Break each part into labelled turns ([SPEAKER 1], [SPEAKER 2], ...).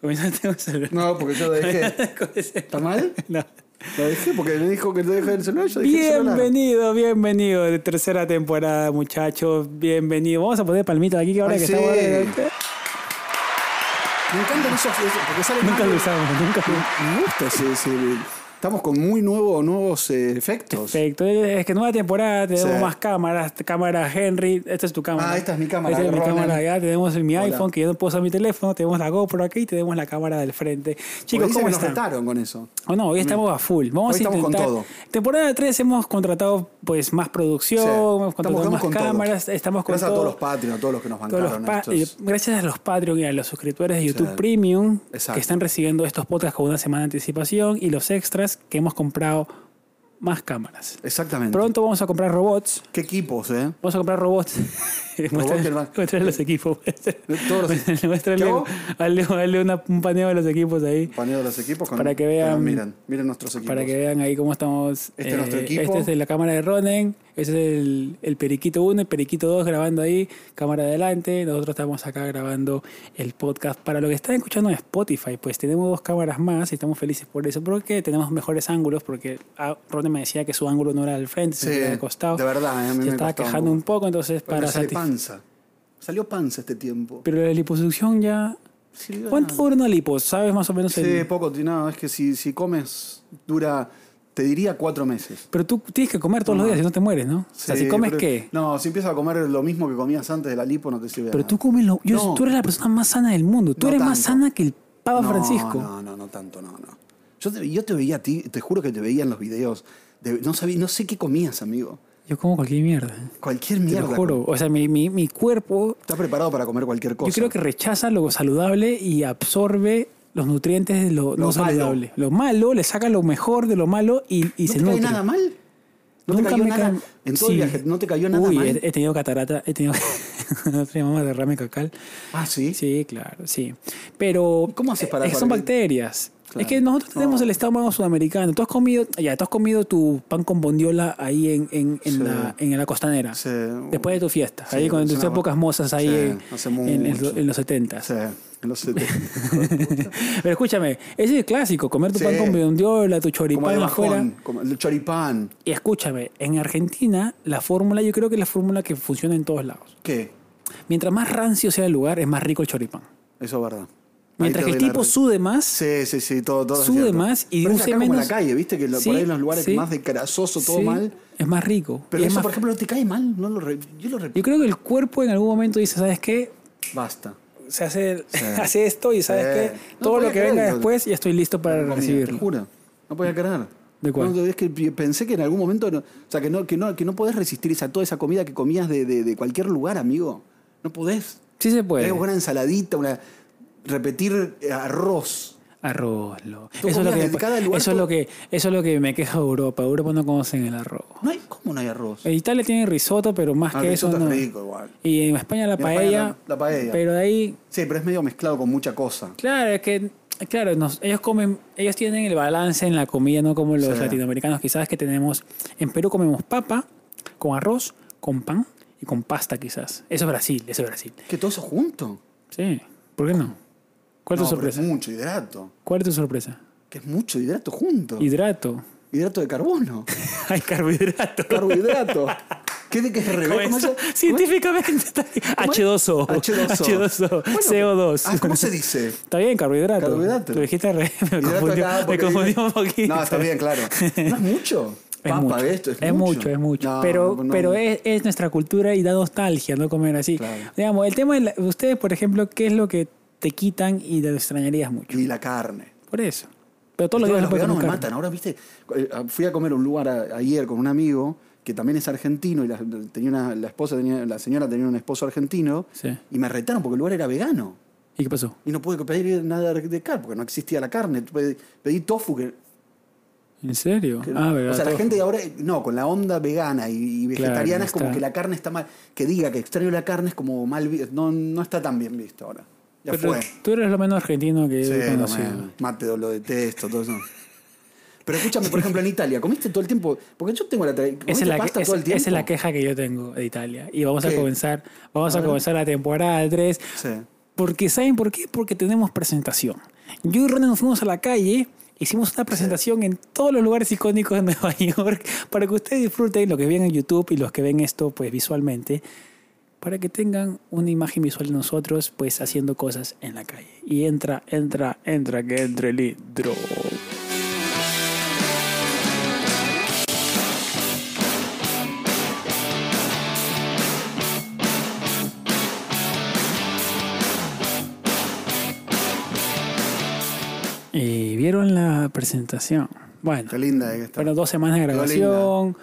[SPEAKER 1] Comenzaste con el celular.
[SPEAKER 2] No, porque yo lo dejé.
[SPEAKER 1] Con ese-
[SPEAKER 2] ¿Está mal?
[SPEAKER 1] No.
[SPEAKER 2] Lo dejé porque me dijo que lo dejé el celular. Yo dejé el celular.
[SPEAKER 1] Bienvenido, bienvenido. de Tercera temporada, muchachos. Bienvenido. Vamos a poner palmitas aquí que ahora
[SPEAKER 2] Ay,
[SPEAKER 1] que
[SPEAKER 2] sí.
[SPEAKER 1] estamos.
[SPEAKER 2] Me encantan esos. esos- Porque sale
[SPEAKER 1] Nunca
[SPEAKER 2] mal.
[SPEAKER 1] lo usamos, nunca lo
[SPEAKER 2] Me gusta ese, ese- Estamos con muy nuevos, nuevos eh, efectos.
[SPEAKER 1] Perfecto. Es que nueva temporada, tenemos
[SPEAKER 2] Sí.
[SPEAKER 1] más cámaras. Cámara Henry, esta es tu cámara.
[SPEAKER 2] Ah, esta es mi cámara,
[SPEAKER 1] Esta es mi
[SPEAKER 2] Ronan.
[SPEAKER 1] cámara ya. Tenemos mi
[SPEAKER 2] Hola.
[SPEAKER 1] iPhone, que yo no puedo usar mi teléfono. Tenemos la GoPro aquí y tenemos la cámara del frente.
[SPEAKER 2] Porque
[SPEAKER 1] Chicos,
[SPEAKER 2] dicen
[SPEAKER 1] ¿cómo
[SPEAKER 2] que nos
[SPEAKER 1] están?
[SPEAKER 2] retaron con eso.
[SPEAKER 1] O Oh, no, hoy estamos a full. Vamos a
[SPEAKER 2] Hoy estamos con
[SPEAKER 1] intentar.
[SPEAKER 2] todo.
[SPEAKER 1] Temporada 3 hemos contratado pues más producción,
[SPEAKER 2] Sí.
[SPEAKER 1] hemos contratado
[SPEAKER 2] Estamos- estamos
[SPEAKER 1] más
[SPEAKER 2] con todo.
[SPEAKER 1] cámaras, estamos con
[SPEAKER 2] Gracias
[SPEAKER 1] todo.
[SPEAKER 2] a todos los patrios, a todos los que nos
[SPEAKER 1] Todos los
[SPEAKER 2] bancaron.
[SPEAKER 1] pa-
[SPEAKER 2] estos-
[SPEAKER 1] eh, gracias a los Patreon y a los suscriptores de YouTube
[SPEAKER 2] Sí.
[SPEAKER 1] Premium
[SPEAKER 2] Exacto.
[SPEAKER 1] que están recibiendo estos podcasts con una semana de anticipación y los extras que hemos comprado más cámaras.
[SPEAKER 2] Exactamente.
[SPEAKER 1] Pronto vamos a comprar robots.
[SPEAKER 2] ¿Qué equipos, eh?
[SPEAKER 1] Vamos a comprar robots.
[SPEAKER 2] del
[SPEAKER 1] muéstrale,
[SPEAKER 2] banco.
[SPEAKER 1] muéstrale los equipos.
[SPEAKER 2] Todos los-
[SPEAKER 1] muéstrale,
[SPEAKER 2] ¿Qué hago?
[SPEAKER 1] hazle- hazle una- un paneo de los equipos ahí.
[SPEAKER 2] Paneo de los equipos. Con,
[SPEAKER 1] Para que vean-
[SPEAKER 2] Pero miren, miren nuestros equipos.
[SPEAKER 1] Para que vean ahí cómo estamos.
[SPEAKER 2] Este es nuestro equipo.
[SPEAKER 1] Este es de la cámara de Ronen. Este es el, el Periquito 1, el Periquito 2 grabando ahí, cámara adelante. Nosotros estamos acá grabando el podcast. Para lo que están escuchando en Spotify, pues tenemos dos cámaras más y estamos felices por eso. Porque tenemos mejores ángulos, porque ah, Ronen me decía que su ángulo no era del frente, sino
[SPEAKER 2] Sí,
[SPEAKER 1] que era del costado.
[SPEAKER 2] de verdad, eh, a mí
[SPEAKER 1] Se
[SPEAKER 2] me
[SPEAKER 1] estaba
[SPEAKER 2] costaba un
[SPEAKER 1] quejando
[SPEAKER 2] poco.
[SPEAKER 1] un poco, entonces
[SPEAKER 2] Pero
[SPEAKER 1] para
[SPEAKER 2] sale
[SPEAKER 1] satisfacer.
[SPEAKER 2] panza. Salió panza este tiempo.
[SPEAKER 1] Pero la liposucción ya.
[SPEAKER 2] Sí,
[SPEAKER 1] ¿Cuánto dura una lipo? ¿Sabes más o menos el.?
[SPEAKER 2] Sí, poco, no, es que si, si comes dura, te diría cuatro meses.
[SPEAKER 1] Pero tú tienes que comer todos los días si no te mueres, ¿no? o sea, si
[SPEAKER 2] Sí,
[SPEAKER 1] comes
[SPEAKER 2] pero-
[SPEAKER 1] qué.
[SPEAKER 2] No, si empiezas a comer lo mismo que comías antes de la lipo, no te sirve. de
[SPEAKER 1] Pero
[SPEAKER 2] nada.
[SPEAKER 1] tú comes lo. yo-
[SPEAKER 2] No.
[SPEAKER 1] Tú eres la persona más sana del mundo. Tú
[SPEAKER 2] No
[SPEAKER 1] eres más
[SPEAKER 2] tanto.
[SPEAKER 1] sana que el Papa
[SPEAKER 2] No,
[SPEAKER 1] Francisco.
[SPEAKER 2] No, no, no tanto, no, no. Yo te, yo te veía a ti, te juro que te veía en los videos. de- no, sabía, no sé qué comías, amigo.
[SPEAKER 1] Yo como cualquier mierda.
[SPEAKER 2] Cualquier
[SPEAKER 1] Te
[SPEAKER 2] mierda.
[SPEAKER 1] lo juro. O sea, mi, mi- mi cuerpo.
[SPEAKER 2] Está preparado para comer cualquier cosa.
[SPEAKER 1] Yo creo que rechaza lo saludable y absorbe los nutrientes de lo, no
[SPEAKER 2] Lo malo.
[SPEAKER 1] saludable. Lo malo le saca lo mejor de lo malo y, y
[SPEAKER 2] ¿No
[SPEAKER 1] se
[SPEAKER 2] te
[SPEAKER 1] nutre.
[SPEAKER 2] cayó nada mal? ¿No te
[SPEAKER 1] Nunca
[SPEAKER 2] cayó
[SPEAKER 1] me
[SPEAKER 2] nada?
[SPEAKER 1] cae-
[SPEAKER 2] En todo el
[SPEAKER 1] Sí.
[SPEAKER 2] viaje, ¿no te cayó nada
[SPEAKER 1] Uy,
[SPEAKER 2] mal?
[SPEAKER 1] He, he tenido catarata, he tenido. Se llama derrame cacal.
[SPEAKER 2] Ah, sí.
[SPEAKER 1] Sí, claro, sí. Pero
[SPEAKER 2] ¿Cómo haces para-
[SPEAKER 1] es que son
[SPEAKER 2] para que-
[SPEAKER 1] bacterias.
[SPEAKER 2] Claro.
[SPEAKER 1] Es que nosotros tenemos el estómago sudamericano. Tú has comido, ya, tú has comido tu pan con bondiola ahí en, en, en
[SPEAKER 2] Sí.
[SPEAKER 1] la, en la costanera.
[SPEAKER 2] Sí.
[SPEAKER 1] Después de tu fiesta,
[SPEAKER 2] Sí,
[SPEAKER 1] ahí con
[SPEAKER 2] es
[SPEAKER 1] tus
[SPEAKER 2] una-
[SPEAKER 1] épocas mozas ahí
[SPEAKER 2] Sí,
[SPEAKER 1] en,
[SPEAKER 2] hace
[SPEAKER 1] en- en
[SPEAKER 2] mucho.
[SPEAKER 1] lo- en los 70
[SPEAKER 2] Sí, en los 70.
[SPEAKER 1] Pero escúchame, ese es el clásico, comer tu
[SPEAKER 2] Sí.
[SPEAKER 1] pan con bondiola, tu
[SPEAKER 2] como de
[SPEAKER 1] choripán afuera.
[SPEAKER 2] bajón, como el choripán.
[SPEAKER 1] Y escúchame, en Argentina la fórmula, yo creo que es la fórmula que funciona en todos lados.
[SPEAKER 2] ¿Qué?
[SPEAKER 1] Mientras más rancio sea el lugar, es más rico el choripán.
[SPEAKER 2] Eso es verdad.
[SPEAKER 1] Mientras que
[SPEAKER 2] Ahí
[SPEAKER 1] el
[SPEAKER 2] te doy la
[SPEAKER 1] tipo
[SPEAKER 2] razón.
[SPEAKER 1] sude más,
[SPEAKER 2] Sí, sí, sí, todo, todo es
[SPEAKER 1] sube
[SPEAKER 2] cierto.
[SPEAKER 1] más y
[SPEAKER 2] Pero es
[SPEAKER 1] use
[SPEAKER 2] acá como en la
[SPEAKER 1] menos.
[SPEAKER 2] calle, viste que lo-
[SPEAKER 1] Sí,
[SPEAKER 2] por ahí en los lugares
[SPEAKER 1] sí.
[SPEAKER 2] más de grasoso, todo
[SPEAKER 1] Sí,
[SPEAKER 2] mal.
[SPEAKER 1] Es más rico.
[SPEAKER 2] Pero
[SPEAKER 1] Y es
[SPEAKER 2] eso,
[SPEAKER 1] más-
[SPEAKER 2] por ejemplo, no te cae mal. No lo re- Yo lo repito.
[SPEAKER 1] Yo creo que el cuerpo en algún momento dice, ¿sabes qué?
[SPEAKER 2] Basta.
[SPEAKER 1] Se hace, hace esto y ¿sabes
[SPEAKER 2] Sí.
[SPEAKER 1] qué?
[SPEAKER 2] No
[SPEAKER 1] Todo
[SPEAKER 2] podía
[SPEAKER 1] lo que venga
[SPEAKER 2] creerlo.
[SPEAKER 1] después ya estoy listo para
[SPEAKER 2] Comida, Te
[SPEAKER 1] recibirlo.
[SPEAKER 2] juro. No podía creer.
[SPEAKER 1] ¿De cuál?
[SPEAKER 2] No, es que pi- pensé que en algún momento. no- o sea, que no, que no, que no podés resistir esa, toda esa comida que comías de, de- de cualquier lugar, amigo. No podés.
[SPEAKER 1] Sí se puede.
[SPEAKER 2] Es una ensaladita, una. Repetir eh, arroz.
[SPEAKER 1] Arroz, lo.
[SPEAKER 2] Tú
[SPEAKER 1] Eso, es lo,
[SPEAKER 2] comías
[SPEAKER 1] que,
[SPEAKER 2] desde cada lugar,
[SPEAKER 1] eso es
[SPEAKER 2] tú-
[SPEAKER 1] lo que eso es lo que me queja Europa. Europa no conocen el arroz.
[SPEAKER 2] No hay, ¿Cómo no hay arroz?
[SPEAKER 1] En Italia tiene risotto, pero más
[SPEAKER 2] Ah,
[SPEAKER 1] que eso
[SPEAKER 2] risotto
[SPEAKER 1] no.
[SPEAKER 2] es rico igual.
[SPEAKER 1] Y en España la
[SPEAKER 2] En España
[SPEAKER 1] paella.
[SPEAKER 2] la- la paella.
[SPEAKER 1] Pero de ahí
[SPEAKER 2] Sí, pero es medio mezclado con mucha cosa.
[SPEAKER 1] Claro, es que, claro, nos- ellos comen, ellos tienen el balance en la comida, no como los
[SPEAKER 2] Sí.
[SPEAKER 1] latinoamericanos quizás que tenemos. En Perú comemos papa, con arroz, con pan y con pasta quizás. Eso es Brasil, eso es Brasil.
[SPEAKER 2] Que todo eso junto.
[SPEAKER 1] Sí, ¿por qué no? ¿Cuál es tu
[SPEAKER 2] No, pero
[SPEAKER 1] sorpresa?
[SPEAKER 2] Es mucho hidrato.
[SPEAKER 1] ¿Cuál es tu sorpresa?
[SPEAKER 2] Que es mucho hidrato junto.
[SPEAKER 1] Hidrato.
[SPEAKER 2] hidrato de carbono.
[SPEAKER 1] Hay carbohidrato.
[SPEAKER 2] Carbohidrato. ¿Qué de que es al
[SPEAKER 1] Con
[SPEAKER 2] revés? ¿Cómo
[SPEAKER 1] eso,
[SPEAKER 2] se- cómo es?
[SPEAKER 1] Científicamente está
[SPEAKER 2] ¿Cómo es?
[SPEAKER 1] H2O.
[SPEAKER 2] H2O.
[SPEAKER 1] H2O.
[SPEAKER 2] Bueno,
[SPEAKER 1] CO2.
[SPEAKER 2] ah, ¿Cómo se dice?
[SPEAKER 1] Está bien, carbohidrato.
[SPEAKER 2] Carbohidrato.
[SPEAKER 1] Tú dijiste al revés, me
[SPEAKER 2] Hidrato
[SPEAKER 1] confundió,
[SPEAKER 2] acá,
[SPEAKER 1] me
[SPEAKER 2] porque-
[SPEAKER 1] confundió un poquito.
[SPEAKER 2] No, está bien, claro. ¿No es mucho?
[SPEAKER 1] Es
[SPEAKER 2] Papa,
[SPEAKER 1] mucho,
[SPEAKER 2] esto, es,
[SPEAKER 1] mucho, es mucho.
[SPEAKER 2] No,
[SPEAKER 1] pero
[SPEAKER 2] no, no.
[SPEAKER 1] pero es, es nuestra cultura y da nostalgia no comer así.
[SPEAKER 2] Claro.
[SPEAKER 1] Digamos, el tema de la- ustedes, por ejemplo, ¿qué es lo que te quitan y te extrañarías mucho?
[SPEAKER 2] Y la carne.
[SPEAKER 1] Por eso. Pero todos los días
[SPEAKER 2] los
[SPEAKER 1] puedes
[SPEAKER 2] veganos me
[SPEAKER 1] comer carne.
[SPEAKER 2] matan. Ahora, viste, Eh, fui a comer a un lugar a- ayer con un amigo que también es argentino y la, tenía una- la esposa tenía, la señora tenía un esposo argentino
[SPEAKER 1] Sí.
[SPEAKER 2] y me retaron porque el lugar era vegano.
[SPEAKER 1] ¿Y qué pasó?
[SPEAKER 2] Y no pude pedir nada de carne porque no existía la carne. Pedí, pedí tofu. Que,
[SPEAKER 1] ¿En serio?
[SPEAKER 2] que-
[SPEAKER 1] ah, verdad.
[SPEAKER 2] o sea, la
[SPEAKER 1] todo.
[SPEAKER 2] gente ahora, no, con la onda vegana y, y vegetariana
[SPEAKER 1] Claro,
[SPEAKER 2] es como
[SPEAKER 1] está.
[SPEAKER 2] que la carne está mal. Que diga que extraño la carne es como mal vi- no, no está tan bien visto ahora. Ya
[SPEAKER 1] Pero
[SPEAKER 2] fue.
[SPEAKER 1] Tú eres lo menos argentino que
[SPEAKER 2] Sí,
[SPEAKER 1] he
[SPEAKER 2] no,
[SPEAKER 1] conocido.
[SPEAKER 2] man. mate lo detesto, todo eso. Pero escúchame, por ejemplo, en Italia, ¿comiste todo el tiempo? Porque yo tengo la tra-
[SPEAKER 1] Esa
[SPEAKER 2] ¿comiste
[SPEAKER 1] es, la
[SPEAKER 2] pasta
[SPEAKER 1] que,
[SPEAKER 2] todo
[SPEAKER 1] esa-
[SPEAKER 2] el tiempo?
[SPEAKER 1] esa es la queja que yo tengo de Italia. Y vamos a
[SPEAKER 2] ¿Qué?
[SPEAKER 1] comenzar, vamos a,
[SPEAKER 2] ver.
[SPEAKER 1] comenzar la temporada 3
[SPEAKER 2] Sí.
[SPEAKER 1] Porque ¿saben por qué? Porque tenemos presentación. Yo y Ronald nos fuimos a la calle, hicimos una presentación en todos los lugares icónicos de Nueva York para que ustedes disfruten lo que ven en YouTube y los que ven esto pues visualmente, para que tengan una imagen visual de nosotros pues haciendo cosas en la calle. Y entra, entra, entra, que entre el hidro. Y Eh, vieron la presentación. Bueno,
[SPEAKER 2] Está linda eh, está.
[SPEAKER 1] Fueron dos semanas de
[SPEAKER 2] Quedó
[SPEAKER 1] grabación,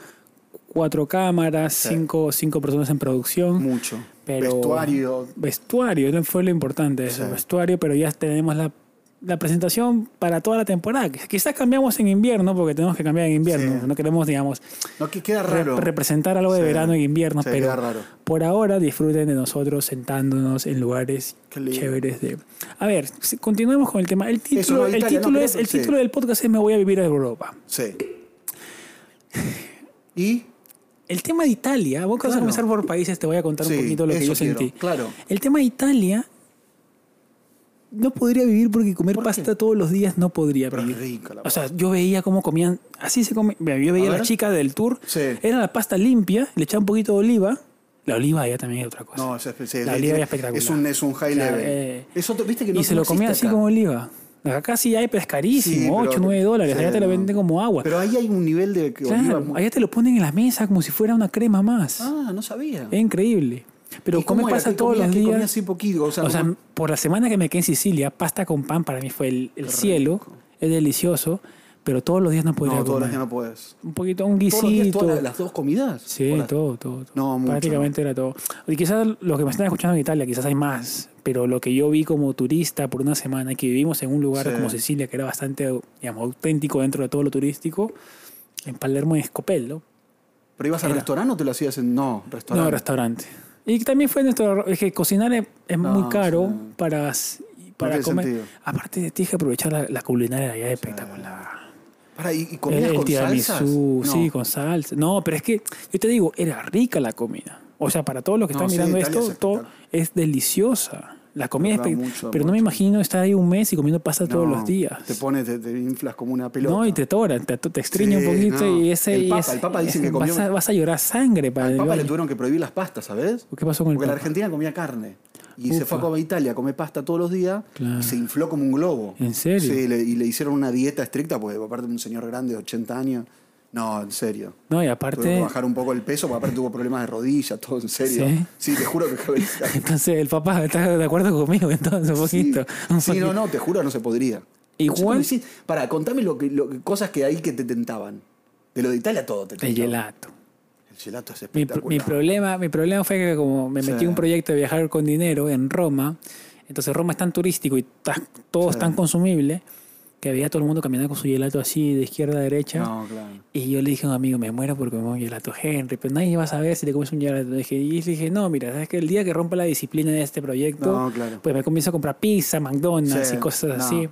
[SPEAKER 1] cuatro cámaras,
[SPEAKER 2] Sí.
[SPEAKER 1] cinco, cinco personas en producción.
[SPEAKER 2] Mucho.
[SPEAKER 1] Pero-
[SPEAKER 2] Vestuario.
[SPEAKER 1] Vestuario, no fue lo importante eso,
[SPEAKER 2] Sí.
[SPEAKER 1] vestuario, pero ya tenemos la, la presentación para toda la temporada. Quiz- Quizás cambiamos en invierno, porque tenemos que cambiar en invierno.
[SPEAKER 2] Sí.
[SPEAKER 1] No queremos, digamos,
[SPEAKER 2] No, que queda
[SPEAKER 1] re-
[SPEAKER 2] raro.
[SPEAKER 1] representar algo de
[SPEAKER 2] Sí.
[SPEAKER 1] verano en invierno,
[SPEAKER 2] Sí,
[SPEAKER 1] pero
[SPEAKER 2] queda raro.
[SPEAKER 1] por ahora disfruten de nosotros sentándonos en lugares
[SPEAKER 2] Qué lindo.
[SPEAKER 1] chéveres de... A ver, si- continuemos con el tema. El título,
[SPEAKER 2] no,
[SPEAKER 1] el
[SPEAKER 2] Italia, no,
[SPEAKER 1] título,
[SPEAKER 2] pero-
[SPEAKER 1] es, el
[SPEAKER 2] sí.
[SPEAKER 1] título del podcast es Me voy a vivir a Europa.
[SPEAKER 2] Sí. Y
[SPEAKER 1] El tema de Italia, vos vas a
[SPEAKER 2] Claro.
[SPEAKER 1] comenzar por países, te voy a contar
[SPEAKER 2] Sí,
[SPEAKER 1] un poquito lo que
[SPEAKER 2] eso
[SPEAKER 1] yo
[SPEAKER 2] quiero,
[SPEAKER 1] sentí.
[SPEAKER 2] claro.
[SPEAKER 1] El tema de Italia, no podría vivir porque comer
[SPEAKER 2] ¿Por
[SPEAKER 1] pasta
[SPEAKER 2] qué?
[SPEAKER 1] todos los días no podría
[SPEAKER 2] Pero es
[SPEAKER 1] vivir.
[SPEAKER 2] rica la
[SPEAKER 1] o sea, yo veía cómo comían, así se come. mira, Yo veía a
[SPEAKER 2] A
[SPEAKER 1] la
[SPEAKER 2] ver.
[SPEAKER 1] chica del tour,
[SPEAKER 2] Sí.
[SPEAKER 1] era la pasta limpia, le echaban un poquito de oliva. La oliva ya también es otra cosa.
[SPEAKER 2] no, es, es- es-
[SPEAKER 1] la
[SPEAKER 2] es-
[SPEAKER 1] oliva
[SPEAKER 2] es-
[SPEAKER 1] ya espectacular.
[SPEAKER 2] es un es un high
[SPEAKER 1] Claro,
[SPEAKER 2] level.
[SPEAKER 1] eh,
[SPEAKER 2] es otro, viste que no
[SPEAKER 1] y se lo
[SPEAKER 2] no
[SPEAKER 1] comía así
[SPEAKER 2] existe acá.
[SPEAKER 1] como oliva. Acá sí hay, pero es carísimo,
[SPEAKER 2] Sí, pero-
[SPEAKER 1] 8, 9 dólares.
[SPEAKER 2] sí,
[SPEAKER 1] allá te lo
[SPEAKER 2] no.
[SPEAKER 1] venden como agua.
[SPEAKER 2] Pero ahí hay un nivel de que oliva
[SPEAKER 1] claro,
[SPEAKER 2] muy-
[SPEAKER 1] allá te lo ponen en la mesa como si fuera una crema más.
[SPEAKER 2] Ah, no sabía.
[SPEAKER 1] Es increíble. Eh, Pero
[SPEAKER 2] ¿Y cómo
[SPEAKER 1] comes
[SPEAKER 2] era?
[SPEAKER 1] pasta
[SPEAKER 2] ¿Qué
[SPEAKER 1] todos
[SPEAKER 2] comías?
[SPEAKER 1] los
[SPEAKER 2] ¿Qué comías
[SPEAKER 1] días.
[SPEAKER 2] así poquito, o sea,
[SPEAKER 1] O sea,
[SPEAKER 2] como-
[SPEAKER 1] por la semana que me quedé en Sicilia, pasta con pan para mí fue el, el cielo. Es delicioso, pero todos los días no podía
[SPEAKER 2] no, todos
[SPEAKER 1] comer.
[SPEAKER 2] los días no puedes.
[SPEAKER 1] Un poquito, un
[SPEAKER 2] Todos los días,
[SPEAKER 1] guisito.
[SPEAKER 2] todas las, las dos comidas.
[SPEAKER 1] Sí,
[SPEAKER 2] Hola.
[SPEAKER 1] todo, todo, todo.
[SPEAKER 2] No, mucho,
[SPEAKER 1] Prácticamente era todo. Y quizás los que me están escuchando en Italia, quizás hay más, pero lo que yo vi como turista por una semana, que vivimos en un lugar
[SPEAKER 2] Sí.
[SPEAKER 1] como Sicilia, que era bastante digamos, auténtico dentro de todo lo turístico, en Palermo y Escopello,
[SPEAKER 2] ¿Pero ibas al
[SPEAKER 1] Era.
[SPEAKER 2] restaurante o te lo hacías en.? No, restaurante.
[SPEAKER 1] No, restaurante. Y también fue nuestro. Es que cocinar es, es
[SPEAKER 2] No,
[SPEAKER 1] muy caro
[SPEAKER 2] sí.
[SPEAKER 1] para, para
[SPEAKER 2] tiene
[SPEAKER 1] comer.
[SPEAKER 2] sentido.
[SPEAKER 1] Aparte, tienes que aprovechar la, la culinaria de allá, es espectacular.
[SPEAKER 2] Pará, ¿y, y
[SPEAKER 1] El,
[SPEAKER 2] comías
[SPEAKER 1] el
[SPEAKER 2] con
[SPEAKER 1] tiramisú,
[SPEAKER 2] salsas?
[SPEAKER 1] sí,
[SPEAKER 2] No.
[SPEAKER 1] con salsa. No, pero es que, yo te digo, era rica la comida. O sea, para todos los que
[SPEAKER 2] No,
[SPEAKER 1] están
[SPEAKER 2] sí,
[SPEAKER 1] mirando
[SPEAKER 2] Italia
[SPEAKER 1] esto,
[SPEAKER 2] es
[SPEAKER 1] todo es deliciosa. La comida es
[SPEAKER 2] Verdad,
[SPEAKER 1] espect-
[SPEAKER 2] mucho,
[SPEAKER 1] Pero no me
[SPEAKER 2] mucho.
[SPEAKER 1] imagino estar ahí un mes y comiendo pasta todos
[SPEAKER 2] No,
[SPEAKER 1] los días.
[SPEAKER 2] Te pones, te, te inflas como una pelota.
[SPEAKER 1] No, y te toran, te, te extriña
[SPEAKER 2] Sí,
[SPEAKER 1] un poquito
[SPEAKER 2] no.
[SPEAKER 1] y ese...
[SPEAKER 2] El
[SPEAKER 1] y
[SPEAKER 2] Papa,
[SPEAKER 1] ese-
[SPEAKER 2] el Papa dice
[SPEAKER 1] ese-
[SPEAKER 2] que comió-
[SPEAKER 1] vas, a, vas a llorar sangre para
[SPEAKER 2] Al
[SPEAKER 1] el
[SPEAKER 2] Papa le
[SPEAKER 1] baño.
[SPEAKER 2] tuvieron que prohibir las pastas, ¿sabes?
[SPEAKER 1] ¿Qué pasó con el
[SPEAKER 2] Porque la
[SPEAKER 1] Papa?
[SPEAKER 2] Argentina comía carne. Y se
[SPEAKER 1] Ufa.
[SPEAKER 2] fue a Cuba, Italia a comer pasta todos los días
[SPEAKER 1] Claro.
[SPEAKER 2] y se infló como un globo.
[SPEAKER 1] ¿En serio?
[SPEAKER 2] Sí, le- y le hicieron una dieta estricta, porque aparte de un señor grande de 80 años. No, en serio.
[SPEAKER 1] No, y
[SPEAKER 2] Tuve
[SPEAKER 1] aparte...
[SPEAKER 2] que bajar un poco el peso, porque aparte tuvo problemas de rodillas, todo en serio. Sí, te juro que
[SPEAKER 1] Entonces el papá está de acuerdo conmigo, entonces un
[SPEAKER 2] Sí.
[SPEAKER 1] poquito. un
[SPEAKER 2] Sí, no,
[SPEAKER 1] poquito.
[SPEAKER 2] no, te juro no se podría.
[SPEAKER 1] Igual
[SPEAKER 2] Para, contame lo que, lo que- cosas que hay que te tentaban. De lo de Italia todo te
[SPEAKER 1] el
[SPEAKER 2] tentaba.
[SPEAKER 1] gelato.
[SPEAKER 2] El gelato es
[SPEAKER 1] Mi, pro-
[SPEAKER 2] espectacular.
[SPEAKER 1] mi problema, mi problema fue que como me
[SPEAKER 2] Sí.
[SPEAKER 1] metí en un proyecto de viajar con dinero en Roma, entonces Roma es tan turístico y ta- todo es
[SPEAKER 2] Sí.
[SPEAKER 1] tan consumible que había todo el mundo caminando con su gelato así de izquierda a derecha.
[SPEAKER 2] No, claro.
[SPEAKER 1] Y yo le dije a un amigo, me muero por comer un gelato Henry, pero nadie va a saber si te comes un gelato. Le dije- Y le dije, no, mira, sabes que el día que rompa la disciplina de este proyecto,
[SPEAKER 2] No, claro.
[SPEAKER 1] pues me comienzo a comprar pizza, McDonald's
[SPEAKER 2] Sí,
[SPEAKER 1] y cosas
[SPEAKER 2] no.
[SPEAKER 1] así.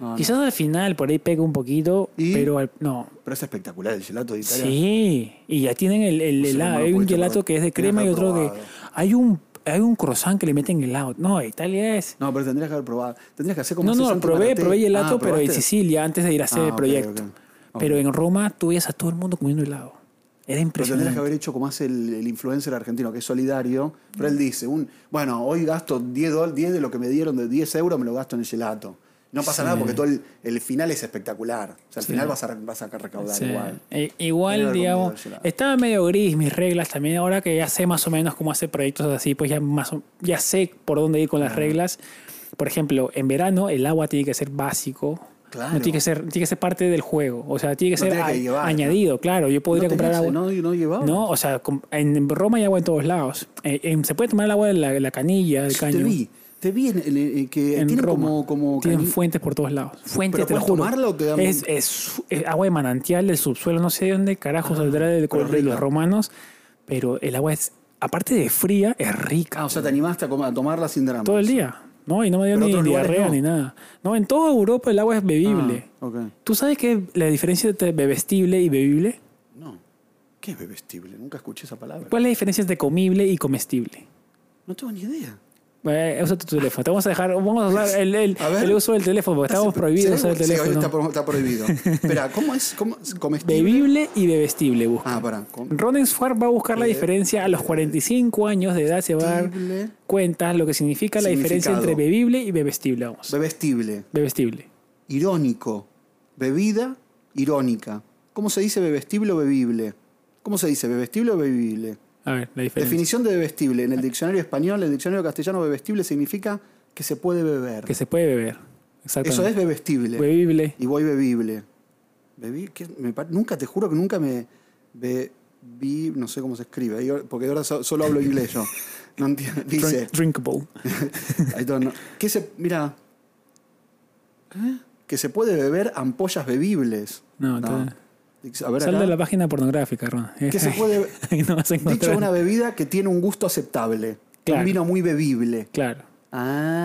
[SPEAKER 2] No, no.
[SPEAKER 1] Quizás al final por ahí pega un poquito,
[SPEAKER 2] ¿Y?
[SPEAKER 1] pero al- no.
[SPEAKER 2] Pero es espectacular el gelato de Italia.
[SPEAKER 1] Sí, y ya tienen el, el
[SPEAKER 2] sé
[SPEAKER 1] helado.
[SPEAKER 2] cómo Pues lo
[SPEAKER 1] Hay un
[SPEAKER 2] pudiste
[SPEAKER 1] gelato
[SPEAKER 2] probar.
[SPEAKER 1] que es de
[SPEAKER 2] Tienes
[SPEAKER 1] crema
[SPEAKER 2] que
[SPEAKER 1] y
[SPEAKER 2] haber
[SPEAKER 1] otro que.
[SPEAKER 2] probado.
[SPEAKER 1] Hay un, hay un croissant que le meten helado. No, Italia es.
[SPEAKER 2] No, pero tendrías que haber probado. Tendrías que hacer como
[SPEAKER 1] No,
[SPEAKER 2] ese
[SPEAKER 1] no,
[SPEAKER 2] santo
[SPEAKER 1] probé,
[SPEAKER 2] maraté.
[SPEAKER 1] probé gelato,
[SPEAKER 2] Ah,
[SPEAKER 1] pero en
[SPEAKER 2] ¿probaste?
[SPEAKER 1] Sicilia, antes de ir a hacer
[SPEAKER 2] Ah,
[SPEAKER 1] el
[SPEAKER 2] ok,
[SPEAKER 1] proyecto.
[SPEAKER 2] ok. Ok.
[SPEAKER 1] Pero en Roma tú veías a todo el mundo comiendo helado. Era
[SPEAKER 2] Pero tendrías que
[SPEAKER 1] impresionante.
[SPEAKER 2] haber hecho como hace el, el influencer argentino, que es solidario. Pero él dice, un, bueno, hoy gasto 10, dol- 10 de lo que me dieron de 10 euros, me lo gasto en el gelato. No
[SPEAKER 1] Sí.
[SPEAKER 2] pasa nada porque todo el, el final es espectacular. O sea, al
[SPEAKER 1] Sí.
[SPEAKER 2] final vas a, re- vas a recaudar
[SPEAKER 1] Sí.
[SPEAKER 2] igual.
[SPEAKER 1] Eh,
[SPEAKER 2] Tenía
[SPEAKER 1] igual,
[SPEAKER 2] que haber comido
[SPEAKER 1] digamos,
[SPEAKER 2] el helado.
[SPEAKER 1] estaba medio gris mis reglas también. Ahora que ya sé más o menos cómo hacer proyectos así, pues ya, más o- ya sé por dónde ir con
[SPEAKER 2] Ah.
[SPEAKER 1] las reglas. Por ejemplo, en verano el agua tiene que ser básico.
[SPEAKER 2] Claro.
[SPEAKER 1] No tiene que ser, tiene que ser parte del juego. O sea, tiene que
[SPEAKER 2] No
[SPEAKER 1] ser
[SPEAKER 2] tiene que
[SPEAKER 1] a-
[SPEAKER 2] llevar, ¿no?
[SPEAKER 1] añadido, claro. Yo podría
[SPEAKER 2] No
[SPEAKER 1] comprar
[SPEAKER 2] tenías-
[SPEAKER 1] agua.
[SPEAKER 2] No, no llevaba.
[SPEAKER 1] No, o sea, com- en Roma hay agua en todos lados. Eh, eh, se puede tomar el agua de la, la canilla, del caño.
[SPEAKER 2] Te vi. Te vi en, en- en- que
[SPEAKER 1] en
[SPEAKER 2] tiene
[SPEAKER 1] Roma.
[SPEAKER 2] Eh, como, como
[SPEAKER 1] tienen
[SPEAKER 2] cani-
[SPEAKER 1] fuentes por todos lados. Fuentes,
[SPEAKER 2] ¿Pero
[SPEAKER 1] te lo
[SPEAKER 2] puedes
[SPEAKER 1] juro.
[SPEAKER 2] tomarla o te dan-
[SPEAKER 1] Es, es- es agua de manantial del subsuelo, no sé de dónde carajo saldrá del
[SPEAKER 2] pero
[SPEAKER 1] cuerpo de los
[SPEAKER 2] rica.
[SPEAKER 1] romanos, pero el agua es, aparte de fría, es rica.
[SPEAKER 2] Ah, o sea, te animaste a, com- a tomarla sin drama.
[SPEAKER 1] todo el día. No, y no me dio
[SPEAKER 2] Pero
[SPEAKER 1] ni
[SPEAKER 2] otros lugares
[SPEAKER 1] diarrea
[SPEAKER 2] no.
[SPEAKER 1] ni nada. No, en toda Europa el agua es bebible.
[SPEAKER 2] Ah, ok.
[SPEAKER 1] ¿Tú sabes qué es la diferencia entre bebestible y bebible?
[SPEAKER 2] No. ¿Qué es bebestible? Nunca escuché esa palabra.
[SPEAKER 1] ¿Cuál es la diferencia entre comible y comestible?
[SPEAKER 2] No tengo ni idea.
[SPEAKER 1] Eh, usa tu teléfono. Te vamos a dejar, vamos a usar el, el,
[SPEAKER 2] A ver.
[SPEAKER 1] el uso del teléfono, porque estamos prohibidos
[SPEAKER 2] Sí,
[SPEAKER 1] usar el
[SPEAKER 2] sí, hoy está,
[SPEAKER 1] teléfono.
[SPEAKER 2] pro- está prohibido. Espera, ¿cómo es? ¿Cómo es? ¿Comestible?
[SPEAKER 1] Bebible y bebestible busca.
[SPEAKER 2] Ah, pará. com-
[SPEAKER 1] Ronen Swartz va a buscar
[SPEAKER 2] Eh,
[SPEAKER 1] la diferencia a los 45 años de edad, se va a dar
[SPEAKER 2] Comestible.
[SPEAKER 1] cuenta lo que significa la diferencia
[SPEAKER 2] Significado.
[SPEAKER 1] entre bebible y bebestible. Vamos.
[SPEAKER 2] Bebestible.
[SPEAKER 1] Bebestible.
[SPEAKER 2] Irónico. Bebida irónica. ¿Cómo se dice bebestible o bebible? ¿Cómo se dice bebestible o bebible?
[SPEAKER 1] A ver, la diferencia.
[SPEAKER 2] Definición de bebestible.
[SPEAKER 1] Ah.
[SPEAKER 2] En el diccionario español, el diccionario castellano, bebestible significa que se puede beber.
[SPEAKER 1] Que se puede beber. Exactamente.
[SPEAKER 2] Eso es bebestible.
[SPEAKER 1] Bebible.
[SPEAKER 2] Y voy bebible. Bebí, ¿qué? Me par- nunca, te juro que nunca me bebí, no sé cómo se escribe, ahí- porque ahora so- solo hablo inglés yo. No entiendo. Dice,
[SPEAKER 1] Drink- drinkable.
[SPEAKER 2] I don't know. Que se, mira, ¿Eh? que se puede beber ampollas bebibles.
[SPEAKER 1] No, está-
[SPEAKER 2] Dice, A ver,
[SPEAKER 1] Sal
[SPEAKER 2] acá.
[SPEAKER 1] de la página pornográfica, Ron.
[SPEAKER 2] que se puede
[SPEAKER 1] Ahí no vas a encontrar.
[SPEAKER 2] dicho una bebida que tiene un gusto aceptable,
[SPEAKER 1] Claro.
[SPEAKER 2] un vino muy bebible.
[SPEAKER 1] Claro.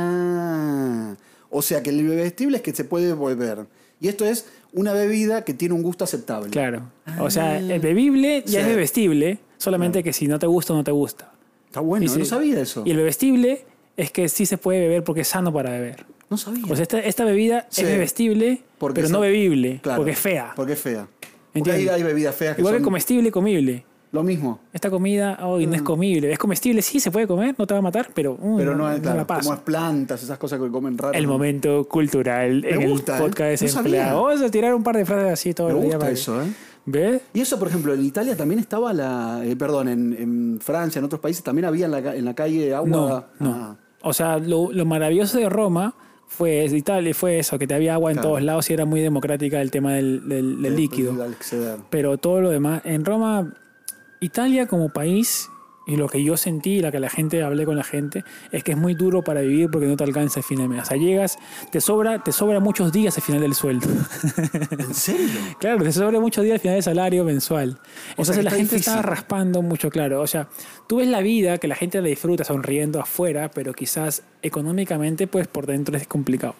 [SPEAKER 2] Ah, o sea que el bebestible es que se puede beber. Y esto es una bebida que tiene un gusto aceptable.
[SPEAKER 1] Claro. O sea, el bebible ya
[SPEAKER 2] Ah.
[SPEAKER 1] es
[SPEAKER 2] Sí.
[SPEAKER 1] bebestible, solamente que si no te gusta, no te gusta.
[SPEAKER 2] Está bueno,
[SPEAKER 1] Y
[SPEAKER 2] no
[SPEAKER 1] si-
[SPEAKER 2] sabía eso.
[SPEAKER 1] Y el bebestible es que sí se puede beber porque es sano para beber.
[SPEAKER 2] No sabía.
[SPEAKER 1] O sea, esta, esta bebida
[SPEAKER 2] Sí.
[SPEAKER 1] es bebestible,
[SPEAKER 2] Porque
[SPEAKER 1] pero
[SPEAKER 2] es-
[SPEAKER 1] no bebible,
[SPEAKER 2] Claro,
[SPEAKER 1] porque es fea.
[SPEAKER 2] Porque es fea. Porque hay,
[SPEAKER 1] Entiendo.
[SPEAKER 2] hay bebidas feas que
[SPEAKER 1] Igual
[SPEAKER 2] son
[SPEAKER 1] que comestible y comible.
[SPEAKER 2] lo mismo.
[SPEAKER 1] Esta comida hoy no es comible. Es comestible, sí, se puede comer, no te va a matar, pero, mm,
[SPEAKER 2] Mm. Pero no,
[SPEAKER 1] la
[SPEAKER 2] es, claro,
[SPEAKER 1] paso.
[SPEAKER 2] como es plantas, esas cosas que comen raras.
[SPEAKER 1] El momento cultural en
[SPEAKER 2] gusta, ¿eh?
[SPEAKER 1] el podcast
[SPEAKER 2] No
[SPEAKER 1] desempleado.
[SPEAKER 2] sabía.
[SPEAKER 1] Vamos a tirar un par de frases así todo
[SPEAKER 2] Me
[SPEAKER 1] el día.
[SPEAKER 2] gusta
[SPEAKER 1] para-
[SPEAKER 2] eso, ¿eh?
[SPEAKER 1] ¿Ves?
[SPEAKER 2] Y eso, por ejemplo, en Italia también estaba la. eh, perdón, en, en Francia, en otros países también había en la, ca- en la calle agua.
[SPEAKER 1] No, no.
[SPEAKER 2] Ah,
[SPEAKER 1] O sea, lo, lo maravilloso de Roma fue de Italia, fue eso, que te había agua en
[SPEAKER 2] Claro. pues,
[SPEAKER 1] todos lados y era muy democrática el tema del, del- del
[SPEAKER 2] de-
[SPEAKER 1] líquido.
[SPEAKER 2] de- de acceder.
[SPEAKER 1] Pero todo lo demás, en Roma, Italia como país, y lo que yo sentí, y la que la gente, hablé con la gente, es que es muy duro para vivir porque no te alcanza el fin de mes. O sea, llegas, te sobra, te sobra muchos días al final del sueldo.
[SPEAKER 2] ¿En serio?
[SPEAKER 1] Claro, te sobra mucho día al final de salario mensual. Entonces
[SPEAKER 2] que
[SPEAKER 1] la
[SPEAKER 2] está
[SPEAKER 1] gente
[SPEAKER 2] difícil.
[SPEAKER 1] está raspando mucho, claro. O sea, tú ves la vida que la gente la disfruta sonriendo afuera, pero quizás económicamente, pues por dentro es complicado.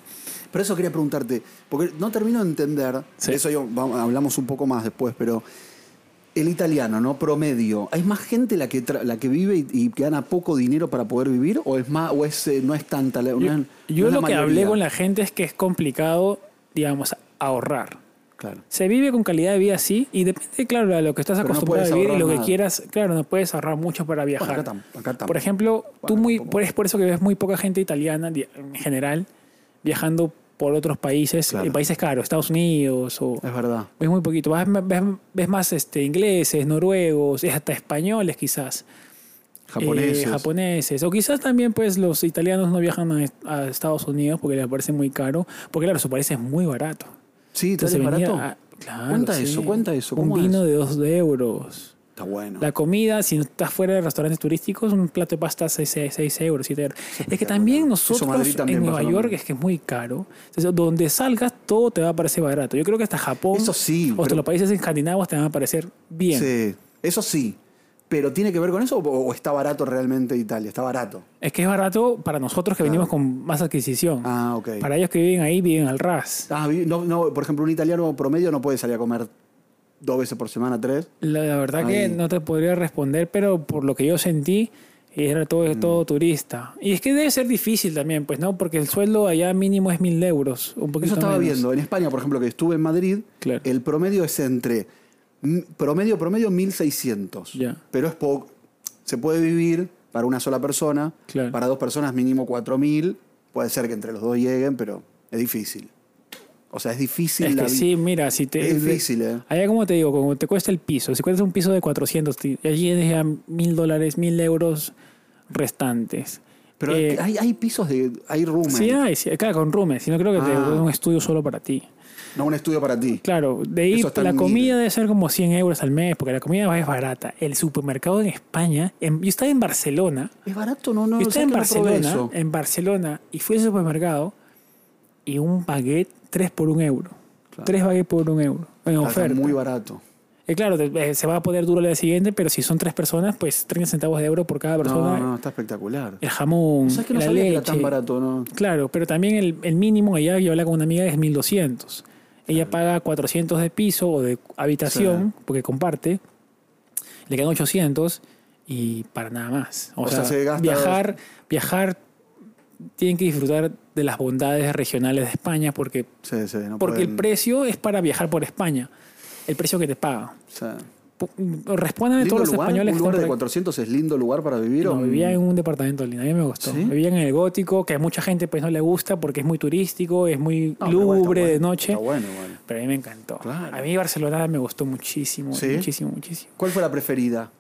[SPEAKER 2] Pero eso quería preguntarte, porque no termino de entender,
[SPEAKER 1] Sí.
[SPEAKER 2] eso yo, vamos, hablamos un poco más después, pero el italiano, ¿no? Promedio, ¿hay más gente la que, tra- la que vive y, y que gana poco dinero para poder vivir? ¿O es más, o es, eh, no es tanta? la- no es-
[SPEAKER 1] Yo,
[SPEAKER 2] no
[SPEAKER 1] yo
[SPEAKER 2] es la
[SPEAKER 1] lo que
[SPEAKER 2] mayoría?
[SPEAKER 1] hablé con la gente es que es complicado, digamos, ahorrar.
[SPEAKER 2] Claro.
[SPEAKER 1] Se vive con calidad de vida, sí, y depende, claro, a lo que estás
[SPEAKER 2] Pero no
[SPEAKER 1] acostumbrado
[SPEAKER 2] puedes
[SPEAKER 1] a vivir y
[SPEAKER 2] ahorrar
[SPEAKER 1] lo que
[SPEAKER 2] nada.
[SPEAKER 1] quieras. Claro, no puedes ahorrar mucho para
[SPEAKER 2] Bueno,
[SPEAKER 1] viajar.
[SPEAKER 2] acá tam- acá tam-
[SPEAKER 1] Por ejemplo, tú
[SPEAKER 2] Bueno,
[SPEAKER 1] muy,
[SPEAKER 2] tampoco.
[SPEAKER 1] por- es por eso que ves muy poca gente italiana di- en general viajando por otros países,
[SPEAKER 2] Claro.
[SPEAKER 1] eh, países caros, Estados Unidos o...
[SPEAKER 2] Es verdad.
[SPEAKER 1] Ves muy poquito, Vas- ves, ves más este, ingleses, noruegos, es hasta españoles quizás, eh,
[SPEAKER 2] Japoneses.
[SPEAKER 1] japoneses, o quizás también pues los italianos no viajan a, est- a Estados Unidos porque les parece muy caro, porque claro, su país es muy barato.
[SPEAKER 2] sí, ¿te parece
[SPEAKER 1] venía
[SPEAKER 2] barato?
[SPEAKER 1] a- claro,
[SPEAKER 2] cuenta
[SPEAKER 1] sí.
[SPEAKER 2] eso, cuenta eso.
[SPEAKER 1] Un
[SPEAKER 2] ¿Cómo
[SPEAKER 1] vino
[SPEAKER 2] es?
[SPEAKER 1] de 2 euros.
[SPEAKER 2] Está bueno.
[SPEAKER 1] La comida, si no estás fuera de restaurantes turísticos, un plato de pasta 6, euros, 7 euros. Es que también
[SPEAKER 2] Madrid
[SPEAKER 1] nosotros
[SPEAKER 2] también
[SPEAKER 1] en
[SPEAKER 2] pasa
[SPEAKER 1] Nueva
[SPEAKER 2] lo
[SPEAKER 1] York
[SPEAKER 2] mismo.
[SPEAKER 1] es que es muy caro. Entonces, donde salgas, todo te va a parecer barato. Yo creo que hasta Japón,
[SPEAKER 2] Eso sí,
[SPEAKER 1] o hasta
[SPEAKER 2] pero-
[SPEAKER 1] los países escandinavos te van a parecer bien.
[SPEAKER 2] Sí, eso sí. Pero ¿tiene que ver con eso o, o está barato realmente Italia? Está barato.
[SPEAKER 1] Es que es barato para nosotros que venimos con más adquisición.
[SPEAKER 2] Ah, ok.
[SPEAKER 1] Para ellos que viven ahí, viven al ras.
[SPEAKER 2] Ah, vi- no, no, por ejemplo, un italiano promedio no puede salir a comer dos veces por semana, tres.
[SPEAKER 1] La, la verdad que
[SPEAKER 2] Ahí.
[SPEAKER 1] no te podría responder, pero por lo que yo sentí, era todo,
[SPEAKER 2] Mm.
[SPEAKER 1] todo turista. Y es que debe ser difícil también, pues, ¿no? Porque el sueldo allá mínimo es mil euros. Un poquito
[SPEAKER 2] Eso estaba
[SPEAKER 1] menos.
[SPEAKER 2] viendo. En España, por ejemplo, que estuve en Madrid,
[SPEAKER 1] Claro.
[SPEAKER 2] el promedio es entre. mm, Promedio, promedio, 1600.
[SPEAKER 1] Ya.
[SPEAKER 2] Pero es poco. Se puede vivir para una sola persona.
[SPEAKER 1] Claro.
[SPEAKER 2] Para dos personas, mínimo 4000. Puede ser que entre los dos lleguen, pero es difícil. O sea, es difícil
[SPEAKER 1] Es
[SPEAKER 2] la
[SPEAKER 1] que
[SPEAKER 2] vi-
[SPEAKER 1] sí, mira, si te.
[SPEAKER 2] Es difícil, ¿eh?
[SPEAKER 1] Allá, como te digo, como te cuesta el piso, si cuesta un piso de 400, ti- allí es ya mil dólares, mil euros restantes.
[SPEAKER 2] Pero
[SPEAKER 1] Eh,
[SPEAKER 2] hay, hay pisos de. Hay roommates.
[SPEAKER 1] Sí, ah. hay, sí, claro, con roomies, sino creo que te
[SPEAKER 2] Ah.
[SPEAKER 1] es un estudio solo para ti.
[SPEAKER 2] No un estudio para ti.
[SPEAKER 1] Claro, de ahí
[SPEAKER 2] Eso está
[SPEAKER 1] la
[SPEAKER 2] en mil.
[SPEAKER 1] comida debe ser como 100 euros al mes, porque la comida es barata. El supermercado en España, en- yo estaba en Barcelona,
[SPEAKER 2] Es barato, no, no.
[SPEAKER 1] yo
[SPEAKER 2] ¿sabes
[SPEAKER 1] estaba en
[SPEAKER 2] que no probé
[SPEAKER 1] Barcelona,
[SPEAKER 2] eso?
[SPEAKER 1] en Barcelona, y fui al supermercado y un baguette 3 por un euro.
[SPEAKER 2] Claro.
[SPEAKER 1] Tres baguettes por un euro. En
[SPEAKER 2] Está
[SPEAKER 1] oferta.
[SPEAKER 2] muy barato.
[SPEAKER 1] Eh, claro, te- eh, se va a poder duro el día siguiente, pero si son tres personas, pues 30 centavos de euro por cada persona.
[SPEAKER 2] No, no, está espectacular.
[SPEAKER 1] El jamón,
[SPEAKER 2] ¿Sabes que no
[SPEAKER 1] la
[SPEAKER 2] sabía que era
[SPEAKER 1] leche.
[SPEAKER 2] tan barato, no?
[SPEAKER 1] Claro, pero también el, el mínimo, allá yo hablaba con una amiga, es 1200. Ella paga 400 de piso o de habitación, porque comparte. Le quedan 800 y para nada más. O,
[SPEAKER 2] O
[SPEAKER 1] sea,
[SPEAKER 2] sea, se gasta-
[SPEAKER 1] viajar, viajar tienen que disfrutar de las bondades regionales de España porque,
[SPEAKER 2] Sí, sí, no
[SPEAKER 1] porque el
[SPEAKER 2] pueden-
[SPEAKER 1] precio es para viajar por España. El precio que te pagan.
[SPEAKER 2] o sea,
[SPEAKER 1] Pu- Respondan a
[SPEAKER 2] lindo
[SPEAKER 1] todos los
[SPEAKER 2] lugar,
[SPEAKER 1] españoles
[SPEAKER 2] un
[SPEAKER 1] que están
[SPEAKER 2] lugar de
[SPEAKER 1] por aquí.
[SPEAKER 2] 400 es lindo lugar para vivir. o
[SPEAKER 1] No, vivía en un departamento lindo, a mí me gustó.
[SPEAKER 2] ¿Sí?
[SPEAKER 1] Vivía en el gótico, que a mucha gente pues no le gusta porque es muy turístico, es muy
[SPEAKER 2] No, pero bueno, está
[SPEAKER 1] lúgubre de
[SPEAKER 2] bueno,
[SPEAKER 1] noche.
[SPEAKER 2] Está bueno, bueno.
[SPEAKER 1] Pero a mí me encantó.
[SPEAKER 2] Claro.
[SPEAKER 1] A mí Barcelona me gustó muchísimo,
[SPEAKER 2] ¿Sí?
[SPEAKER 1] muchísimo, muchísimo.
[SPEAKER 2] ¿Cuál fue la preferida?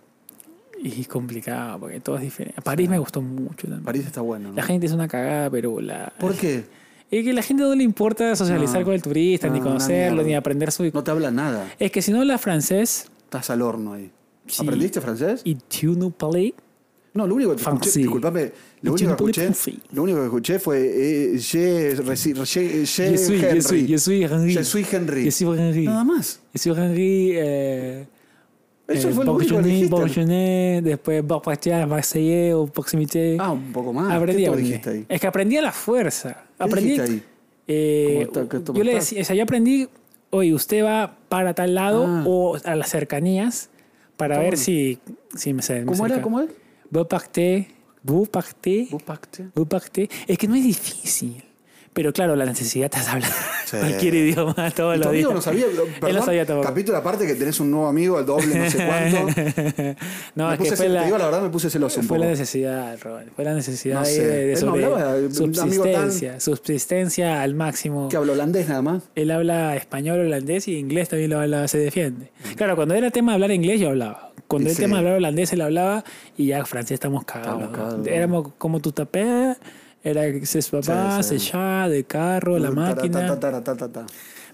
[SPEAKER 1] Y complicado, porque todo es diferente. París me gustó mucho también.
[SPEAKER 2] París está bueno, ¿no?
[SPEAKER 1] La gente es una cagada, pero la...
[SPEAKER 2] ¿Por qué?
[SPEAKER 1] Es que la gente no le importa socializar
[SPEAKER 2] No.
[SPEAKER 1] con el turista, ni
[SPEAKER 2] No, una
[SPEAKER 1] conocerlo,
[SPEAKER 2] mierda.
[SPEAKER 1] ni aprender su...
[SPEAKER 2] No te habla nada.
[SPEAKER 1] Es que si no hablas francés
[SPEAKER 2] Estás al horno ahí.
[SPEAKER 1] Sí.
[SPEAKER 2] ¿Aprendiste francés?
[SPEAKER 1] y tu no parles,
[SPEAKER 2] No, lo único que escuché,
[SPEAKER 1] Francés.
[SPEAKER 2] disculpame, lo
[SPEAKER 1] Je
[SPEAKER 2] único, que
[SPEAKER 1] parle
[SPEAKER 2] escuché,
[SPEAKER 1] français.
[SPEAKER 2] lo único que escuché fue eh, je, reci- je- je
[SPEAKER 1] yo soy,
[SPEAKER 2] Henry.
[SPEAKER 1] yo soy, yo soy Henry.
[SPEAKER 2] Je suis Henry.
[SPEAKER 1] Yo soy Henry.
[SPEAKER 2] Nada más.
[SPEAKER 1] Yo soy Henry... Eh,
[SPEAKER 2] Eso
[SPEAKER 1] eh,
[SPEAKER 2] fue lo único que
[SPEAKER 1] Bourgeonnet,
[SPEAKER 2] dijiste.
[SPEAKER 1] Bourgeonnet, después Borpachá, Marseillais o Proximité.
[SPEAKER 2] Ah, un poco más.
[SPEAKER 1] aprendí,
[SPEAKER 2] ¿Qué todo
[SPEAKER 1] aprendí.
[SPEAKER 2] dijiste ahí?
[SPEAKER 1] Es que aprendí a la fuerza.
[SPEAKER 2] ¿Qué
[SPEAKER 1] aprendí.
[SPEAKER 2] dijiste ahí?
[SPEAKER 1] eh,
[SPEAKER 2] ¿Cómo está? ¿Qué está
[SPEAKER 1] yo le
[SPEAKER 2] pasando?
[SPEAKER 1] decía, o sea, yo aprendí, oye, usted va para tal lado
[SPEAKER 2] Ah.
[SPEAKER 1] o a las cercanías para
[SPEAKER 2] Está
[SPEAKER 1] ver
[SPEAKER 2] bueno.
[SPEAKER 1] si, si me se me
[SPEAKER 2] ¿Cómo era?
[SPEAKER 1] acerca.
[SPEAKER 2] ¿Cómo es?
[SPEAKER 1] Vous partez, vous partez,
[SPEAKER 2] Vos pacte.
[SPEAKER 1] vous partez. Es que no es difícil. Pero claro, la necesidad te hace hablar
[SPEAKER 2] Sí.
[SPEAKER 1] cualquier idioma todos los
[SPEAKER 2] Y tu
[SPEAKER 1] días.
[SPEAKER 2] amigo no sabía, lo- perdón,
[SPEAKER 1] Él no sabía tampoco.
[SPEAKER 2] capítulo aparte que tenés un nuevo amigo, el doble, no sé cuánto.
[SPEAKER 1] no,
[SPEAKER 2] Me
[SPEAKER 1] es
[SPEAKER 2] puse
[SPEAKER 1] que fue
[SPEAKER 2] cel-
[SPEAKER 1] la,
[SPEAKER 2] te digo la verdad, me puse celoso un
[SPEAKER 1] Fue la
[SPEAKER 2] poco.
[SPEAKER 1] necesidad, Robert. Fue la necesidad
[SPEAKER 2] No
[SPEAKER 1] ahí
[SPEAKER 2] sé.
[SPEAKER 1] de, de
[SPEAKER 2] Él no
[SPEAKER 1] sobre-
[SPEAKER 2] hablaba, un amigo tan-
[SPEAKER 1] subsistencia. Subsistencia al máximo.
[SPEAKER 2] Que hablo holandés nada más.
[SPEAKER 1] Él habla español, holandés y inglés también lo habla, se defiende. Claro, cuando era tema de hablar inglés, yo hablaba. Cuando
[SPEAKER 2] Y
[SPEAKER 1] era
[SPEAKER 2] sí.
[SPEAKER 1] tema de hablar holandés, él hablaba y ya francés estamos cagados.
[SPEAKER 2] Estamos cagados.
[SPEAKER 1] Éramos como tu tapé, era ses papá,
[SPEAKER 2] Sí, sí.
[SPEAKER 1] ses ya, de carro, la
[SPEAKER 2] Ta,
[SPEAKER 1] máquina.
[SPEAKER 2] ta, ta, ta, ta, ta.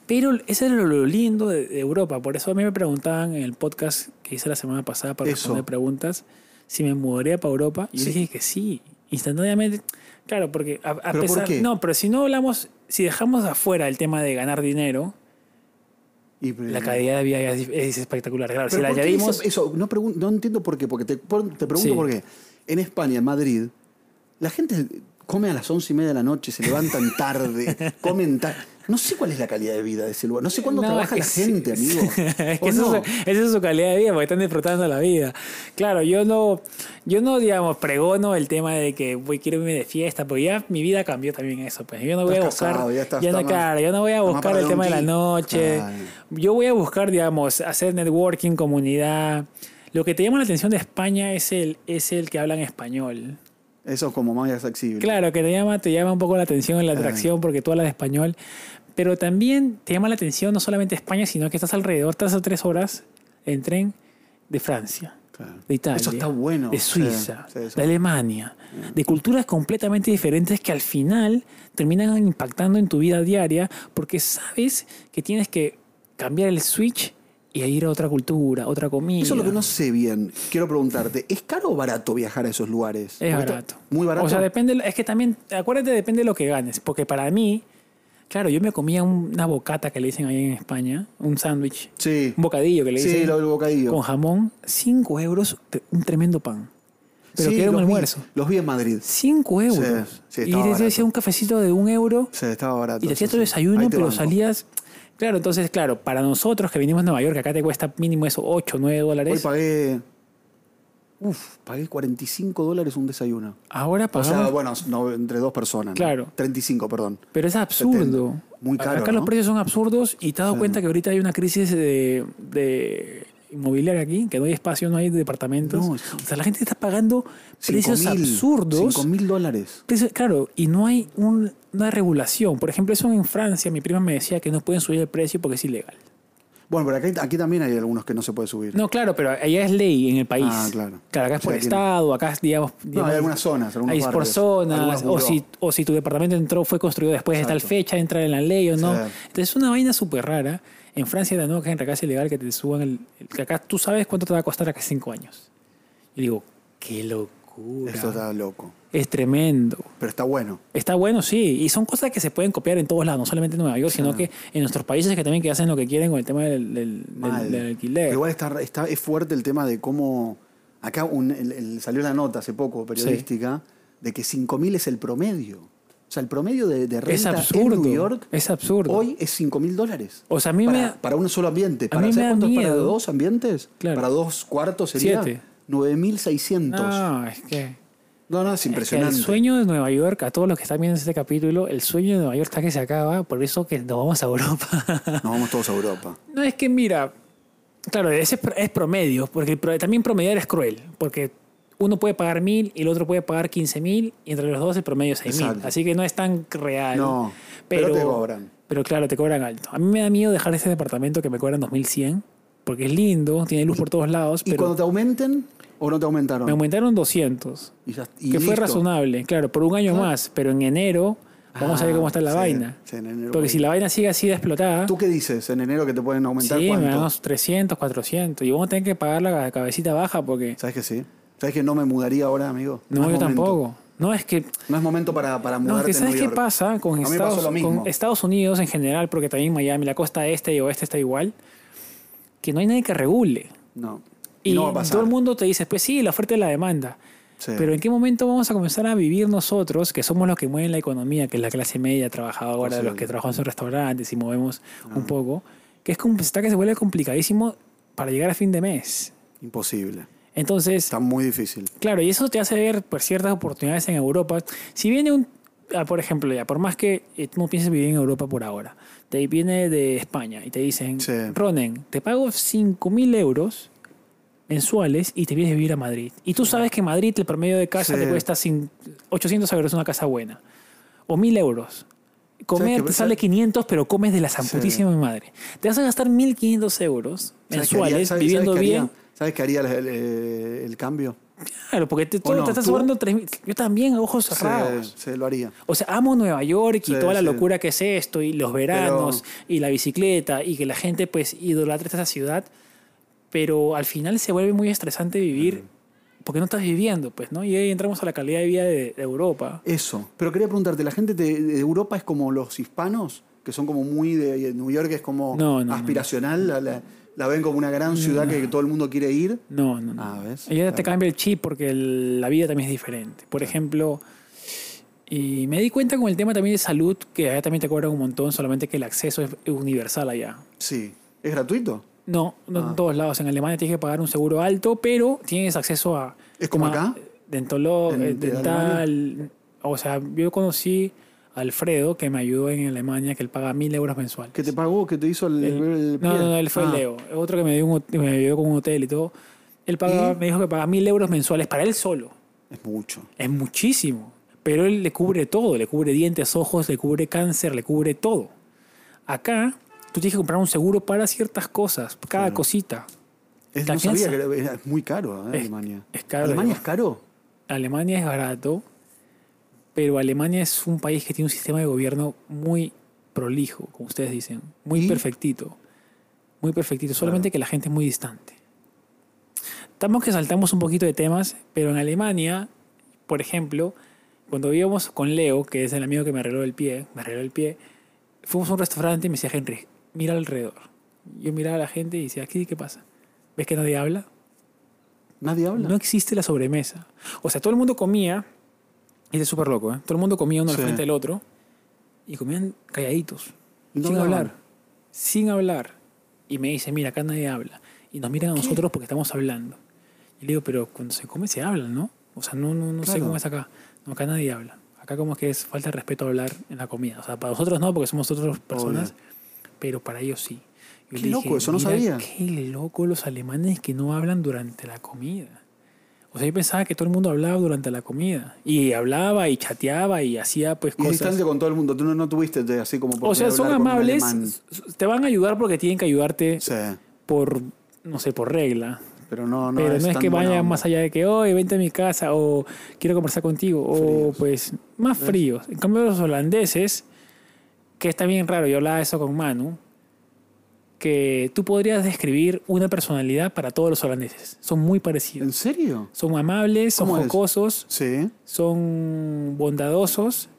[SPEAKER 1] Pero eso era lo lindo de, de Europa. Por eso a mí me preguntaban en el podcast que hice la semana pasada para
[SPEAKER 2] Eso.
[SPEAKER 1] responder preguntas si me mudaría para Europa. Y yo
[SPEAKER 2] Sí.
[SPEAKER 1] dije que sí, instantáneamente. Claro, porque a, a
[SPEAKER 2] ¿Pero por
[SPEAKER 1] pesar.
[SPEAKER 2] qué?
[SPEAKER 1] No, pero si no hablamos, si dejamos afuera el tema de ganar dinero,
[SPEAKER 2] Y-
[SPEAKER 1] la calidad de vida ya es, es espectacular. Claro,
[SPEAKER 2] Pero
[SPEAKER 1] si la
[SPEAKER 2] ¿por qué
[SPEAKER 1] añadimos.
[SPEAKER 2] eso, eso? no, pregun- no entiendo por qué, porque te, por- te pregunto
[SPEAKER 1] Sí.
[SPEAKER 2] por qué. En España, en Madrid, la gente come a las once y media de la noche, se levantan tarde, comen tarde. No sé cuál es la calidad de vida de ese lugar. No sé cuándo
[SPEAKER 1] No,
[SPEAKER 2] trabaja
[SPEAKER 1] es que
[SPEAKER 2] la
[SPEAKER 1] sí.
[SPEAKER 2] gente, amigo.
[SPEAKER 1] es
[SPEAKER 2] ¿O
[SPEAKER 1] que eso
[SPEAKER 2] no?
[SPEAKER 1] es- esa es su calidad de vida, porque están disfrutando la vida. Claro, yo no, yo no, digamos, pregono el tema de que voy, quiero irme de fiesta, porque ya mi vida cambió también eso. Pues yo no voy
[SPEAKER 2] Estás
[SPEAKER 1] a buscar,
[SPEAKER 2] casado, ya estás-
[SPEAKER 1] no,
[SPEAKER 2] está más-
[SPEAKER 1] claro, yo no voy a
[SPEAKER 2] está más
[SPEAKER 1] buscar
[SPEAKER 2] para
[SPEAKER 1] el tema de la
[SPEAKER 2] Donkey.
[SPEAKER 1] noche.
[SPEAKER 2] Claro.
[SPEAKER 1] Yo voy a buscar, digamos, hacer networking, comunidad. Lo que te llama la atención de España es el, es el que hablan español.
[SPEAKER 2] Eso es como más accesible.
[SPEAKER 1] Claro, que te llama, te llama un poco la atención,
[SPEAKER 2] Ah.
[SPEAKER 1] la atracción, porque tú hablas español. Pero también te llama la atención no solamente España, sino que estás alrededor, estás a tres horas en tren de Francia,
[SPEAKER 2] Claro.
[SPEAKER 1] de Italia,
[SPEAKER 2] Eso está bueno.
[SPEAKER 1] de
[SPEAKER 2] Sí,
[SPEAKER 1] Suiza,
[SPEAKER 2] sí, eso-
[SPEAKER 1] de Alemania, de culturas completamente diferentes que al final terminan impactando en tu vida diaria porque sabes que tienes que cambiar el switch y ir a otra cultura, otra comida.
[SPEAKER 2] Eso es lo que no sé bien. Quiero preguntarte, ¿es caro o barato viajar a esos lugares?
[SPEAKER 1] Es
[SPEAKER 2] Porque está-
[SPEAKER 1] barato.
[SPEAKER 2] Muy barato.
[SPEAKER 1] O sea, depende, es que también, acuérdate, depende de lo que ganes. Porque para mí, claro, yo me comía un- una bocata que le dicen ahí en España, un sándwich,
[SPEAKER 2] sí.
[SPEAKER 1] un bocadillo que le
[SPEAKER 2] Sí,
[SPEAKER 1] dicen
[SPEAKER 2] lo del bocadillo.
[SPEAKER 1] con jamón, 5 euros, te- un tremendo pan. Pero
[SPEAKER 2] Sí,
[SPEAKER 1] que era un
[SPEAKER 2] los vi-
[SPEAKER 1] almuerzo.
[SPEAKER 2] los vi en Madrid.
[SPEAKER 1] 5 euros.
[SPEAKER 2] sí,
[SPEAKER 1] y
[SPEAKER 2] estaba
[SPEAKER 1] te
[SPEAKER 2] barato.
[SPEAKER 1] decía un cafecito de un euro
[SPEAKER 2] Sí, estaba barato.
[SPEAKER 1] y te hacías tu
[SPEAKER 2] sí, sí. Ahí
[SPEAKER 1] desayuno,
[SPEAKER 2] te
[SPEAKER 1] pero
[SPEAKER 2] banco.
[SPEAKER 1] salías. Claro, entonces, claro, para nosotros que vinimos a Nueva York, que acá te cuesta mínimo eso 8, 9
[SPEAKER 2] Hoy
[SPEAKER 1] dólares.
[SPEAKER 2] pagué. Uf, pagué 45 dólares un desayuno.
[SPEAKER 1] Ahora
[SPEAKER 2] O
[SPEAKER 1] pagamos.
[SPEAKER 2] sea, bueno, no, entre dos personas. ¿no?
[SPEAKER 1] Claro.
[SPEAKER 2] 35, perdón.
[SPEAKER 1] Pero es absurdo.
[SPEAKER 2] 70. Muy caro,
[SPEAKER 1] Acá
[SPEAKER 2] ¿no?
[SPEAKER 1] los precios son absurdos y te has dado
[SPEAKER 2] Sí.
[SPEAKER 1] cuenta que ahorita hay una crisis de, de inmobiliaria aquí, que no hay espacio, no hay departamentos.
[SPEAKER 2] No,
[SPEAKER 1] o
[SPEAKER 2] es-
[SPEAKER 1] sea, la gente está pagando
[SPEAKER 2] 5.000,
[SPEAKER 1] precios absurdos.
[SPEAKER 2] 5 mil dólares.
[SPEAKER 1] Precios- claro, y no hay un- una regulación. Por ejemplo, eso en Francia, mi prima me decía que no pueden subir el precio porque es ilegal.
[SPEAKER 2] Bueno, pero aquí, aquí también hay algunos que no se puede subir.
[SPEAKER 1] No, claro, pero allá es ley en el país.
[SPEAKER 2] Ah, claro.
[SPEAKER 1] acá es
[SPEAKER 2] Sí,
[SPEAKER 1] por
[SPEAKER 2] aquí no.
[SPEAKER 1] estado, acá es, digamos... digamos,
[SPEAKER 2] hay algunas zonas, algunos
[SPEAKER 1] hay por
[SPEAKER 2] barrios, algunos
[SPEAKER 1] zonas, o
[SPEAKER 2] buró.
[SPEAKER 1] si, o si tu departamento entró, fue construido después de tal
[SPEAKER 2] Exacto.
[SPEAKER 1] fecha, entra en la ley o no.
[SPEAKER 2] Sí.
[SPEAKER 1] Entonces es una vaina súper rara. En Francia la nueva que en acá es ilegal que te suban el, el- que acá tú sabes cuánto te va a costar acá cinco años. Y digo, qué locura.
[SPEAKER 2] Eso está loco.
[SPEAKER 1] Es tremendo.
[SPEAKER 2] Pero está bueno.
[SPEAKER 1] Está bueno, sí. Y son cosas que se pueden copiar en todos lados, no solamente en Nueva York, sino que en nuestros países que también que hacen lo que quieren con el tema del, del- del-
[SPEAKER 2] Mal.
[SPEAKER 1] del alquiler.
[SPEAKER 2] Pero igual está, está- es fuerte el tema de cómo. Acá un- el- el- salió la nota hace poco, periodística, de que 5.000 es el promedio. O sea, el promedio de, de
[SPEAKER 1] es
[SPEAKER 2] renta
[SPEAKER 1] absurdo.
[SPEAKER 2] en New York
[SPEAKER 1] es absurdo.
[SPEAKER 2] hoy es 5.000 dólares.
[SPEAKER 1] o sea, a mí
[SPEAKER 2] para,
[SPEAKER 1] me da-
[SPEAKER 2] para un solo ambiente. Para,
[SPEAKER 1] mí
[SPEAKER 2] ¿sabes
[SPEAKER 1] me da
[SPEAKER 2] cuánto es para
[SPEAKER 1] miedo.
[SPEAKER 2] dos ambientes?
[SPEAKER 1] Claro.
[SPEAKER 2] Para dos cuartos sería
[SPEAKER 1] Siete.
[SPEAKER 2] 9.600.
[SPEAKER 1] No, Ah, es que.
[SPEAKER 2] No, no, es impresionante.
[SPEAKER 1] El sueño de Nueva York, a todos los que están viendo este capítulo, el sueño de Nueva York está que se acaba, por eso que nos vamos a Europa.
[SPEAKER 2] Nos vamos todos a Europa.
[SPEAKER 1] No es que, mira, claro, ese es pr- es promedio, porque el pro- también promediar es cruel, porque uno puede pagar mil y el otro puede pagar quince mil, y entre los dos el promedio es seis mil.
[SPEAKER 2] Exacto.
[SPEAKER 1] Así que no es tan real.
[SPEAKER 2] No, pero te cobran.
[SPEAKER 1] Pero claro, te cobran alto. A mí me da miedo dejar este departamento que me cobran 2100, porque es lindo, tiene luz por todos lados,
[SPEAKER 2] ¿Y
[SPEAKER 1] pero
[SPEAKER 2] cuando te aumenten o no te aumentaron?
[SPEAKER 1] me aumentaron 200
[SPEAKER 2] Y ya- y
[SPEAKER 1] que fue
[SPEAKER 2] listo.
[SPEAKER 1] razonable, claro, por un año más, pero en enero vamos a ver
[SPEAKER 2] Ah,
[SPEAKER 1] cómo está la
[SPEAKER 2] sí,
[SPEAKER 1] vaina.
[SPEAKER 2] sí, en enero
[SPEAKER 1] Porque
[SPEAKER 2] voy.
[SPEAKER 1] si la vaina sigue así de explotada,
[SPEAKER 2] ¿Tú qué dices? ¿En enero que te pueden aumentar
[SPEAKER 1] sí, me
[SPEAKER 2] cuánto?
[SPEAKER 1] dan unos 300, 400 y vamos a tener que pagar la cabecita baja porque
[SPEAKER 2] ¿Sabes que sí? ¿Sabes que no me mudaría ahora, amigo?
[SPEAKER 1] no,
[SPEAKER 2] es
[SPEAKER 1] yo
[SPEAKER 2] momento.
[SPEAKER 1] tampoco. No es que
[SPEAKER 2] No es momento para, para
[SPEAKER 1] no,
[SPEAKER 2] mudarte.
[SPEAKER 1] es que
[SPEAKER 2] a
[SPEAKER 1] sabes
[SPEAKER 2] Nueva
[SPEAKER 1] qué
[SPEAKER 2] York.
[SPEAKER 1] pasa con
[SPEAKER 2] A mí me
[SPEAKER 1] Estados,
[SPEAKER 2] pasó lo
[SPEAKER 1] con
[SPEAKER 2] mismo.
[SPEAKER 1] Estados Unidos en general, porque también Miami, la costa este y oeste está igual, que no hay nadie que regule.
[SPEAKER 2] No.
[SPEAKER 1] Y
[SPEAKER 2] no va a pasar.
[SPEAKER 1] todo el mundo te dice, pues sí, la oferta y la demanda.
[SPEAKER 2] Sí.
[SPEAKER 1] Pero ¿en qué momento vamos a comenzar a vivir nosotros, que somos los que mueven la economía, que es la clase media trabajadora,
[SPEAKER 2] Posible.
[SPEAKER 1] los que trabajamos en restaurantes y movemos un poco, que es como está que se vuelve complicadísimo para llegar a fin de mes?
[SPEAKER 2] Imposible.
[SPEAKER 1] Entonces,
[SPEAKER 2] Está muy difícil.
[SPEAKER 1] claro, y eso te hace ver por ciertas oportunidades en Europa. Si viene un, ah, por ejemplo, ya, por más que eh, tú no pienses vivir en Europa por ahora, te viene de España y te dicen,
[SPEAKER 2] Sí.
[SPEAKER 1] Ronen, te pago 5.000 euros mensuales y te vienes a vivir a Madrid. Y tú sabes que en Madrid el promedio de casa
[SPEAKER 2] Sí.
[SPEAKER 1] te cuesta cin- 800 euros una casa buena. O 1.000 euros. Comer
[SPEAKER 2] que- eh.
[SPEAKER 1] te sale 500, pero comes de la zamputísima madre. Te vas a gastar 1.500 euros
[SPEAKER 2] ¿Sabes qué haría?
[SPEAKER 1] mensuales
[SPEAKER 2] ¿Sabes-
[SPEAKER 1] viviendo
[SPEAKER 2] sabes qué haría?
[SPEAKER 1] bien.
[SPEAKER 2] ¿Sabes qué haría el, el- el cambio?
[SPEAKER 1] Claro, porque te, tú
[SPEAKER 2] no?
[SPEAKER 1] te estás
[SPEAKER 2] ¿Tú?
[SPEAKER 1] sobrando 3.000. Yo también, a ojos cerrados.
[SPEAKER 2] Se, se lo haría.
[SPEAKER 1] O sea, amo Nueva York y
[SPEAKER 2] Sí,
[SPEAKER 1] toda la
[SPEAKER 2] sí.
[SPEAKER 1] locura que es esto, y los veranos, y la bicicleta, y que la gente pues idolatra esta ciudad, pero al final se vuelve muy estresante vivir
[SPEAKER 2] Mm.
[SPEAKER 1] porque no estás viviendo, pues, ¿no? Y ahí entramos a la calidad de vida de, de Europa.
[SPEAKER 2] Eso. Pero quería preguntarte, ¿la gente de, de Europa es como los hispanos? Que son como muy de, de New York, es como
[SPEAKER 1] No, no, no.
[SPEAKER 2] aspiracional. La, la- la ven como una gran ciudad que todo el mundo quiere ir.
[SPEAKER 1] No, no, no.
[SPEAKER 2] Ah, ¿ves?
[SPEAKER 1] Y ya te cambia el chip porque el- la vida también es diferente. Por ejemplo, y me di cuenta con el tema también de salud, que allá también te cobran un montón, solamente que el acceso es universal allá.
[SPEAKER 2] Sí. ¿Es gratuito?
[SPEAKER 1] No, no en
[SPEAKER 2] Ah.
[SPEAKER 1] todos lados. En Alemania tienes que pagar un seguro alto, pero tienes acceso a.
[SPEAKER 2] ¿Es como
[SPEAKER 1] a
[SPEAKER 2] acá?
[SPEAKER 1] dentolo-
[SPEAKER 2] ¿En-
[SPEAKER 1] eh,
[SPEAKER 2] de
[SPEAKER 1] dental. O sea, yo conocí a Alfredo, que me ayudó en Alemania, que él paga mil euros mensual.
[SPEAKER 2] ¿Que te pagó? ¿Que te hizo el,
[SPEAKER 1] Él-
[SPEAKER 2] el
[SPEAKER 1] Eh, no,
[SPEAKER 2] pie?
[SPEAKER 1] no, no, él fue
[SPEAKER 2] Ah,
[SPEAKER 1] Leo. Otro que me, dio un hot- me ayudó con un hotel y todo. Él pagaba,
[SPEAKER 2] ¿Y?
[SPEAKER 1] me dijo que paga mil euros mensuales para él solo.
[SPEAKER 2] Es mucho.
[SPEAKER 1] Es muchísimo. Pero él le cubre todo. Le cubre dientes, ojos, le cubre cáncer, le cubre todo. Acá, tú tienes que comprar un seguro para ciertas cosas, cada cosita.
[SPEAKER 2] Es,
[SPEAKER 1] ¿Te
[SPEAKER 2] no sabía
[SPEAKER 1] alcanza?
[SPEAKER 2] que era- era- es muy caro eh,
[SPEAKER 1] Es-
[SPEAKER 2] Alemania.
[SPEAKER 1] es caro,
[SPEAKER 2] ¿Alemania
[SPEAKER 1] digo.
[SPEAKER 2] es caro?
[SPEAKER 1] Alemania es barato, pero Alemania es un país que tiene un sistema de gobierno muy prolijo, como ustedes dicen, muy
[SPEAKER 2] ¿Y?
[SPEAKER 1] perfectito, muy perfectito, solamente que la gente es muy distante. Estamos que saltamos un poquito de temas, pero en Alemania, por ejemplo, cuando íbamos con Leo, que es el amigo que me arregló el pie, me arregló el pie, fuimos a un restaurante y me decía Henry, mira alrededor. Yo miraba a la gente y decía, aquí, ¿qué pasa? ¿Ves que nadie habla?
[SPEAKER 2] ¿Nadie habla?
[SPEAKER 1] No existe la sobremesa. O sea, todo el mundo comía, este es súper loco, ¿eh? todo el mundo comía uno
[SPEAKER 2] Sí.
[SPEAKER 1] al frente del otro y comían calladitos,
[SPEAKER 2] No
[SPEAKER 1] sin
[SPEAKER 2] hablaban.
[SPEAKER 1] hablar, sin hablar. Y me dice, mira, acá nadie habla. Y nos miran a nosotros porque estamos hablando. Y le digo, pero cuando se come se habla, ¿no? O sea, no, no, no sé
[SPEAKER 2] Claro.
[SPEAKER 1] cómo es acá. No, acá nadie habla. Acá como que es falta de respeto hablar en la comida. O sea, para nosotros no, porque somos otras personas, pero para ellos sí. Yo
[SPEAKER 2] Qué
[SPEAKER 1] le
[SPEAKER 2] loco, eso no
[SPEAKER 1] "Mira
[SPEAKER 2] sabía".
[SPEAKER 1] Qué loco los alemanes que no hablan durante la comida. O sea, yo pensaba que todo el mundo hablaba durante la comida. Y hablaba y chateaba y hacía pues
[SPEAKER 2] Y es
[SPEAKER 1] cosas.
[SPEAKER 2] distante con todo el mundo. Tú no, no tuviste de- así
[SPEAKER 1] O
[SPEAKER 2] como
[SPEAKER 1] sea,
[SPEAKER 2] oportunidad de
[SPEAKER 1] son
[SPEAKER 2] hablar con un
[SPEAKER 1] amables,
[SPEAKER 2] alemán.
[SPEAKER 1] s- te van a ayudar porque tienen que ayudarte
[SPEAKER 2] Sí,
[SPEAKER 1] por, no sé, por regla.
[SPEAKER 2] pero no, no
[SPEAKER 1] Pero no es,
[SPEAKER 2] tan
[SPEAKER 1] que
[SPEAKER 2] buena
[SPEAKER 1] vayan
[SPEAKER 2] onda.
[SPEAKER 1] más allá de que, oye, vente a mi casa, o quiero conversar contigo, o pues más fríos. En cambio, los holandeses, que está bien raro, yo hablaba eso con Manu, que tú podrías describir una personalidad para todos los holandeses. Son muy
[SPEAKER 2] ¿En
[SPEAKER 1] parecidos.
[SPEAKER 2] serio?
[SPEAKER 1] Son amables, son
[SPEAKER 2] ¿Cómo es?
[SPEAKER 1] jocosos,
[SPEAKER 2] Sí,
[SPEAKER 1] son bondadosos,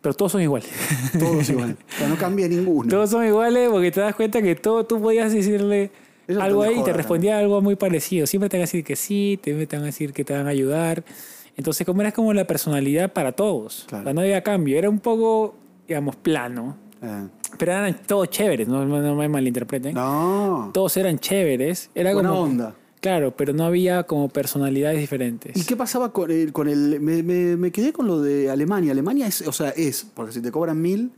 [SPEAKER 1] pero todos son iguales.
[SPEAKER 2] todos igual. O sea, no cambia ninguno.
[SPEAKER 1] Todos son iguales porque te das cuenta que todo, tú podías decirle
[SPEAKER 2] Eso
[SPEAKER 1] algo
[SPEAKER 2] te
[SPEAKER 1] ahí y te
[SPEAKER 2] joda
[SPEAKER 1] respondía algo muy parecido. Siempre te van a decir que sí, te te van a decir que te van a ayudar. Entonces, como eras como la personalidad para todos.
[SPEAKER 2] Claro.
[SPEAKER 1] O sea, no había cambio. Era un poco, digamos, plano.
[SPEAKER 2] Eh,
[SPEAKER 1] Pero eran todos chéveres, no, no- no me malinterpreten.
[SPEAKER 2] no.
[SPEAKER 1] Todos eran chéveres. Era
[SPEAKER 2] Buena
[SPEAKER 1] como,
[SPEAKER 2] onda.
[SPEAKER 1] Claro, pero no había como personalidades diferentes.
[SPEAKER 2] ¿Y qué pasaba con el... Con el me, me- me quedé con lo de Alemania. Alemania es, o sea, es, porque si te cobran mil,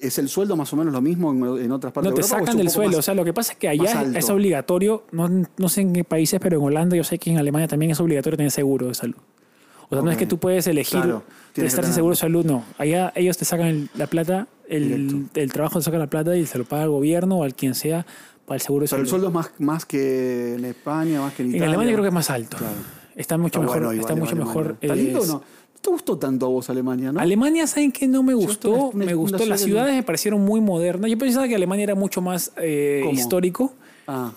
[SPEAKER 2] es el sueldo más o menos lo mismo en, en otras partes
[SPEAKER 1] No, te
[SPEAKER 2] de Europa, o es
[SPEAKER 1] sacan
[SPEAKER 2] un
[SPEAKER 1] del
[SPEAKER 2] poco
[SPEAKER 1] suelo.
[SPEAKER 2] más-
[SPEAKER 1] o sea, lo que pasa es que
[SPEAKER 2] más
[SPEAKER 1] allá es-
[SPEAKER 2] alto.
[SPEAKER 1] es obligatorio, no, no sé en qué países, pero en Holanda yo sé que en Alemania también es obligatorio tener seguro de salud. O sea, no es
[SPEAKER 2] Ok.
[SPEAKER 1] que tú puedes elegir
[SPEAKER 2] Claro,
[SPEAKER 1] de
[SPEAKER 2] tienes que
[SPEAKER 1] estar sin
[SPEAKER 2] tener.
[SPEAKER 1] seguro de salud, no. Allá ellos te sacan el- la plata, el,
[SPEAKER 2] Directo.
[SPEAKER 1] el trabajo te saca la plata y se lo paga al gobierno o al quien sea para el seguro de
[SPEAKER 2] Pero el
[SPEAKER 1] salud.
[SPEAKER 2] sueldo es más, más que en España, más que en
[SPEAKER 1] En
[SPEAKER 2] Italia.
[SPEAKER 1] Alemania creo que es más alto.
[SPEAKER 2] Claro.
[SPEAKER 1] Está mucho
[SPEAKER 2] Está
[SPEAKER 1] mejor.
[SPEAKER 2] bueno, igual,
[SPEAKER 1] está mucho
[SPEAKER 2] Alemania.
[SPEAKER 1] mejor. eh,
[SPEAKER 2] ¿Está lindo o
[SPEAKER 1] es-
[SPEAKER 2] no? ¿No te gustó tanto a vos Alemania, no?
[SPEAKER 1] Alemania, ¿saben qué? No me gustó.
[SPEAKER 2] estoy-
[SPEAKER 1] me
[SPEAKER 2] una- una
[SPEAKER 1] gustó. Las
[SPEAKER 2] ciudad que no-
[SPEAKER 1] ciudades me parecieron muy modernas. Yo pensaba que Alemania era mucho más eh,
[SPEAKER 2] ¿Cómo?
[SPEAKER 1] histórico.
[SPEAKER 2] Ah.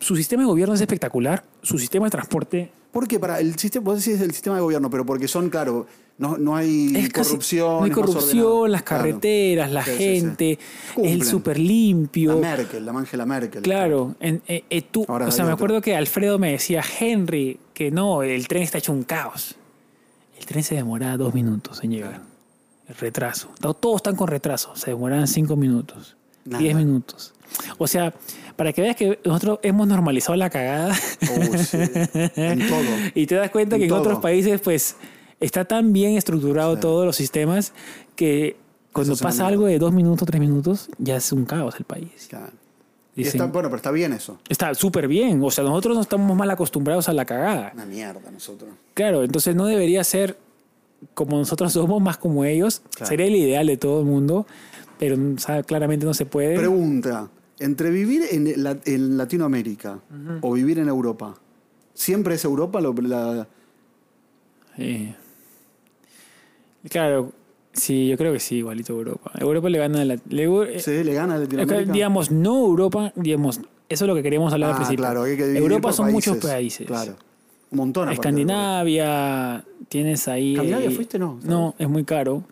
[SPEAKER 1] Su sistema de gobierno es espectacular. Su sistema de transporte
[SPEAKER 2] ¿Por qué? Para el sistema, vos decís el sistema de gobierno, pero porque son, claro, no, no hay
[SPEAKER 1] es casi-
[SPEAKER 2] corrupción.
[SPEAKER 1] No hay
[SPEAKER 2] es más ordenado.
[SPEAKER 1] corrupción, las
[SPEAKER 2] Claro.
[SPEAKER 1] carreteras, la
[SPEAKER 2] Sí, sí, sí.
[SPEAKER 1] gente,
[SPEAKER 2] Cumplen.
[SPEAKER 1] el súper limpio.
[SPEAKER 2] La Merkel, la Angela Merkel.
[SPEAKER 1] Claro, en- eh, eh, tú,
[SPEAKER 2] Ahora
[SPEAKER 1] o sea,
[SPEAKER 2] hay
[SPEAKER 1] me
[SPEAKER 2] otro.
[SPEAKER 1] acuerdo que Alfredo me decía, Henry, que no, el tren está hecho un caos. El tren se demoraba dos minutos en llegar. El retraso. To- Todos están con retraso. Se demoraban cinco minutos,
[SPEAKER 2] Nada.
[SPEAKER 1] diez minutos. O sea, para que veas que nosotros hemos normalizado la cagada
[SPEAKER 2] Oh, sí. En todo.
[SPEAKER 1] y te das cuenta
[SPEAKER 2] En
[SPEAKER 1] que en
[SPEAKER 2] todo.
[SPEAKER 1] otros países, pues, está tan bien estructurado
[SPEAKER 2] Sí.
[SPEAKER 1] todos los sistemas que cuando
[SPEAKER 2] Eso es una
[SPEAKER 1] pasa
[SPEAKER 2] mierda.
[SPEAKER 1] algo de dos minutos, tres minutos, ya es un caos el país.
[SPEAKER 2] Claro. Y
[SPEAKER 1] Dicen,
[SPEAKER 2] está, bueno, pero está bien eso.
[SPEAKER 1] Está súper bien. O sea, nosotros no estamos mal acostumbrados a la cagada.
[SPEAKER 2] Una mierda nosotros.
[SPEAKER 1] Claro, entonces no debería ser como nosotros somos, más como ellos.
[SPEAKER 2] Claro.
[SPEAKER 1] Sería el ideal de todo el mundo, pero o sea, claramente no se puede.
[SPEAKER 2] Pregunta, entre vivir en, la- en Latinoamérica o vivir en Europa, ¿siempre es Europa lo- la,
[SPEAKER 1] Eh, claro, sí, yo creo que sí, igualito a Europa. Europa le gana a la... le- eh,
[SPEAKER 2] se le gana a Latinoamérica?
[SPEAKER 1] digamos, no Europa, digamos, eso es lo que queríamos hablar al
[SPEAKER 2] Ah,
[SPEAKER 1] principio.
[SPEAKER 2] claro, hay que dividir
[SPEAKER 1] Europa
[SPEAKER 2] por
[SPEAKER 1] son muchos países.
[SPEAKER 2] Claro. Un montón. aparte de
[SPEAKER 1] Escandinavia, tienes ahí.
[SPEAKER 2] ¿Escandinavia
[SPEAKER 1] eh,
[SPEAKER 2] fuiste? No.
[SPEAKER 1] No, es muy caro.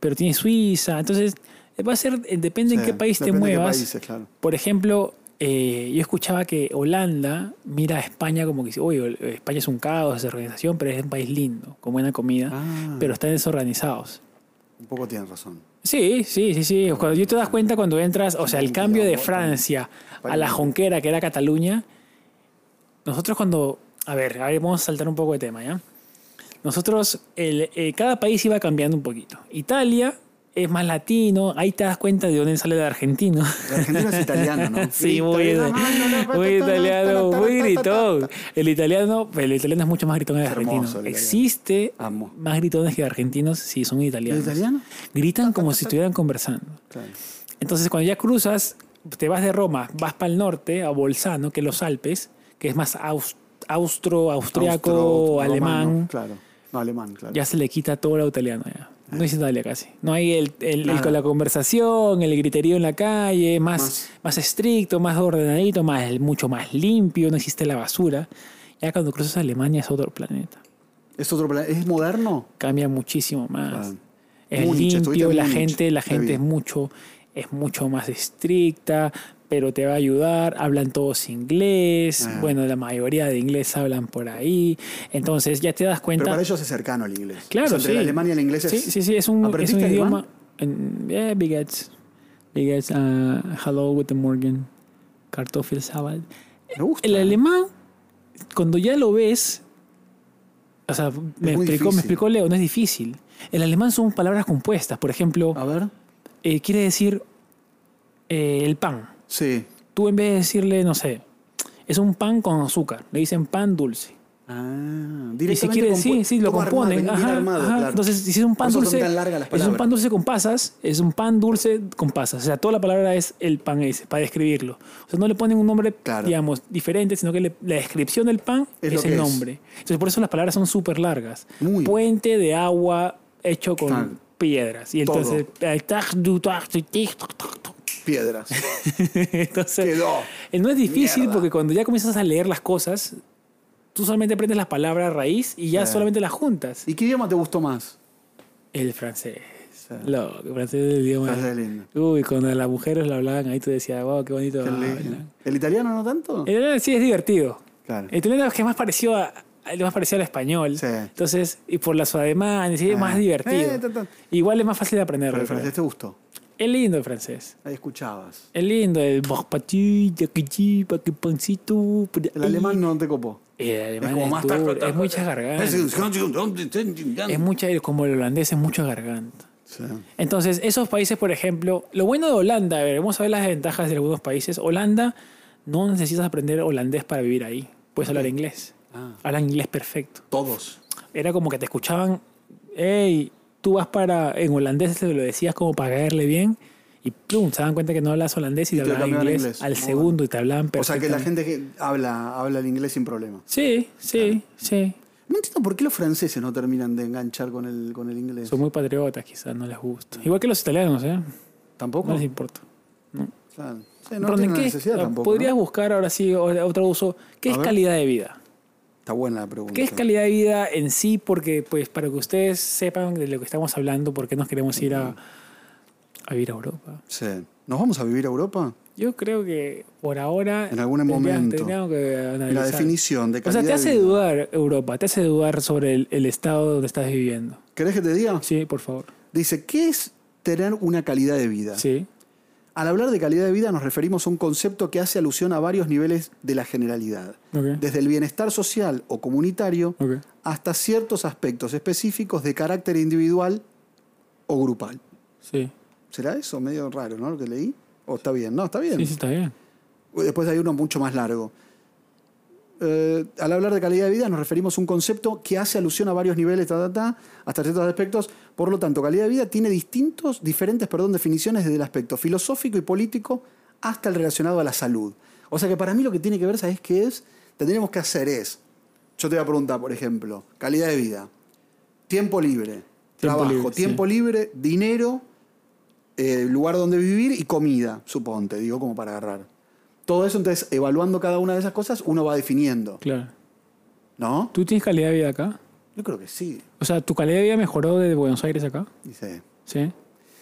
[SPEAKER 1] Pero tienes Suiza. Entonces, eh, va a ser. eh, Depende en
[SPEAKER 2] Sí,
[SPEAKER 1] qué país te
[SPEAKER 2] depende de qué
[SPEAKER 1] muevas.
[SPEAKER 2] países, claro.
[SPEAKER 1] Por ejemplo, eh, yo escuchaba que Holanda mira a España como que dice: Oye, Hol- España es un caos, desorganización, pero es un país lindo, con buena comida.
[SPEAKER 2] Ah.
[SPEAKER 1] Pero están desorganizados.
[SPEAKER 2] Un poco tienen razón.
[SPEAKER 1] Sí, sí, sí, sí. Cuando yo te das cuenta cuando entras, o sea, el
[SPEAKER 2] Un
[SPEAKER 1] cambio de
[SPEAKER 2] quilombo,
[SPEAKER 1] Francia a la
[SPEAKER 2] País.
[SPEAKER 1] Jonquera, que era Cataluña, nosotros cuando... A ver, a ver, vamos a saltar un poco de tema, ¿ya? Nosotros, el- eh, cada país iba cambiando un poquito. Italia es más latino, ahí te das cuenta de dónde sale el argentino.
[SPEAKER 2] El argentino es italiano, ¿no?
[SPEAKER 1] Sí, muy, muy italiano, muy gritón. El italiano, el italiano es mucho más gritón que el
[SPEAKER 2] Es hermoso el
[SPEAKER 1] argentino.
[SPEAKER 2] italiano.
[SPEAKER 1] Existe
[SPEAKER 2] Amo.
[SPEAKER 1] más gritones que argentinos si son
[SPEAKER 2] ¿El
[SPEAKER 1] italianos.
[SPEAKER 2] italiano?
[SPEAKER 1] Gritan como si estuvieran conversando.
[SPEAKER 2] Claro.
[SPEAKER 1] Entonces, cuando ya cruzas, te vas de Roma, vas para el norte, a Bolzano, que es los Alpes, que es más aus- austro, austriaco,
[SPEAKER 2] Austro-
[SPEAKER 1] alemán.
[SPEAKER 2] romano, Claro. No, alemán, claro.
[SPEAKER 1] Ya se le quita todo lo italiano. Ya. No es Italia casi. No hay el, el- el
[SPEAKER 2] Nada.
[SPEAKER 1] con la conversación, el griterío en la calle, más, más.
[SPEAKER 2] Más.
[SPEAKER 1] estricto, más ordenadito, más, mucho más limpio, no existe la basura. Ya cuando cruzas Alemania es otro planeta.
[SPEAKER 2] ¿Es otro plan- ¿Es moderno?
[SPEAKER 1] Cambia muchísimo más.
[SPEAKER 2] Claro.
[SPEAKER 1] Es
[SPEAKER 2] Múnich, estuviste
[SPEAKER 1] limpio,
[SPEAKER 2] en
[SPEAKER 1] la
[SPEAKER 2] Múnich,
[SPEAKER 1] gente, la
[SPEAKER 2] te
[SPEAKER 1] gente
[SPEAKER 2] vi.
[SPEAKER 1] es mucho, es mucho más estricta, pero te va a ayudar, hablan todos inglés,
[SPEAKER 2] Ah.
[SPEAKER 1] bueno, la mayoría de inglés hablan por ahí, entonces ya te das cuenta.
[SPEAKER 2] Pero para ellos es cercano el inglés.
[SPEAKER 1] Claro,
[SPEAKER 2] O sea, entre
[SPEAKER 1] sí.
[SPEAKER 2] el alemán y el inglés es...
[SPEAKER 1] Sí, sí, sí, es un, es un
[SPEAKER 2] ¿Aprendiste
[SPEAKER 1] idioma.
[SPEAKER 2] alemán?
[SPEAKER 1] en- eh, Bigets. Bigets, ah, hello, guten Morgen. Kartoffelsalat.
[SPEAKER 2] Me gusta.
[SPEAKER 1] El alemán, cuando ya lo ves, o sea, me explicó,
[SPEAKER 2] muy
[SPEAKER 1] me
[SPEAKER 2] difícil.
[SPEAKER 1] explicó Leo, no es difícil. El alemán son palabras compuestas. Por ejemplo,
[SPEAKER 2] A ver.
[SPEAKER 1] eh, quiere decir eh, el pan.
[SPEAKER 2] Sí.
[SPEAKER 1] Tú en vez de decirle, no sé, es un pan con azúcar, le dicen pan dulce.
[SPEAKER 2] Ah,
[SPEAKER 1] Y si quieren, sí, sí, lo componen. ajá, ajá. Entonces, si es un pan dulce, es un pan dulce con pasas, es un pan dulce con pasas. O sea, toda la palabra es el pan ese, para describirlo. O sea, no le ponen un nombre,
[SPEAKER 2] Claro.
[SPEAKER 1] digamos, diferente, sino que le- la descripción del pan es,
[SPEAKER 2] Es lo
[SPEAKER 1] el
[SPEAKER 2] que es.
[SPEAKER 1] nombre. Entonces, por eso las palabras son súper largas.
[SPEAKER 2] Muy.
[SPEAKER 1] Puente de agua hecho con
[SPEAKER 2] Ah.
[SPEAKER 1] piedras. Y
[SPEAKER 2] Todo.
[SPEAKER 1] entonces, entonces
[SPEAKER 2] Piedras. Quedó.
[SPEAKER 1] eh, No es difícil
[SPEAKER 2] Mierda.
[SPEAKER 1] porque cuando ya comienzas a leer las cosas, tú solamente aprendes las palabras raíz y ya
[SPEAKER 2] Sí.
[SPEAKER 1] solamente las juntas.
[SPEAKER 2] ¿Y qué idioma te gustó más?
[SPEAKER 1] El francés.
[SPEAKER 2] Sí.
[SPEAKER 1] Loco, el francés es el idioma.
[SPEAKER 2] Francés lindo.
[SPEAKER 1] Uy, cuando las mujeres lo hablaban ahí, tú decías, wow, qué bonito.
[SPEAKER 2] Qué
[SPEAKER 1] hablan".
[SPEAKER 2] lindo. ¿El italiano no tanto?
[SPEAKER 1] El italiano sí es divertido.
[SPEAKER 2] Claro.
[SPEAKER 1] El italiano Eh, es que es más parecido a a- lo más parecido al español.
[SPEAKER 2] Sí.
[SPEAKER 1] Entonces, y por las ademanes, sí, es
[SPEAKER 2] Ah.
[SPEAKER 1] más divertido.
[SPEAKER 2] Eh, ta, ta.
[SPEAKER 1] Igual es más fácil de aprenderlo.
[SPEAKER 2] Pero el
[SPEAKER 1] creo.
[SPEAKER 2] francés te gustó.
[SPEAKER 1] Es lindo el francés.
[SPEAKER 2] Ahí escuchabas.
[SPEAKER 1] Es lindo el "Bah, pachi, ya que chi, pa que pancito, por
[SPEAKER 2] El
[SPEAKER 1] ahí".
[SPEAKER 2] alemán no te copó.
[SPEAKER 1] El alemán
[SPEAKER 2] es como
[SPEAKER 1] es,
[SPEAKER 2] más
[SPEAKER 1] duro,
[SPEAKER 2] taco,
[SPEAKER 1] es
[SPEAKER 2] taco,
[SPEAKER 1] mucha garganta. Es mucha, como el holandés, es mucha garganta.
[SPEAKER 2] Sí.
[SPEAKER 1] Entonces, esos países, por ejemplo, lo bueno de Holanda, a ver, vamos a ver las ventajas de algunos países. Holanda, no necesitas aprender holandés para vivir ahí. Puedes hablar inglés.
[SPEAKER 2] Ah.
[SPEAKER 1] Hablan inglés perfecto.
[SPEAKER 2] Todos.
[SPEAKER 1] Era como que te escuchaban, hey, tú vas para. En holandés se lo decías como para caerle bien. Y plum, se dan cuenta que no hablas holandés y, te
[SPEAKER 2] te
[SPEAKER 1] hablaban
[SPEAKER 2] cambiaban
[SPEAKER 1] inglés,
[SPEAKER 2] inglés.
[SPEAKER 1] al
[SPEAKER 2] Muy
[SPEAKER 1] segundo y te hablaban
[SPEAKER 2] O sea
[SPEAKER 1] perfecto.
[SPEAKER 2] que la gente que habla, habla el inglés sin problema.
[SPEAKER 1] Sí, sí, sí.
[SPEAKER 2] No entiendo por qué los franceses no terminan de enganchar con el, con el inglés.
[SPEAKER 1] Son muy patriotas, quizás no les gusta. Igual que los italianos, ¿eh?
[SPEAKER 2] ¿Tampoco?
[SPEAKER 1] No les importa.
[SPEAKER 2] Claro. Sí, no
[SPEAKER 1] Ron, ¿en
[SPEAKER 2] tienen
[SPEAKER 1] qué- Ah,
[SPEAKER 2] necesidad tampoco.
[SPEAKER 1] Podrías
[SPEAKER 2] ¿no?
[SPEAKER 1] buscar ahora sí o- otro uso. ¿Qué
[SPEAKER 2] A
[SPEAKER 1] es
[SPEAKER 2] ver.
[SPEAKER 1] calidad de vida?
[SPEAKER 2] Está buena la pregunta.
[SPEAKER 1] ¿Qué es calidad de vida en sí? Porque, pues, para que ustedes sepan de lo que estamos hablando, por qué nos queremos ir a, a vivir a Europa.
[SPEAKER 2] Sí. ¿Nos vamos a vivir a Europa?
[SPEAKER 1] Yo creo que por ahora.
[SPEAKER 2] En algún momento.
[SPEAKER 1] tendríamos que
[SPEAKER 2] La
[SPEAKER 1] analizar.
[SPEAKER 2] definición de
[SPEAKER 1] O
[SPEAKER 2] calidad.
[SPEAKER 1] sea, te
[SPEAKER 2] de
[SPEAKER 1] hace
[SPEAKER 2] vida.
[SPEAKER 1] dudar Europa, te hace dudar sobre el, el estado donde estás viviendo.
[SPEAKER 2] ¿Querés que te diga?
[SPEAKER 1] Sí, por favor.
[SPEAKER 2] Dice, ¿qué es tener una calidad de vida?
[SPEAKER 1] Sí.
[SPEAKER 2] Al hablar de calidad de vida nos referimos a un concepto que hace alusión a varios niveles de la generalidad,
[SPEAKER 1] Ok.
[SPEAKER 2] desde el bienestar social o comunitario
[SPEAKER 1] Ok.
[SPEAKER 2] hasta ciertos aspectos específicos de carácter individual o grupal.
[SPEAKER 1] Sí.
[SPEAKER 2] ¿Será eso? Medio raro, ¿no? Lo que leí. ¿O está bien? No, está bien.
[SPEAKER 1] Sí, sí, está bien.
[SPEAKER 2] Después hay uno mucho más largo. Eh, al hablar de calidad de vida nos referimos a un concepto que hace alusión a varios niveles, ta, ta, ta, hasta ciertos aspectos. Por lo tanto, calidad de vida tiene distintos, diferentes perdón, definiciones desde el aspecto filosófico y político hasta el relacionado a la salud. O sea que para mí lo que tiene que ver, ¿sabes qué es? Tendríamos que hacer es, yo te voy a preguntar, por ejemplo, calidad de vida, tiempo libre, trabajo,
[SPEAKER 1] libre,
[SPEAKER 2] tiempo libre, dinero, eh, lugar donde vivir y comida, suponte, digo, como para agarrar. Todo eso, entonces, evaluando cada una de esas cosas, uno va definiendo,
[SPEAKER 1] Claro.
[SPEAKER 2] ¿no?
[SPEAKER 1] ¿Tú tienes calidad de vida acá?
[SPEAKER 2] Yo creo que sí,
[SPEAKER 1] O sea, ¿tu calidad de vida mejoró desde Buenos Aires acá?
[SPEAKER 2] dice.
[SPEAKER 1] Sí.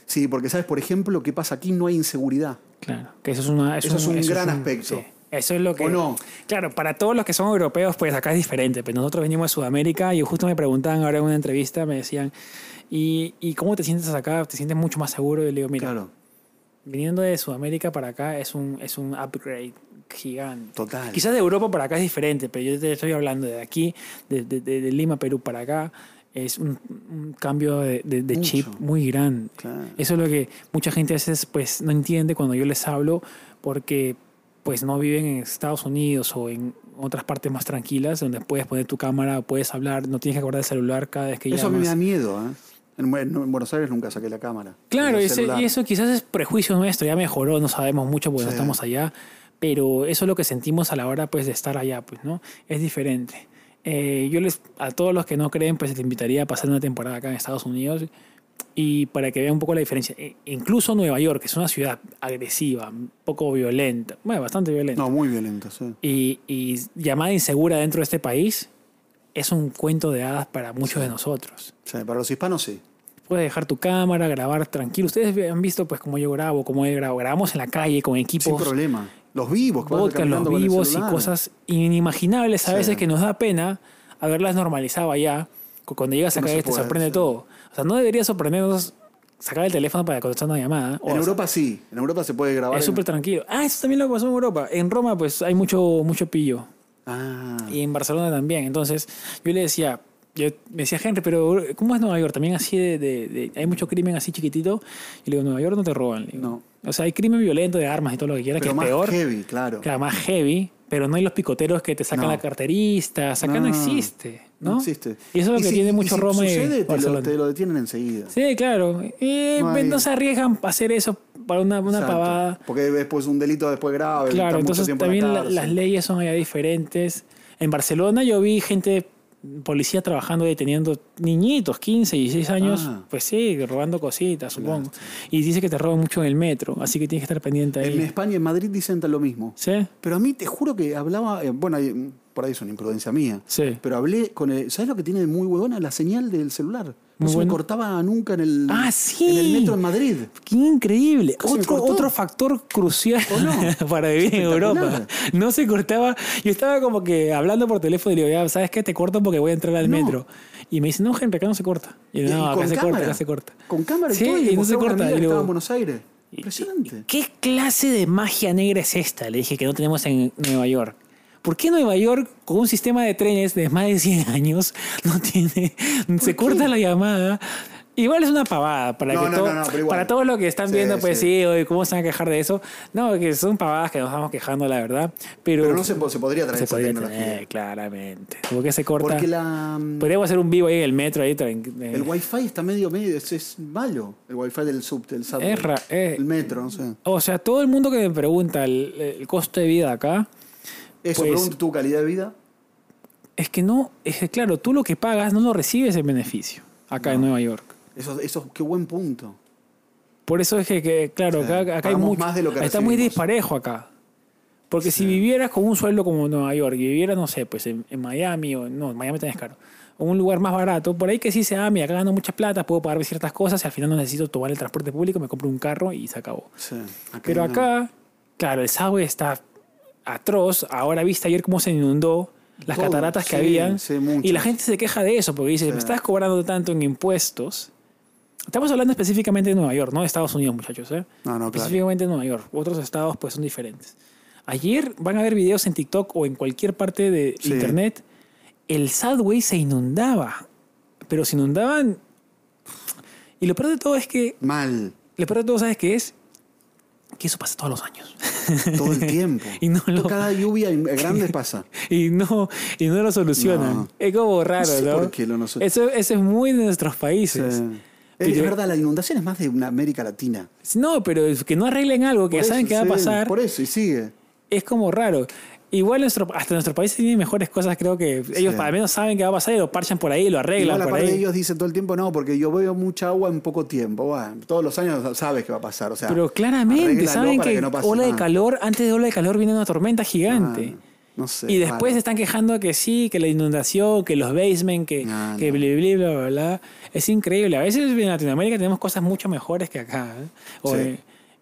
[SPEAKER 2] Sí, porque sabes, por ejemplo, qué pasa aquí, no hay inseguridad.
[SPEAKER 1] Claro, que eso es, una,
[SPEAKER 2] Eso es un gran aspecto.
[SPEAKER 1] Eso es lo que...
[SPEAKER 2] ¿O no?
[SPEAKER 1] Claro, para todos los que son europeos, pues acá es diferente. Pero nosotros venimos de Sudamérica y justo me preguntaban ahora en una entrevista, me decían, ¿y, y cómo te sientes acá? ¿Te sientes mucho más seguro? Y le digo, mira,
[SPEAKER 2] Claro,
[SPEAKER 1] viniendo de Sudamérica para acá es un, es un upgrade gigante.
[SPEAKER 2] total.
[SPEAKER 1] Quizás de Europa para acá es diferente, pero yo te estoy hablando de aquí, de, de- de- de Lima, Perú para acá. Es un, un cambio de, de- de chip
[SPEAKER 2] Mucho.
[SPEAKER 1] muy grande.
[SPEAKER 2] Claro.
[SPEAKER 1] Eso es lo que mucha gente a veces pues, no entiende cuando yo les hablo porque pues no viven en Estados Unidos o en otras partes más tranquilas donde puedes poner tu cámara, puedes hablar, no tienes que acordar el celular cada vez que
[SPEAKER 2] Eso a mí me
[SPEAKER 1] llamas.
[SPEAKER 2] da miedo, ¿eh? En, Bu- en Buenos Aires nunca saqué la cámara.
[SPEAKER 1] Claro,
[SPEAKER 2] El
[SPEAKER 1] y ese-
[SPEAKER 2] celular.
[SPEAKER 1] y eso quizás es prejuicio nuestro, ya mejoró, no sabemos mucho porque no
[SPEAKER 2] Sí.
[SPEAKER 1] estamos allá, pero eso es lo que sentimos a la hora pues de estar allá, pues, ¿no? Es diferente. Eh, yo les, a todos los que no creen, pues les invitaría a pasar una temporada acá en Estados Unidos y para que vean un poco la diferencia. E- incluso Nueva York, que es una ciudad agresiva, un poco violenta, bueno, bastante violenta,
[SPEAKER 2] No, muy violento, sí.
[SPEAKER 1] y, y llamada insegura dentro de este país, es un cuento de hadas para muchos de nosotros
[SPEAKER 2] Sí, Para los hispanos sí.
[SPEAKER 1] puedes dejar tu cámara, grabar tranquilo. Ustedes han visto pues cómo yo grabo, cómo él grabo. Grabamos en la calle con
[SPEAKER 2] Sin
[SPEAKER 1] equipos,
[SPEAKER 2] problema. Los vivos, que van
[SPEAKER 1] vodka, los
[SPEAKER 2] caminando con el
[SPEAKER 1] vivos y
[SPEAKER 2] celular.
[SPEAKER 1] cosas inimaginables a
[SPEAKER 2] Sí.
[SPEAKER 1] veces que nos da pena haberlas normalizado allá. Cu- Cuando llegas
[SPEAKER 2] Que no
[SPEAKER 1] acá
[SPEAKER 2] se
[SPEAKER 1] te
[SPEAKER 2] puede,
[SPEAKER 1] sorprende
[SPEAKER 2] sí.
[SPEAKER 1] todo. O sea, no debería sorprendernos sacar el teléfono para contestar una llamada. O
[SPEAKER 2] En
[SPEAKER 1] sea,
[SPEAKER 2] Europa sí. En Europa se puede grabar.
[SPEAKER 1] es
[SPEAKER 2] en-
[SPEAKER 1] súper tranquilo. Ah, eso también lo pasó en Europa. En Roma pues hay mucho, mucho pillo.
[SPEAKER 2] Ah,
[SPEAKER 1] Y en Barcelona también. Entonces, yo le decía, yo me decía Henry, pero ¿cómo es Nueva York? También así de, de- de- hay mucho crimen así chiquitito. Y le digo, Nueva York no te roban. le digo.
[SPEAKER 2] No.
[SPEAKER 1] O sea, hay crimen violento de armas y todo lo que quieras,
[SPEAKER 2] pero
[SPEAKER 1] que
[SPEAKER 2] más
[SPEAKER 1] es peor.
[SPEAKER 2] heavy, claro.
[SPEAKER 1] Claro, más heavy, pero no hay los picoteros que te sacan
[SPEAKER 2] No.
[SPEAKER 1] la carterista. Acá no,
[SPEAKER 2] No.
[SPEAKER 1] existe. ¿no?
[SPEAKER 2] No, existe.
[SPEAKER 1] Y eso es lo que
[SPEAKER 2] si-
[SPEAKER 1] tiene
[SPEAKER 2] y
[SPEAKER 1] mucho
[SPEAKER 2] si
[SPEAKER 1] Roma y
[SPEAKER 2] sucede, te lo,
[SPEAKER 1] Barcelona.
[SPEAKER 2] te lo detienen enseguida.
[SPEAKER 1] Sí, claro. Eh,
[SPEAKER 2] No
[SPEAKER 1] pues,
[SPEAKER 2] hay-
[SPEAKER 1] no se arriesgan a hacer eso para una, una
[SPEAKER 2] Exacto.
[SPEAKER 1] pavada.
[SPEAKER 2] Porque después un delito después grave.
[SPEAKER 1] Claro,
[SPEAKER 2] está mucho
[SPEAKER 1] entonces
[SPEAKER 2] tiempo en la
[SPEAKER 1] también la-
[SPEAKER 2] cárcel.
[SPEAKER 1] las leyes son allá diferentes. En Barcelona yo vi gente, policía trabajando deteniendo niñitos, 15, 16 años,
[SPEAKER 2] Ah.
[SPEAKER 1] pues sí, robando cositas, supongo. Y dice que te roban mucho en el metro, así que tienes que estar pendiente ahí.
[SPEAKER 2] En España, en Madrid dicen lo mismo.
[SPEAKER 1] ¿Sí?
[SPEAKER 2] Pero a mí te juro que hablaba, eh, bueno, ahí- por ahí es una imprudencia mía,
[SPEAKER 1] Sí.
[SPEAKER 2] pero hablé con el, ¿sabes lo que tiene de muy huevona? La señal del celular. No
[SPEAKER 1] Muy
[SPEAKER 2] se
[SPEAKER 1] bueno.
[SPEAKER 2] me cortaba nunca en el,
[SPEAKER 1] Ah, sí.
[SPEAKER 2] en el metro en Madrid.
[SPEAKER 1] ¡Qué increíble!
[SPEAKER 2] Casi me
[SPEAKER 1] Otro,
[SPEAKER 2] cortó.
[SPEAKER 1] otro factor crucial
[SPEAKER 2] ¿O no?
[SPEAKER 1] para vivir en Europa.
[SPEAKER 2] Espectacular.
[SPEAKER 1] No se cortaba. Yo estaba como que hablando por teléfono y le digo, ya, ¿sabes qué? Te corto porque voy a entrar al
[SPEAKER 2] No.
[SPEAKER 1] metro. Y me dicen, no, Henry, acá no se corta. Y yo,
[SPEAKER 2] Y- y
[SPEAKER 1] no,
[SPEAKER 2] con
[SPEAKER 1] acá se corta,
[SPEAKER 2] cámara.
[SPEAKER 1] acá se corta.
[SPEAKER 2] Con cámara y
[SPEAKER 1] Sí,
[SPEAKER 2] todo.
[SPEAKER 1] y
[SPEAKER 2] le
[SPEAKER 1] no se
[SPEAKER 2] mostré a una
[SPEAKER 1] corta,
[SPEAKER 2] amiga
[SPEAKER 1] y
[SPEAKER 2] que
[SPEAKER 1] luego-
[SPEAKER 2] estaba en Buenos Aires. Impresionante.
[SPEAKER 1] ¿Qué clase de magia negra es esta? Le dije que no tenemos en Nueva York. ¿Por qué Nueva York, con un sistema de trenes de más de 100 años, no tiene. se
[SPEAKER 2] qué?
[SPEAKER 1] corta la llamada? Igual es una pavada para
[SPEAKER 2] No,
[SPEAKER 1] que
[SPEAKER 2] no,
[SPEAKER 1] todo-
[SPEAKER 2] no, no, pero igual.
[SPEAKER 1] para todos los que están
[SPEAKER 2] Sí,
[SPEAKER 1] viendo, pues
[SPEAKER 2] sí.
[SPEAKER 1] sí, oye, ¿cómo se van a quejar de eso? No, que son pavadas que nos estamos quejando, la verdad. Pero,
[SPEAKER 2] Pero no se, po- se podría traer
[SPEAKER 1] se
[SPEAKER 2] esa
[SPEAKER 1] podría
[SPEAKER 2] tecnología.
[SPEAKER 1] tener, claramente. ¿Por qué se corta?
[SPEAKER 2] Porque la, mm,
[SPEAKER 1] Podríamos hacer un vivo ahí en el metro, ahí tran- eh,
[SPEAKER 2] el wifi está medio medio, es, es malo. El wifi del sub, del subway.
[SPEAKER 1] Es ra- eh.
[SPEAKER 2] el metro, no sé.
[SPEAKER 1] O sea, todo el mundo que me pregunta el, el costo de vida acá,
[SPEAKER 2] Eso,
[SPEAKER 1] Pues-
[SPEAKER 2] pregunto tu calidad de vida.
[SPEAKER 1] es que no, es que claro, tú lo que pagas no lo recibes en beneficio acá en Nueva York.
[SPEAKER 2] Eso, eso, qué buen punto.
[SPEAKER 1] Por eso es que, que, claro,
[SPEAKER 2] Sí,
[SPEAKER 1] acá, acá hay
[SPEAKER 2] pagamos
[SPEAKER 1] mucho.
[SPEAKER 2] más de lo que
[SPEAKER 1] está muy
[SPEAKER 2] recibimos.
[SPEAKER 1] disparejo acá. Porque si vivieras con un sueldo como en Nueva York y vivieras, no sé, pues en, en Miami o no, en Miami tenés caro, o un lugar más barato, por ahí que sí sea, ah, mira, acá gano mucha plata, puedo pagar ciertas cosas y al final no necesito tomar el transporte público, me compro un carro y se acabó.
[SPEAKER 2] Sí,
[SPEAKER 1] Pero
[SPEAKER 2] no.
[SPEAKER 1] acá, claro, el subway está atroz. Ahora viste ayer cómo se inundó las
[SPEAKER 2] Todo,
[SPEAKER 1] cataratas que
[SPEAKER 2] Oh, sí,
[SPEAKER 1] habían.
[SPEAKER 2] sí, mucho.
[SPEAKER 1] y la gente se queja de eso porque dice,
[SPEAKER 2] Sí.
[SPEAKER 1] me estás cobrando tanto en impuestos. Estamos hablando específicamente de Nueva York, no de Estados Unidos, muchachos. ¿eh?
[SPEAKER 2] No, no, claro.
[SPEAKER 1] Específicamente de Nueva York. Otros estados pues son diferentes. Ayer van a ver videos en TikTok o en cualquier parte de
[SPEAKER 2] Sí.
[SPEAKER 1] internet. El subway se inundaba. Pero se inundaban... Y lo peor de todo es que
[SPEAKER 2] Mal.
[SPEAKER 1] lo peor de todo, ¿sabes qué es? Que eso pasa todos los años.
[SPEAKER 2] Todo el tiempo.
[SPEAKER 1] Y no lo-
[SPEAKER 2] Cada lluvia in- grande pasa.
[SPEAKER 1] y, no, y no lo solucionan.
[SPEAKER 2] No.
[SPEAKER 1] Es como raro,
[SPEAKER 2] sé
[SPEAKER 1] ¿no?
[SPEAKER 2] por qué lo no sé.
[SPEAKER 1] eso, eso es muy de nuestros
[SPEAKER 2] Sí.
[SPEAKER 1] países.
[SPEAKER 2] Es
[SPEAKER 1] Pero-
[SPEAKER 2] verdad, la inundación es más de una América Latina.
[SPEAKER 1] No, pero es que no arreglen algo que
[SPEAKER 2] Por
[SPEAKER 1] ya saben
[SPEAKER 2] eso,
[SPEAKER 1] que va a
[SPEAKER 2] sí,
[SPEAKER 1] pasar
[SPEAKER 2] Por e- eso, y sigue.
[SPEAKER 1] es como raro. Igual nuestro, hasta nuestro país tiene mejores cosas, creo que ellos
[SPEAKER 2] Sí.
[SPEAKER 1] al menos saben que va a pasar y lo parchan por ahí, lo arreglan
[SPEAKER 2] Igual
[SPEAKER 1] por
[SPEAKER 2] aparte
[SPEAKER 1] ahí.
[SPEAKER 2] de ellos dicen todo el tiempo, no, porque yo veo mucha agua en poco tiempo. Bueno, todos los años sabes que va a pasar. O sea,
[SPEAKER 1] pero claramente
[SPEAKER 2] arréglalo
[SPEAKER 1] saben
[SPEAKER 2] para
[SPEAKER 1] que,
[SPEAKER 2] no pase
[SPEAKER 1] ola de
[SPEAKER 2] nada.
[SPEAKER 1] calor, antes de ola de calor viene una tormenta
[SPEAKER 2] Ah,
[SPEAKER 1] gigante.
[SPEAKER 2] no sé.
[SPEAKER 1] Y después se están quejando que sí, que la inundación, que los basement, que,
[SPEAKER 2] No,
[SPEAKER 1] que
[SPEAKER 2] Ah, no.
[SPEAKER 1] bli, bli, bla, bla, bla. Es increíble. A veces en Latinoamérica tenemos cosas mucho mejores que acá. ¿eh? O
[SPEAKER 2] Sí.
[SPEAKER 1] en-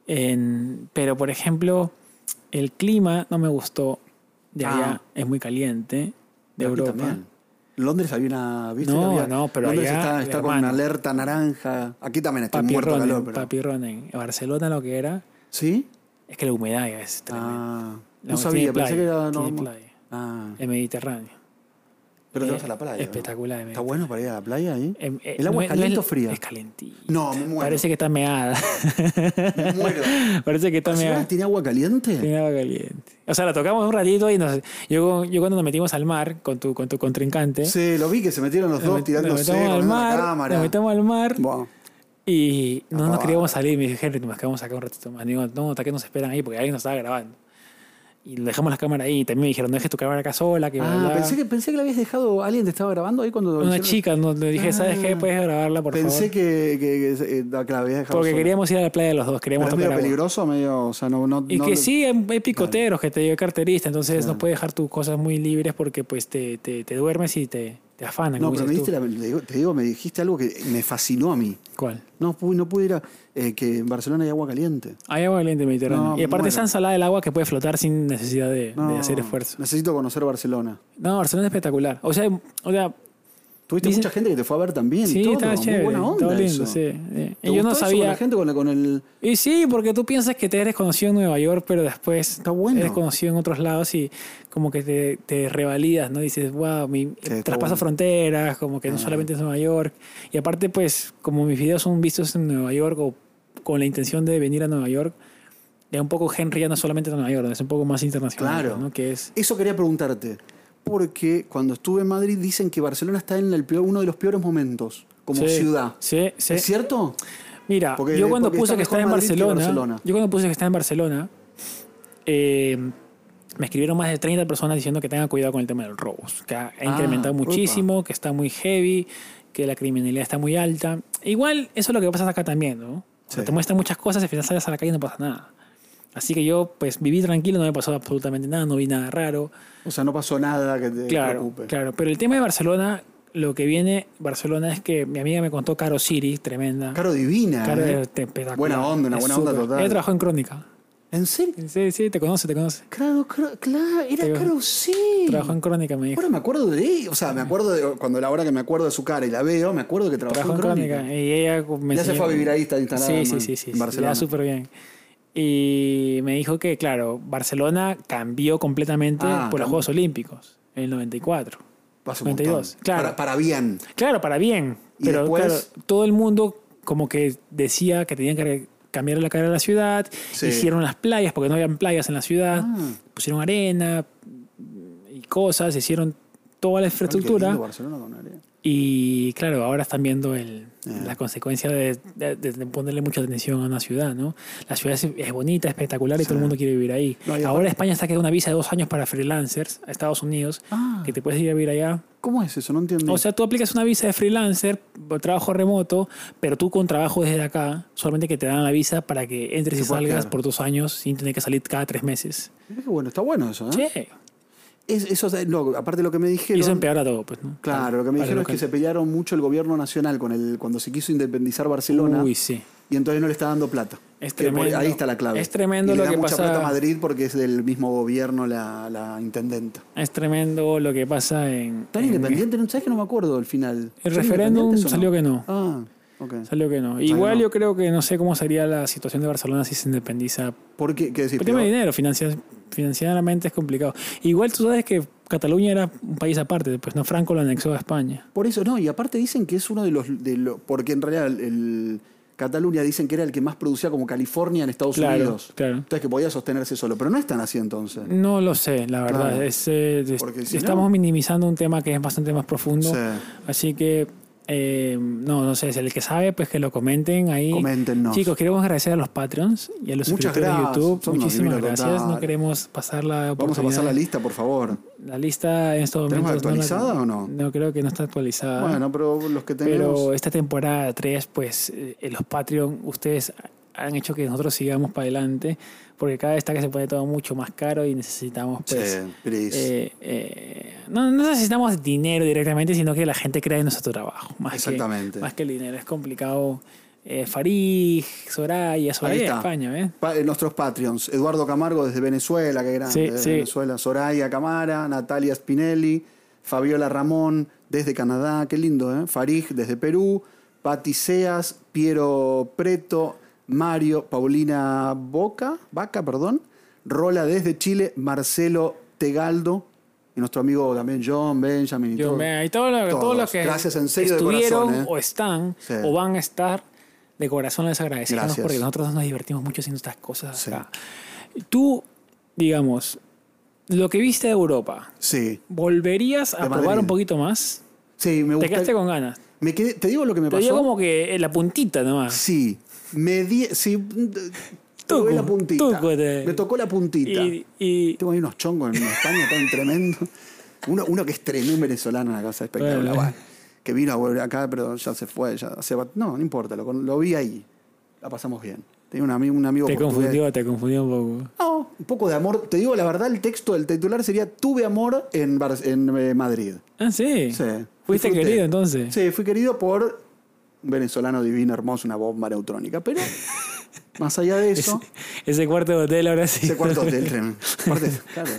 [SPEAKER 1] en- pero, por ejemplo, el clima no me gustó de allá.
[SPEAKER 2] Ah.
[SPEAKER 1] Es muy caliente de
[SPEAKER 2] Aquí
[SPEAKER 1] Europa.
[SPEAKER 2] también. En Londres había una. ¿viste?
[SPEAKER 1] No,
[SPEAKER 2] Había-
[SPEAKER 1] no, pero
[SPEAKER 2] Londres
[SPEAKER 1] allá,
[SPEAKER 2] está, está con
[SPEAKER 1] hermano.
[SPEAKER 2] una alerta naranja. Aquí también está
[SPEAKER 1] Papi
[SPEAKER 2] muerto de
[SPEAKER 1] Ronen,
[SPEAKER 2] calor. pero-
[SPEAKER 1] Papi Ronen. Barcelona lo que era
[SPEAKER 2] ¿Sí?
[SPEAKER 1] es que la humedad ya es tremenda.
[SPEAKER 2] Ah,
[SPEAKER 1] La-
[SPEAKER 2] no sabía,
[SPEAKER 1] tiene
[SPEAKER 2] pensé
[SPEAKER 1] playa,
[SPEAKER 2] que era
[SPEAKER 1] tiene
[SPEAKER 2] normal.
[SPEAKER 1] playa.
[SPEAKER 2] Ah,
[SPEAKER 1] El Mediterráneo.
[SPEAKER 2] pero
[SPEAKER 1] Eh,
[SPEAKER 2] te vas a la playa. ¿no?
[SPEAKER 1] Espectacular. el
[SPEAKER 2] ¿Está bueno para ir a la playa ahí?
[SPEAKER 1] Em, eh,
[SPEAKER 2] ¿El agua es
[SPEAKER 1] no
[SPEAKER 2] caliente o fría?
[SPEAKER 1] Es calentita.
[SPEAKER 2] No, me muero.
[SPEAKER 1] Parece que está meada.
[SPEAKER 2] Me muero.
[SPEAKER 1] Parece que está
[SPEAKER 2] ¿Barcelona
[SPEAKER 1] meada.
[SPEAKER 2] tiene agua caliente?
[SPEAKER 1] Tiene agua caliente. O sea, la tocamos un ratito y nos, yo, yo cuando nos metimos al mar con tu, con tu contrincante.
[SPEAKER 2] Sí, lo vi que se metieron los
[SPEAKER 1] nos
[SPEAKER 2] dos
[SPEAKER 1] met-
[SPEAKER 2] tirándose
[SPEAKER 1] nos metemos al
[SPEAKER 2] con la
[SPEAKER 1] mar,
[SPEAKER 2] cámara.
[SPEAKER 1] nos metemos al mar
[SPEAKER 2] Buah.
[SPEAKER 1] y no nos
[SPEAKER 2] pavada.
[SPEAKER 1] queríamos salir. Me dije, Henry, nos quedamos acá un ratito más. Digo, no, hasta que nos esperan ahí porque alguien nos estaba grabando. Y dejamos la cámara ahí. También me dijeron, no dejes tu cámara acá sola. Que bla,
[SPEAKER 2] Ah,
[SPEAKER 1] bla.
[SPEAKER 2] pensé que, pensé que la habías dejado. ¿Alguien te estaba grabando ahí cuando.? lo
[SPEAKER 1] Una
[SPEAKER 2] hicieron?
[SPEAKER 1] chica, no, le dije, ¿sabes qué?
[SPEAKER 2] Ah.
[SPEAKER 1] Puedes grabarla, por
[SPEAKER 2] Pensé
[SPEAKER 1] favor.
[SPEAKER 2] que, que, que, eh, da- que la habías dejado.
[SPEAKER 1] porque
[SPEAKER 2] sola.
[SPEAKER 1] queríamos ir a la playa los dos,
[SPEAKER 2] Pero
[SPEAKER 1] queríamos
[SPEAKER 2] es
[SPEAKER 1] tocar
[SPEAKER 2] medio
[SPEAKER 1] agua.
[SPEAKER 2] peligroso, medio. O sea, no. no
[SPEAKER 1] Y
[SPEAKER 2] no-
[SPEAKER 1] que sí, hay, hay picoteros que te llevan carterista, entonces
[SPEAKER 2] Sí.
[SPEAKER 1] no puedes dejar tus cosas muy libres porque pues te, te, te duermes y te, te afanan.
[SPEAKER 2] No,
[SPEAKER 1] como
[SPEAKER 2] pero me
[SPEAKER 1] dices
[SPEAKER 2] diste la- le digo- te digo, me dijiste algo que me fascinó a mí.
[SPEAKER 1] tú. ¿Cuál?
[SPEAKER 2] No, pu- no pude ir a. eh, que en Barcelona hay agua caliente.
[SPEAKER 1] Hay agua caliente en el Mediterráneo.
[SPEAKER 2] No,
[SPEAKER 1] y aparte
[SPEAKER 2] me
[SPEAKER 1] es
[SPEAKER 2] muero.
[SPEAKER 1] tan salada el agua que puede flotar sin necesidad de, de
[SPEAKER 2] No,
[SPEAKER 1] hacer esfuerzo.
[SPEAKER 2] Necesito conocer Barcelona.
[SPEAKER 1] No, Barcelona es espectacular. O sea, o sea
[SPEAKER 2] Tuviste
[SPEAKER 1] Dice-
[SPEAKER 2] mucha gente que te fue a ver también.
[SPEAKER 1] sí,
[SPEAKER 2] todo,
[SPEAKER 1] estaba
[SPEAKER 2] muy
[SPEAKER 1] chévere.
[SPEAKER 2] buena onda.
[SPEAKER 1] estaba lindo,
[SPEAKER 2] eso.
[SPEAKER 1] sí. sí.
[SPEAKER 2] ¿Te
[SPEAKER 1] Y yo
[SPEAKER 2] gustó
[SPEAKER 1] no
[SPEAKER 2] eso con la
[SPEAKER 1] sabía...
[SPEAKER 2] gente con, la- con el.
[SPEAKER 1] Y sí, porque tú piensas que te eres conocido en Nueva York, pero después
[SPEAKER 2] Está bueno.
[SPEAKER 1] eres conocido en otros lados y como que te, te revalidas, ¿no? Dices, wow, mi,
[SPEAKER 2] está
[SPEAKER 1] traspaso
[SPEAKER 2] bueno.
[SPEAKER 1] fronteras, como que no solamente es Nueva York. Y aparte, pues, como mis videos son vistos en Nueva York o con la intención de venir a Nueva York, ya un poco Henry ya no es solamente de Nueva York, es un poco más internacional,
[SPEAKER 2] Claro.
[SPEAKER 1] ¿no? Que es...
[SPEAKER 2] Eso quería preguntarte. Porque cuando estuve en Madrid dicen que Barcelona está en el peor, uno de los peores momentos como
[SPEAKER 1] Sí,
[SPEAKER 2] ciudad.
[SPEAKER 1] Sí, sí.
[SPEAKER 2] ¿Es cierto?
[SPEAKER 1] Mira,
[SPEAKER 2] Porque-
[SPEAKER 1] yo cuando
[SPEAKER 2] porque
[SPEAKER 1] puse
[SPEAKER 2] está
[SPEAKER 1] que
[SPEAKER 2] mejor
[SPEAKER 1] estaba en
[SPEAKER 2] Madrid que
[SPEAKER 1] Barcelona,
[SPEAKER 2] Barcelona.
[SPEAKER 1] yo cuando puse que estaba en Barcelona, eh, me escribieron más de 30 personas diciendo que tengan cuidado con el tema de los robos, que ha, ha
[SPEAKER 2] Ah,
[SPEAKER 1] incrementado
[SPEAKER 2] upa.
[SPEAKER 1] muchísimo, que está muy heavy, que la criminalidad está muy alta. Igual eso es lo que pasa acá también, ¿no? O sea,
[SPEAKER 2] Sí.
[SPEAKER 1] te muestran muchas cosas y al final sales a la calle y no pasa nada. Así que yo pues viví tranquilo, no me pasó absolutamente nada, no vi nada raro.
[SPEAKER 2] O sea, no pasó nada que te
[SPEAKER 1] Claro,
[SPEAKER 2] preocupe.
[SPEAKER 1] claro. Pero el tema de Barcelona, lo que viene Barcelona es que mi amiga me contó Caro City, tremenda.
[SPEAKER 2] Caro divina.
[SPEAKER 1] Cara
[SPEAKER 2] ¿eh?
[SPEAKER 1] de- de espectacular.
[SPEAKER 2] Buena onda, una
[SPEAKER 1] Es
[SPEAKER 2] buena onda
[SPEAKER 1] súper.
[SPEAKER 2] total.
[SPEAKER 1] Ella trabajó en Crónica.
[SPEAKER 2] ¿En ¿En serio?
[SPEAKER 1] Sí, sí, te conoce, te conoce.
[SPEAKER 2] Claro, claro, claro, era
[SPEAKER 1] Te-
[SPEAKER 2] Carusel.
[SPEAKER 1] Trabajó en Crónica, me dijo.
[SPEAKER 2] Ahora me acuerdo de ella, o sea, me acuerdo de, cuando la hora que me acuerdo de su cara y la veo, me acuerdo que trabajó,
[SPEAKER 1] Trabajó en Crónica. Y ella me
[SPEAKER 2] Ya se
[SPEAKER 1] enseñó-
[SPEAKER 2] fue a vivir ahí, está instalada
[SPEAKER 1] Sí,
[SPEAKER 2] en-
[SPEAKER 1] sí, sí, sí.
[SPEAKER 2] en
[SPEAKER 1] sí, Le
[SPEAKER 2] Barcelona.
[SPEAKER 1] da súper bien. Y me dijo que, claro, Barcelona cambió completamente
[SPEAKER 2] Ah,
[SPEAKER 1] por los
[SPEAKER 2] cambió.
[SPEAKER 1] Juegos Olímpicos en el 94.
[SPEAKER 2] Pasa un
[SPEAKER 1] 92,
[SPEAKER 2] montón.
[SPEAKER 1] claro.
[SPEAKER 2] Para, para bien.
[SPEAKER 1] Claro, para bien.
[SPEAKER 2] ¿Y
[SPEAKER 1] Pero
[SPEAKER 2] después?
[SPEAKER 1] claro, todo el mundo como que decía que tenían que re- cambiar la cara de la ciudad.
[SPEAKER 2] Sí.
[SPEAKER 1] Hicieron las playas, porque no habían playas en la ciudad.
[SPEAKER 2] Ah.
[SPEAKER 1] Pusieron arena y cosas. Hicieron toda la
[SPEAKER 2] Qué
[SPEAKER 1] infraestructura.
[SPEAKER 2] lindo Barcelona con área.
[SPEAKER 1] Y claro, ahora están viendo el,
[SPEAKER 2] Ah.
[SPEAKER 1] la consecuencia de, de- de ponerle mucha atención a una ciudad, ¿no? La ciudad es, es bonita, espectacular y todo el mundo quiere vivir ahí.
[SPEAKER 2] No, y
[SPEAKER 1] ahora España está creando una visa de dos años para freelancers a Estados Unidos,
[SPEAKER 2] Ah.
[SPEAKER 1] que te puedes ir a vivir allá.
[SPEAKER 2] ¿Cómo es eso? No entiendo.
[SPEAKER 1] O sea, tú aplicas una visa de freelancer, por trabajo remoto, pero tú con trabajo desde acá, solamente que te dan la visa para que entres
[SPEAKER 2] Te
[SPEAKER 1] y
[SPEAKER 2] puedas
[SPEAKER 1] salgas
[SPEAKER 2] quedar.
[SPEAKER 1] por dos años sin tener que salir cada tres meses.
[SPEAKER 2] Mirá qué bueno, está bueno eso, ¿eh?
[SPEAKER 1] Sí.
[SPEAKER 2] Es- eso, no, aparte de lo que me
[SPEAKER 1] Y eso
[SPEAKER 2] dijeron.
[SPEAKER 1] empeora todo, pues, ¿no?
[SPEAKER 2] Claro, lo que me
[SPEAKER 1] Para
[SPEAKER 2] dijeron
[SPEAKER 1] local.
[SPEAKER 2] es que se pelearon mucho el gobierno nacional con el, cuando se quiso independizar Barcelona
[SPEAKER 1] Uy, sí.
[SPEAKER 2] y entonces no le está dando plata.
[SPEAKER 1] Es
[SPEAKER 2] Que por-
[SPEAKER 1] tremendo.
[SPEAKER 2] ahí está la clave.
[SPEAKER 1] Es tremendo
[SPEAKER 2] y le
[SPEAKER 1] lo
[SPEAKER 2] da
[SPEAKER 1] que
[SPEAKER 2] mucha
[SPEAKER 1] pasa-
[SPEAKER 2] plata a Madrid porque es del mismo gobierno la, la intendenta.
[SPEAKER 1] Es tremendo lo que pasa en...
[SPEAKER 2] ¿Tan
[SPEAKER 1] en-
[SPEAKER 2] independiente? No sabes que no me acuerdo al final.
[SPEAKER 1] El
[SPEAKER 2] ¿Son
[SPEAKER 1] referéndum
[SPEAKER 2] independientes o no?
[SPEAKER 1] salió que no.
[SPEAKER 2] Ah, ok.
[SPEAKER 1] Salió que no.
[SPEAKER 2] Salió
[SPEAKER 1] Igual
[SPEAKER 2] no.
[SPEAKER 1] yo creo que no sé cómo sería la situación de Barcelona si se independiza.
[SPEAKER 2] ¿Por qué? ¿Qué decís?
[SPEAKER 1] Pero tema de
[SPEAKER 2] Pero-
[SPEAKER 1] dinero, financia- financieramente es complicado. Igual tú sabes que Cataluña era un país aparte, pues no Franco lo anexó a España.
[SPEAKER 2] Por eso, no, y aparte dicen que es uno de los. de lo- porque en realidad el, el- Cataluña dicen que era el que más producía como California en Estados
[SPEAKER 1] Claro,
[SPEAKER 2] Unidos.
[SPEAKER 1] claro.
[SPEAKER 2] Entonces que podía sostenerse solo. Pero no es tan así entonces.
[SPEAKER 1] No lo sé, la verdad.
[SPEAKER 2] Claro.
[SPEAKER 1] Es, eh, es-
[SPEAKER 2] Porque si
[SPEAKER 1] estamos
[SPEAKER 2] no-
[SPEAKER 1] minimizando un tema que es bastante más profundo.
[SPEAKER 2] Sí.
[SPEAKER 1] Así que, eh, no, no sé, si el que sabe, pues que lo comenten ahí.
[SPEAKER 2] Coméntenos.
[SPEAKER 1] Chicos, queremos agradecer a los Patreons y a los
[SPEAKER 2] Muchas
[SPEAKER 1] suscriptores de
[SPEAKER 2] gracias.
[SPEAKER 1] YouTube.
[SPEAKER 2] Son unos
[SPEAKER 1] Muchísimas
[SPEAKER 2] divinos
[SPEAKER 1] gracias. No
[SPEAKER 2] totales.
[SPEAKER 1] queremos pasar la
[SPEAKER 2] Vamos a pasar la
[SPEAKER 1] oportunidad.
[SPEAKER 2] lista, por favor.
[SPEAKER 1] La lista en estos
[SPEAKER 2] ¿Tenemos
[SPEAKER 1] momentos. no la-
[SPEAKER 2] actualizada o no?
[SPEAKER 1] No creo que no está actualizada.
[SPEAKER 2] Bueno, pero los que tenemos.
[SPEAKER 1] Ah. pero esta temporada 3, pues eh, los Patreon, ustedes han hecho que nosotros sigamos para adelante, porque cada vez está que se pone todo mucho más caro y necesitamos, pues.
[SPEAKER 2] Sí, Pris.
[SPEAKER 1] eh, eh, no, no necesitamos dinero directamente, sino que la gente crea en nuestro trabajo. Más
[SPEAKER 2] Exactamente.
[SPEAKER 1] Que, más que el dinero. Es complicado. Eh, Farid, Soraya, Soraya de
[SPEAKER 2] está.
[SPEAKER 1] España, ¿eh?
[SPEAKER 2] Pa- eh, nuestros Patreons. Eduardo Camargo desde Venezuela, que grande.
[SPEAKER 1] Sí,
[SPEAKER 2] desde
[SPEAKER 1] sí.
[SPEAKER 2] Venezuela. Soraya Camara, Natalia Spinelli, Fabiola Ramón desde Canadá, qué lindo, ¿eh? Farij desde Perú, Pati Seas, Piero Preto, Mario, Paulina Boca, Vaca, perdón, Rola desde Chile, Marcelo Tegaldo, y nuestro amigo también John Benjamin y
[SPEAKER 1] Yo
[SPEAKER 2] todo.
[SPEAKER 1] me- y todo lo, todo
[SPEAKER 2] Todos.
[SPEAKER 1] lo que
[SPEAKER 2] Gracias, en serio, de
[SPEAKER 1] estuvieron
[SPEAKER 2] corazón, ¿eh?
[SPEAKER 1] o están
[SPEAKER 2] Sí.
[SPEAKER 1] o van a estar de corazón les agradecemos
[SPEAKER 2] Gracias.
[SPEAKER 1] porque nosotros nos divertimos mucho haciendo estas cosas
[SPEAKER 2] Sí.
[SPEAKER 1] acá. Tú, digamos, lo que viste de Europa,
[SPEAKER 2] Sí,
[SPEAKER 1] ¿volverías a
[SPEAKER 2] De
[SPEAKER 1] probar
[SPEAKER 2] Madrid.
[SPEAKER 1] un poquito más?
[SPEAKER 2] sí, me
[SPEAKER 1] Te
[SPEAKER 2] gusta.
[SPEAKER 1] quedaste con ganas.
[SPEAKER 2] Me quedé- te digo lo que me
[SPEAKER 1] Te
[SPEAKER 2] pasó.
[SPEAKER 1] dio como que eh, la puntita nomás.
[SPEAKER 2] Ah. Sí, me di. Sí,
[SPEAKER 1] Tucu,
[SPEAKER 2] tuve la puntita.
[SPEAKER 1] tucu te-
[SPEAKER 2] Me tocó la puntita.
[SPEAKER 1] Y, y-
[SPEAKER 2] Tengo ahí unos chongos en España tan tremendo. Uno, uno que estrenó un venezolano en la casa espectacular.
[SPEAKER 1] Bueno.
[SPEAKER 2] bueno, que vino a volver acá, pero ya se fue. Ya se va- No, no importa, lo, con- lo vi ahí. La pasamos bien. Tenía un, ami- un amigo
[SPEAKER 1] te
[SPEAKER 2] portugués.
[SPEAKER 1] confundió, te confundió un poco.
[SPEAKER 2] No, un poco de amor. Te digo la verdad, el texto del titular sería Tuve amor en, Bar- en eh, Madrid.
[SPEAKER 1] Ah, sí.
[SPEAKER 2] Sí,
[SPEAKER 1] Fuiste
[SPEAKER 2] disfruté.
[SPEAKER 1] querido entonces.
[SPEAKER 2] Sí, fui querido por un venezolano divino, hermoso, una bomba neutrónica. Pero más allá de eso,
[SPEAKER 1] Ese cuarto de hotel ahora sí.
[SPEAKER 2] ese cuarto hotel, tren. Aparte, claro.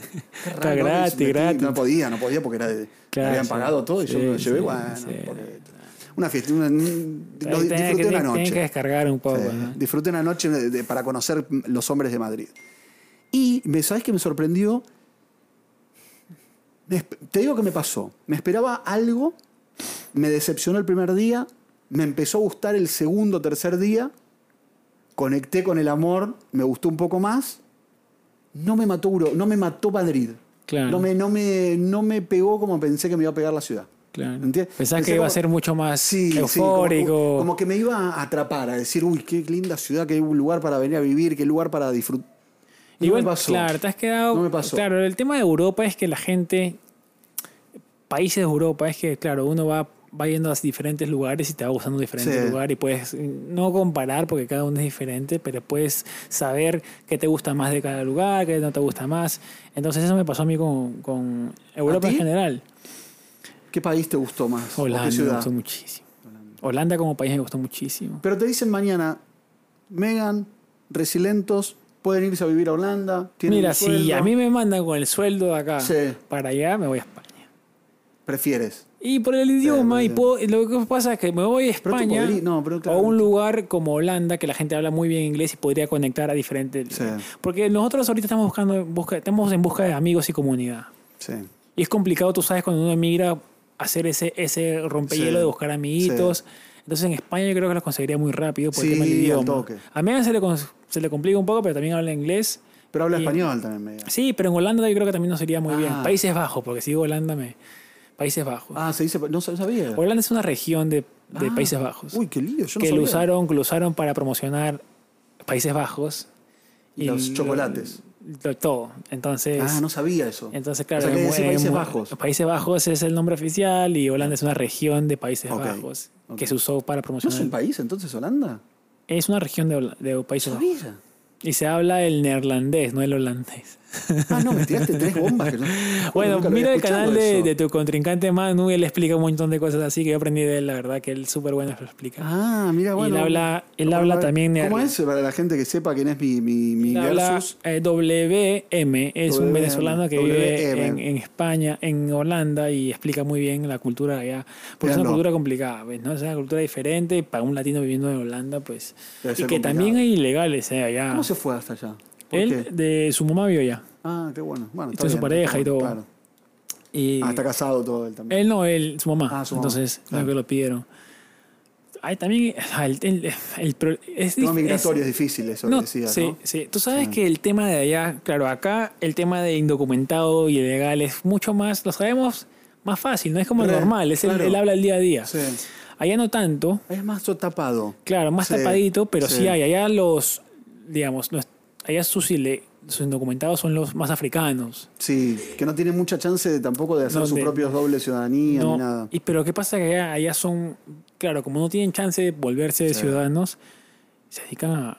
[SPEAKER 2] qué raro, ¿no?
[SPEAKER 1] gratis,
[SPEAKER 2] Metí-
[SPEAKER 1] gratis.
[SPEAKER 2] No podía, no podía porque era de-
[SPEAKER 1] Claro,
[SPEAKER 2] me habían
[SPEAKER 1] sí.
[SPEAKER 2] pagado todo y yo
[SPEAKER 1] Sí,
[SPEAKER 2] me lo llevé.
[SPEAKER 1] sí,
[SPEAKER 2] bueno,
[SPEAKER 1] sí.
[SPEAKER 2] porque- una fiesta, una, lo
[SPEAKER 1] Ahí tenés
[SPEAKER 2] disfruté
[SPEAKER 1] que,
[SPEAKER 2] una
[SPEAKER 1] tenés
[SPEAKER 2] noche.
[SPEAKER 1] que descargar un poco.
[SPEAKER 2] Sí,
[SPEAKER 1] ¿no?
[SPEAKER 2] Disfruté una noche de- de- para conocer los hombres de Madrid. Y, me, ¿sabes qué me sorprendió? Me esp- te digo que me pasó. Me esperaba algo, me decepcionó el primer día, me empezó a gustar el segundo, tercer día, conecté con el amor, me gustó un poco más. No me mató Euro- no me mató Madrid.
[SPEAKER 1] Claro.
[SPEAKER 2] No, me, no, me, no me pegó como pensé que me iba a pegar la ciudad.
[SPEAKER 1] Claro.
[SPEAKER 2] ¿Entiendes?
[SPEAKER 1] Pensás
[SPEAKER 2] Pensé
[SPEAKER 1] que iba a
[SPEAKER 2] como-
[SPEAKER 1] ser mucho más
[SPEAKER 2] Sí, sí,
[SPEAKER 1] eufórico.
[SPEAKER 2] como, como que me iba a atrapar, a decir, uy, qué linda ciudad, qué lugar para venir a vivir, qué lugar para disfrutar.
[SPEAKER 1] Igual,
[SPEAKER 2] me pasó.
[SPEAKER 1] claro, te has quedado.
[SPEAKER 2] No me pasó.
[SPEAKER 1] Claro, el tema de Europa es que la gente, países de Europa, es que, claro, uno va, va yendo a diferentes lugares y te va gustando un diferente
[SPEAKER 2] Sí.
[SPEAKER 1] lugar y puedes eh, no comparar porque cada uno es diferente, pero puedes saber qué te gusta más de cada lugar, qué no te gusta más. Entonces, eso me pasó a mí con, con Europa
[SPEAKER 2] ¿A
[SPEAKER 1] en
[SPEAKER 2] ti?
[SPEAKER 1] general.
[SPEAKER 2] ¿Qué país te gustó más? ¿O
[SPEAKER 1] Holanda
[SPEAKER 2] qué
[SPEAKER 1] me
[SPEAKER 2] ciudad?
[SPEAKER 1] gustó muchísimo. Holanda como país me gustó muchísimo.
[SPEAKER 2] Pero te dicen mañana, Megan, Resilentos, pueden irse a vivir a Holanda. tienen
[SPEAKER 1] Mira,
[SPEAKER 2] un
[SPEAKER 1] si
[SPEAKER 2] sueldo.
[SPEAKER 1] a mí me mandan con el sueldo de acá
[SPEAKER 2] Sí.
[SPEAKER 1] para allá, me voy a España.
[SPEAKER 2] Prefieres.
[SPEAKER 1] Y por el idioma, y
[SPEAKER 2] sí.
[SPEAKER 1] puedo- y lo que pasa es que me voy a
[SPEAKER 2] Pero tú
[SPEAKER 1] España
[SPEAKER 2] podrí- no, pero claro.
[SPEAKER 1] o a un lugar como Holanda, que la gente habla muy bien inglés y podría conectar a diferentes...
[SPEAKER 2] Sí.
[SPEAKER 1] Porque nosotros ahorita estamos, buscando, busca- estamos en busca de amigos y comunidad.
[SPEAKER 2] Sí.
[SPEAKER 1] Y es complicado, tú sabes, cuando uno emigra, hacer ese, ese rompehielo
[SPEAKER 2] Sí,
[SPEAKER 1] de buscar amiguitos. Entonces en España yo creo que los conseguiría muy rápido por
[SPEAKER 2] Sí,
[SPEAKER 1] el tema del
[SPEAKER 2] al
[SPEAKER 1] idioma.
[SPEAKER 2] toque.
[SPEAKER 1] A mí se le, con- se le complica un poco, pero también habla inglés.
[SPEAKER 2] Pero habla
[SPEAKER 1] Y-
[SPEAKER 2] español también medio.
[SPEAKER 1] Sí, pero en Holanda yo creo que también nos iría muy
[SPEAKER 2] Ah.
[SPEAKER 1] bien. Países Bajos, porque si digo Holanda, me... Países Bajos.
[SPEAKER 2] Ah, se dice. No sabía.
[SPEAKER 1] Holanda es una región de, de
[SPEAKER 2] Ah.
[SPEAKER 1] Países Bajos.
[SPEAKER 2] Uy, qué lío. Yo no
[SPEAKER 1] que lo
[SPEAKER 2] sabía.
[SPEAKER 1] usaron, que lo usaron para promocionar Países Bajos.
[SPEAKER 2] Y los
[SPEAKER 1] lo-
[SPEAKER 2] chocolates.
[SPEAKER 1] lo- todo. Entonces...
[SPEAKER 2] Ah, no sabía eso.
[SPEAKER 1] Entonces, claro,
[SPEAKER 2] O sea, que
[SPEAKER 1] en-
[SPEAKER 2] decir
[SPEAKER 1] en-
[SPEAKER 2] Países Bajos.
[SPEAKER 1] Países Bajos es el nombre oficial y Holanda es una región de Países
[SPEAKER 2] Ok,
[SPEAKER 1] Bajos
[SPEAKER 2] ok.
[SPEAKER 1] que se usó para
[SPEAKER 2] ¿No es
[SPEAKER 1] promocionar.
[SPEAKER 2] un país entonces Holanda?
[SPEAKER 1] es una región de, Hola- de Países Bajos.
[SPEAKER 2] sabía.
[SPEAKER 1] Y se habla el neerlandés, no el holandés.
[SPEAKER 2] Ah, no, me tiraste tres bombas. que no-
[SPEAKER 1] Bueno,
[SPEAKER 2] nunca lo había
[SPEAKER 1] mira el
[SPEAKER 2] escuchado
[SPEAKER 1] canal de,
[SPEAKER 2] eso.
[SPEAKER 1] de tu contrincante Manu, él explica un montón de cosas así que yo aprendí de él, la verdad que él es súper bueno, lo explica.
[SPEAKER 2] Ah, mira,
[SPEAKER 1] y
[SPEAKER 2] bueno.
[SPEAKER 1] él habla, él
[SPEAKER 2] Bueno,
[SPEAKER 1] habla
[SPEAKER 2] para-
[SPEAKER 1] también
[SPEAKER 2] ¿Cómo
[SPEAKER 1] neerlandés.
[SPEAKER 2] es? Para la gente que sepa quién es mi, mi, mi
[SPEAKER 1] Él habla
[SPEAKER 2] versus.
[SPEAKER 1] eh, WM, es un
[SPEAKER 2] WM,
[SPEAKER 1] venezolano que vive en,
[SPEAKER 2] WM.
[SPEAKER 1] en España, en Holanda, y explica muy bien la cultura allá. Porque es una
[SPEAKER 2] Véanlo.
[SPEAKER 1] cultura complicada, ¿ves? ¿no? Es una cultura diferente para un latino viviendo en Holanda, pues.
[SPEAKER 2] Debe
[SPEAKER 1] y
[SPEAKER 2] ser
[SPEAKER 1] que
[SPEAKER 2] complicado.
[SPEAKER 1] también hay ilegales eh, allá.
[SPEAKER 2] ¿Cómo se fue hasta allá? ¿Por
[SPEAKER 1] Él,
[SPEAKER 2] qué?
[SPEAKER 1] de su mamá vive allá.
[SPEAKER 2] Ah, qué bueno. bueno
[SPEAKER 1] y
[SPEAKER 2] está
[SPEAKER 1] con su
[SPEAKER 2] bien,
[SPEAKER 1] pareja y
[SPEAKER 2] está
[SPEAKER 1] todo.
[SPEAKER 2] bueno, claro.
[SPEAKER 1] Y
[SPEAKER 2] Ah, está casado todo él también.
[SPEAKER 1] él no, él, su mamá.
[SPEAKER 2] Ah, su mamá,
[SPEAKER 1] Entonces, lo
[SPEAKER 2] claro.
[SPEAKER 1] que lo pidieron. Hay también. ah, El, el- el pro- Eh, es
[SPEAKER 2] El tema
[SPEAKER 1] dif-
[SPEAKER 2] migratorio
[SPEAKER 1] es-
[SPEAKER 2] es difícil, eso
[SPEAKER 1] No,
[SPEAKER 2] que decías,
[SPEAKER 1] sí,
[SPEAKER 2] ¿no?
[SPEAKER 1] sí. Tú sabes que el tema de allá, claro, acá el tema de indocumentado y ilegal es mucho más, lo sabemos más fácil, no es como el
[SPEAKER 2] Re,
[SPEAKER 1] normal, es el,
[SPEAKER 2] claro.
[SPEAKER 1] el habla el día a día.
[SPEAKER 2] Sí.
[SPEAKER 1] Allá no tanto,
[SPEAKER 2] Es más so tapado.
[SPEAKER 1] claro, más
[SPEAKER 2] Sí,
[SPEAKER 1] tapadito, pero sí.
[SPEAKER 2] sí.
[SPEAKER 1] hay. Allá los, digamos, no es- allá sus, ile- sus indocumentados son los más africanos.
[SPEAKER 2] Sí, que no tiene mucha chance de, tampoco de hacer
[SPEAKER 1] No,
[SPEAKER 2] sus
[SPEAKER 1] de-
[SPEAKER 2] propios doble ciudadanía
[SPEAKER 1] No,
[SPEAKER 2] ni nada.
[SPEAKER 1] y, pero ¿qué pasa? Que allá, allá son, claro, como no tienen chance de volverse
[SPEAKER 2] Sí.
[SPEAKER 1] ciudadanos, se dedican a...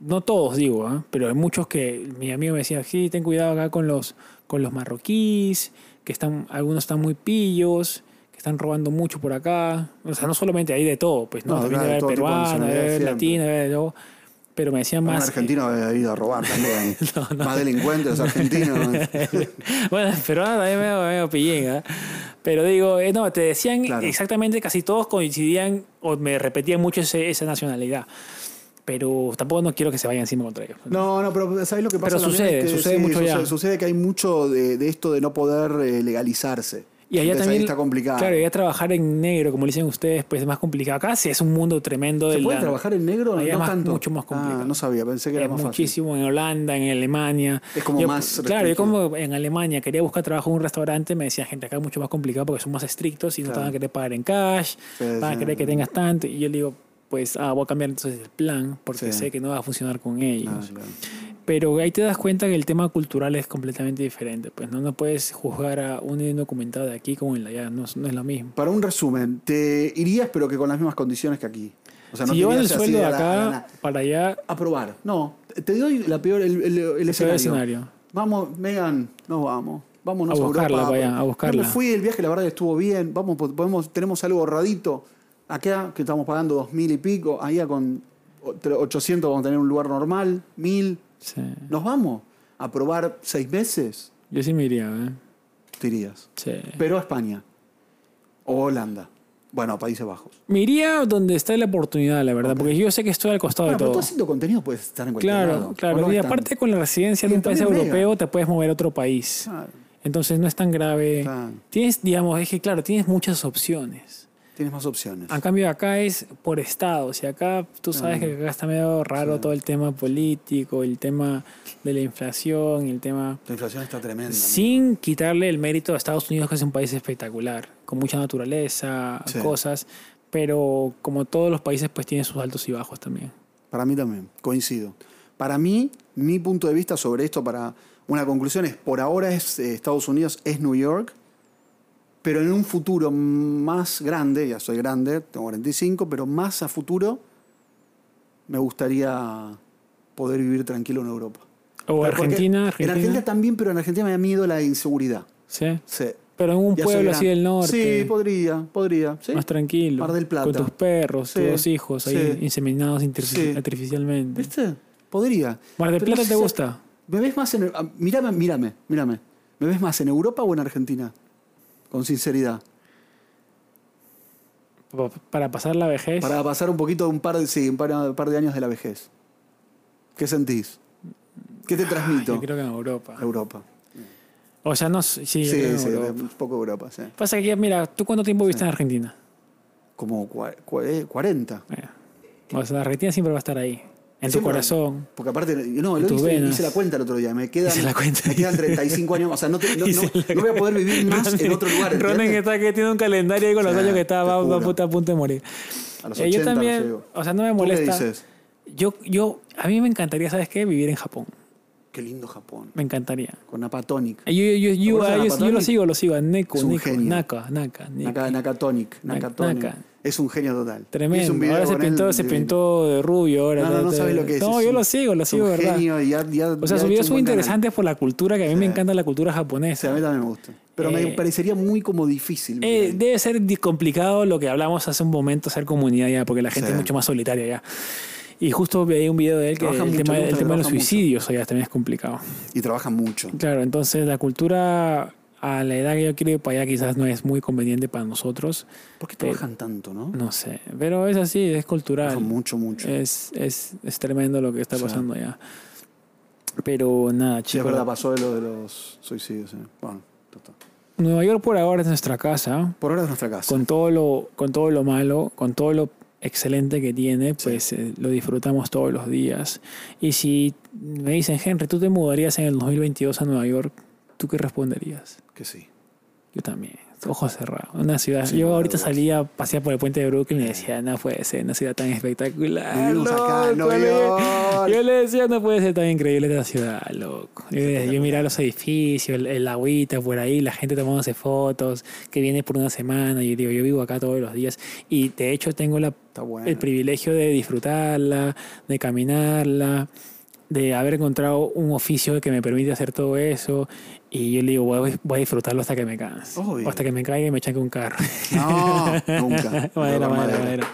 [SPEAKER 1] No todos digo, ¿ah? pero hay muchos que mi amigo me decía, sí, ten cuidado acá con los, con los marroquíes, que están, algunos están muy pillos, que están robando mucho por acá. O sea, no solamente hay de todo, pues no,
[SPEAKER 2] No,
[SPEAKER 1] también
[SPEAKER 2] claro,
[SPEAKER 1] debe haber
[SPEAKER 2] todo tipo de
[SPEAKER 1] peruano, debe haber
[SPEAKER 2] nacionalidades siempre.
[SPEAKER 1] latino, debe haber de todo. Pero me decían
[SPEAKER 2] Un
[SPEAKER 1] más...
[SPEAKER 2] argentino ha ido a robar también. Más delincuentes los argentinos.
[SPEAKER 1] bueno, pero ahora también medio, medio pillín, ¿ah? Pero digo, eh, no, te decían
[SPEAKER 2] Claro.
[SPEAKER 1] exactamente, casi todos coincidían o me repetían mucho ese- esa nacionalidad. Pero tampoco no quiero que se vayan encima contra ellos.
[SPEAKER 2] No, no, pero ¿sabes lo que pasa?
[SPEAKER 1] Pero
[SPEAKER 2] también?
[SPEAKER 1] sucede,
[SPEAKER 2] Es que,
[SPEAKER 1] sucede mucho
[SPEAKER 2] sucede,
[SPEAKER 1] ya.
[SPEAKER 2] sucede que hay mucho de, de esto de no poder eh, legalizarse.
[SPEAKER 1] Y allá
[SPEAKER 2] Entonces, ahí
[SPEAKER 1] también.
[SPEAKER 2] está complicado.
[SPEAKER 1] Claro, allá trabajar en negro, como le dicen ustedes, pues es más complicado. Acá sí es un mundo tremendo de
[SPEAKER 2] ¿Se puede
[SPEAKER 1] la-
[SPEAKER 2] trabajar en negro?
[SPEAKER 1] Allá
[SPEAKER 2] no
[SPEAKER 1] es más-
[SPEAKER 2] tanto.
[SPEAKER 1] mucho más complicado.
[SPEAKER 2] Ah, no sabía, pensé que era
[SPEAKER 1] es
[SPEAKER 2] más fácil.
[SPEAKER 1] Eh, muchísimo en Holanda, en Alemania.
[SPEAKER 2] Es como
[SPEAKER 1] Yo-
[SPEAKER 2] más
[SPEAKER 1] Claro, yo
[SPEAKER 2] restrictivo.
[SPEAKER 1] como en Alemania quería buscar trabajo en un restaurante, me decían, gente, acá es mucho más complicado porque son más estrictos y no te
[SPEAKER 2] Claro.
[SPEAKER 1] van a querer pagar en cash,
[SPEAKER 2] Sí,
[SPEAKER 1] van a
[SPEAKER 2] sí,
[SPEAKER 1] querer que
[SPEAKER 2] sí.
[SPEAKER 1] tengas tanto. Y yo le digo, pues, ah, voy a cambiar entonces el plan porque
[SPEAKER 2] Sí.
[SPEAKER 1] sé que no va a funcionar con ellos.
[SPEAKER 2] Ah, claro.
[SPEAKER 1] Pero ahí te das cuenta que el tema cultural es completamente diferente. Pues no, no puedes juzgar a un indocumentado de aquí como el de allá, no, es- no es lo mismo.
[SPEAKER 2] Para un resumen, te irías pero que con las mismas condiciones que aquí. O sea, no
[SPEAKER 1] si
[SPEAKER 2] te
[SPEAKER 1] llevan el
[SPEAKER 2] irías así
[SPEAKER 1] sueldo de
[SPEAKER 2] a la- a la
[SPEAKER 1] acá
[SPEAKER 2] na-
[SPEAKER 1] para allá,
[SPEAKER 2] a probar. No, te doy la peor, el, el- el
[SPEAKER 1] se ve el
[SPEAKER 2] escenario.
[SPEAKER 1] escenario.
[SPEAKER 2] Vamos, Megan, nos vamos. Vámonos
[SPEAKER 1] A buscarla
[SPEAKER 2] Europa.
[SPEAKER 1] para allá, a buscarla.
[SPEAKER 2] Yo me fui, el viaje la verdad que estuvo bien. Vamos, po- podemos, tenemos algo ahorradito. Acá, que estamos pagando dos mil y pico. Allá con o- tre- 800 vamos a tener un lugar normal. Mil.
[SPEAKER 1] Sí.
[SPEAKER 2] Nos vamos a probar seis meses.
[SPEAKER 1] Yo sí me iría, ¿eh?
[SPEAKER 2] Te irías.
[SPEAKER 1] Sí.
[SPEAKER 2] Pero a España. O Holanda. Bueno, a Países Bajos.
[SPEAKER 1] Me iría donde está la oportunidad, la verdad, porque yo sé que estoy al costado
[SPEAKER 2] Bueno,
[SPEAKER 1] de
[SPEAKER 2] pero tú
[SPEAKER 1] todo.
[SPEAKER 2] haciendo contenido puedes estar en cualquier
[SPEAKER 1] Claro,
[SPEAKER 2] lado. ¿O
[SPEAKER 1] claro.
[SPEAKER 2] no
[SPEAKER 1] Y
[SPEAKER 2] es tan-
[SPEAKER 1] aparte con la residencia de
[SPEAKER 2] Y
[SPEAKER 1] un país
[SPEAKER 2] también pega.
[SPEAKER 1] europeo te puedes mover a otro país.
[SPEAKER 2] Claro,
[SPEAKER 1] Entonces no es tan grave.
[SPEAKER 2] Claro.
[SPEAKER 1] Tienes, digamos, es que claro, tienes muchas opciones.
[SPEAKER 2] tienes más opciones.
[SPEAKER 1] A cambio acá es por estados y acá tú sabes
[SPEAKER 2] Mm.
[SPEAKER 1] que acá está medio raro todo el tema político, el tema de la inflación, el tema...
[SPEAKER 2] La inflación está tremenda.
[SPEAKER 1] Sin quitarle el mérito a Estados Unidos, que es un país espectacular, con mucha naturaleza,
[SPEAKER 2] Sí.
[SPEAKER 1] cosas, pero como todos los países, pues tiene sus altos y bajos también.
[SPEAKER 2] Para mí también, coincido. Para mí, mi punto de vista sobre esto, para una conclusión es, por ahora es eh, Estados Unidos, es New York, pero en un futuro más grande, ya soy grande, tengo 45, pero más a futuro, me gustaría poder vivir tranquilo en Europa.
[SPEAKER 1] O
[SPEAKER 2] Pero porque
[SPEAKER 1] Argentina,
[SPEAKER 2] En
[SPEAKER 1] Argentina.
[SPEAKER 2] Argentina también, pero en Argentina me da miedo la inseguridad.
[SPEAKER 1] Sí.
[SPEAKER 2] Sí.
[SPEAKER 1] Pero en un
[SPEAKER 2] Ya soy
[SPEAKER 1] pueblo así
[SPEAKER 2] grande.
[SPEAKER 1] del
[SPEAKER 2] Sí,
[SPEAKER 1] norte,
[SPEAKER 2] podría, podría. Sí.
[SPEAKER 1] más tranquilo,
[SPEAKER 2] Mar del Plata.
[SPEAKER 1] con tus perros,
[SPEAKER 2] Sí,
[SPEAKER 1] tus hijos ahí
[SPEAKER 2] sí.
[SPEAKER 1] inseminados interfi-
[SPEAKER 2] Sí.
[SPEAKER 1] artificialmente.
[SPEAKER 2] ¿Viste? Podría.
[SPEAKER 1] Mar del
[SPEAKER 2] Pero no
[SPEAKER 1] Plata
[SPEAKER 2] sé
[SPEAKER 1] te
[SPEAKER 2] si-
[SPEAKER 1] gusta.
[SPEAKER 2] ¿Me ves más en. ah, Mírame, mírame, mírame. ¿Me ves más en Europa o en Argentina? Con sinceridad.
[SPEAKER 1] Pa- Para pasar la vejez.
[SPEAKER 2] Para pasar un poquito, un par de, sí, un par, un par de años de la vejez. ¿Qué sentís? ¿Qué te transmito?
[SPEAKER 1] Yo creo que en Europa.
[SPEAKER 2] Europa.
[SPEAKER 1] O sea, no sé. Sí, yo
[SPEAKER 2] Sí,
[SPEAKER 1] creo que en
[SPEAKER 2] sí,
[SPEAKER 1] Europa.
[SPEAKER 2] un poco Europa, sí.
[SPEAKER 1] Pasa que, mira, ¿tú cuánto tiempo viviste en Argentina?
[SPEAKER 2] Como cua- cua- eh, 40.
[SPEAKER 1] Mira. O sea, la Argentina siempre va a estar ahí. En tu
[SPEAKER 2] Siempre-
[SPEAKER 1] corazón.
[SPEAKER 2] Porque aparte, no,
[SPEAKER 1] En
[SPEAKER 2] lo
[SPEAKER 1] tus
[SPEAKER 2] hice,
[SPEAKER 1] venas.
[SPEAKER 2] hice la cuenta el otro día. Me quedan,
[SPEAKER 1] Hice la cuenta.
[SPEAKER 2] me quedan 35 años. O sea, no, te- no,
[SPEAKER 1] Hice
[SPEAKER 2] no-
[SPEAKER 1] la
[SPEAKER 2] no voy a poder vivir más en
[SPEAKER 1] Ronen-
[SPEAKER 2] otro lugar.
[SPEAKER 1] Ronen que
[SPEAKER 2] ¿entendés?
[SPEAKER 1] está que tiene un calendario ahí con los
[SPEAKER 2] Sí,
[SPEAKER 1] años que está,
[SPEAKER 2] te
[SPEAKER 1] va, va
[SPEAKER 2] juro.
[SPEAKER 1] puta a punto de morir.
[SPEAKER 2] A los
[SPEAKER 1] Eh,
[SPEAKER 2] 80
[SPEAKER 1] yo también,
[SPEAKER 2] no llego.
[SPEAKER 1] o sea, no me
[SPEAKER 2] ¿Tú qué
[SPEAKER 1] molesta.
[SPEAKER 2] dices?
[SPEAKER 1] Yo, yo, a mí me encantaría, ¿sabes qué? Vivir en Japón.
[SPEAKER 2] Qué lindo Japón.
[SPEAKER 1] Me encantaría.
[SPEAKER 2] Con Napatonic.
[SPEAKER 1] Eh, Yo, yo, yo, yo,
[SPEAKER 2] ¿Te acuerdas de
[SPEAKER 1] yo- yo lo
[SPEAKER 2] Napatonic?
[SPEAKER 1] sigo, lo sigo. A Neko,
[SPEAKER 2] Es un
[SPEAKER 1] Neko,
[SPEAKER 2] genio.
[SPEAKER 1] Naka, Naka, Neko.
[SPEAKER 2] Naka- Nakatonic.
[SPEAKER 1] Nak-
[SPEAKER 2] Nakatonic.
[SPEAKER 1] Naka.
[SPEAKER 2] Es un genio total.
[SPEAKER 1] Tremendo.
[SPEAKER 2] Hice un video
[SPEAKER 1] ahora se
[SPEAKER 2] con él
[SPEAKER 1] pintó, se
[SPEAKER 2] divino.
[SPEAKER 1] pintó de rubio. Ahora,
[SPEAKER 2] No, no,
[SPEAKER 1] está-
[SPEAKER 2] no
[SPEAKER 1] está-
[SPEAKER 2] sabes lo que es.
[SPEAKER 1] No,
[SPEAKER 2] es
[SPEAKER 1] yo
[SPEAKER 2] un-
[SPEAKER 1] lo sigo, lo
[SPEAKER 2] es un
[SPEAKER 1] sigo, ¿verdad?
[SPEAKER 2] genio y ha- y ha-
[SPEAKER 1] O
[SPEAKER 2] y
[SPEAKER 1] sea,
[SPEAKER 2] ha
[SPEAKER 1] sus
[SPEAKER 2] hecho
[SPEAKER 1] videos
[SPEAKER 2] un
[SPEAKER 1] son
[SPEAKER 2] buen canal.
[SPEAKER 1] interesantes por la cultura, que a mí me
[SPEAKER 2] Sí.
[SPEAKER 1] encanta la cultura
[SPEAKER 2] Sí, a
[SPEAKER 1] japonesa.
[SPEAKER 2] mí también me gusta. Pero
[SPEAKER 1] Eh,
[SPEAKER 2] me parecería muy como difícil. vivir
[SPEAKER 1] Eh,
[SPEAKER 2] ahí.
[SPEAKER 1] debe ser di- complicado lo que hablamos hace un momento, ser comunidad ya, porque la gente
[SPEAKER 2] Sí.
[SPEAKER 1] es mucho más solitaria ya. Y justo veía un video de él que el
[SPEAKER 2] Trabajan mucho,
[SPEAKER 1] tema,
[SPEAKER 2] me gusta
[SPEAKER 1] el
[SPEAKER 2] que
[SPEAKER 1] tema de los
[SPEAKER 2] trabajan mucho.
[SPEAKER 1] suicidios allá también es complicado.
[SPEAKER 2] Y trabaja mucho.
[SPEAKER 1] Claro, entonces la cultura a la edad que yo quiero ir para allá quizás no es muy conveniente para nosotros,
[SPEAKER 2] ¿Por qué trabajan tanto, no?
[SPEAKER 1] no sé, pero es así, es cultural.
[SPEAKER 2] Trabajan mucho, mucho.
[SPEAKER 1] Es, es, es tremendo lo que está
[SPEAKER 2] Sí.
[SPEAKER 1] pasando allá. Pero nada,
[SPEAKER 2] Sí, es
[SPEAKER 1] chicos.
[SPEAKER 2] verdad, pasó de lo de los suicidios. eh. Bueno, total.
[SPEAKER 1] Nueva York por ahora es nuestra casa.
[SPEAKER 2] Por ahora es nuestra casa.
[SPEAKER 1] con todo lo con todo lo malo con todo lo excelente que tiene pues eh, lo disfrutamos todos los días y si me dicen Henry tú te mudarías en el 2022 a Nueva York tú qué responderías
[SPEAKER 2] Que sí.
[SPEAKER 1] yo también ojos cerrados una ciudad
[SPEAKER 2] Sin
[SPEAKER 1] yo
[SPEAKER 2] lugar a
[SPEAKER 1] ahorita
[SPEAKER 2] dudas.
[SPEAKER 1] salía pasía por el puente de Brooklyn y decía no puede ser una ciudad tan espectacular
[SPEAKER 2] Eh. Vivimos acá en
[SPEAKER 1] loco".
[SPEAKER 2] Nueva York.
[SPEAKER 1] yo le decía no puede ser tan increíble esta ciudad loco yo, yo miraba los edificios el, el agüita por ahí la gente tomándose fotos que viene por una semana y yo digo yo vivo acá todos los días y de hecho tengo la
[SPEAKER 2] Está bueno.
[SPEAKER 1] el privilegio de disfrutarla, de caminarla, de haber encontrado un oficio que me permite hacer todo eso. Y yo le digo, voy a, voy a disfrutarlo hasta que me canse.
[SPEAKER 2] Obvio.
[SPEAKER 1] O hasta que me caiga y me chanque un carro.
[SPEAKER 2] No, nunca.
[SPEAKER 1] madera,
[SPEAKER 2] Tocar
[SPEAKER 1] madera, madera.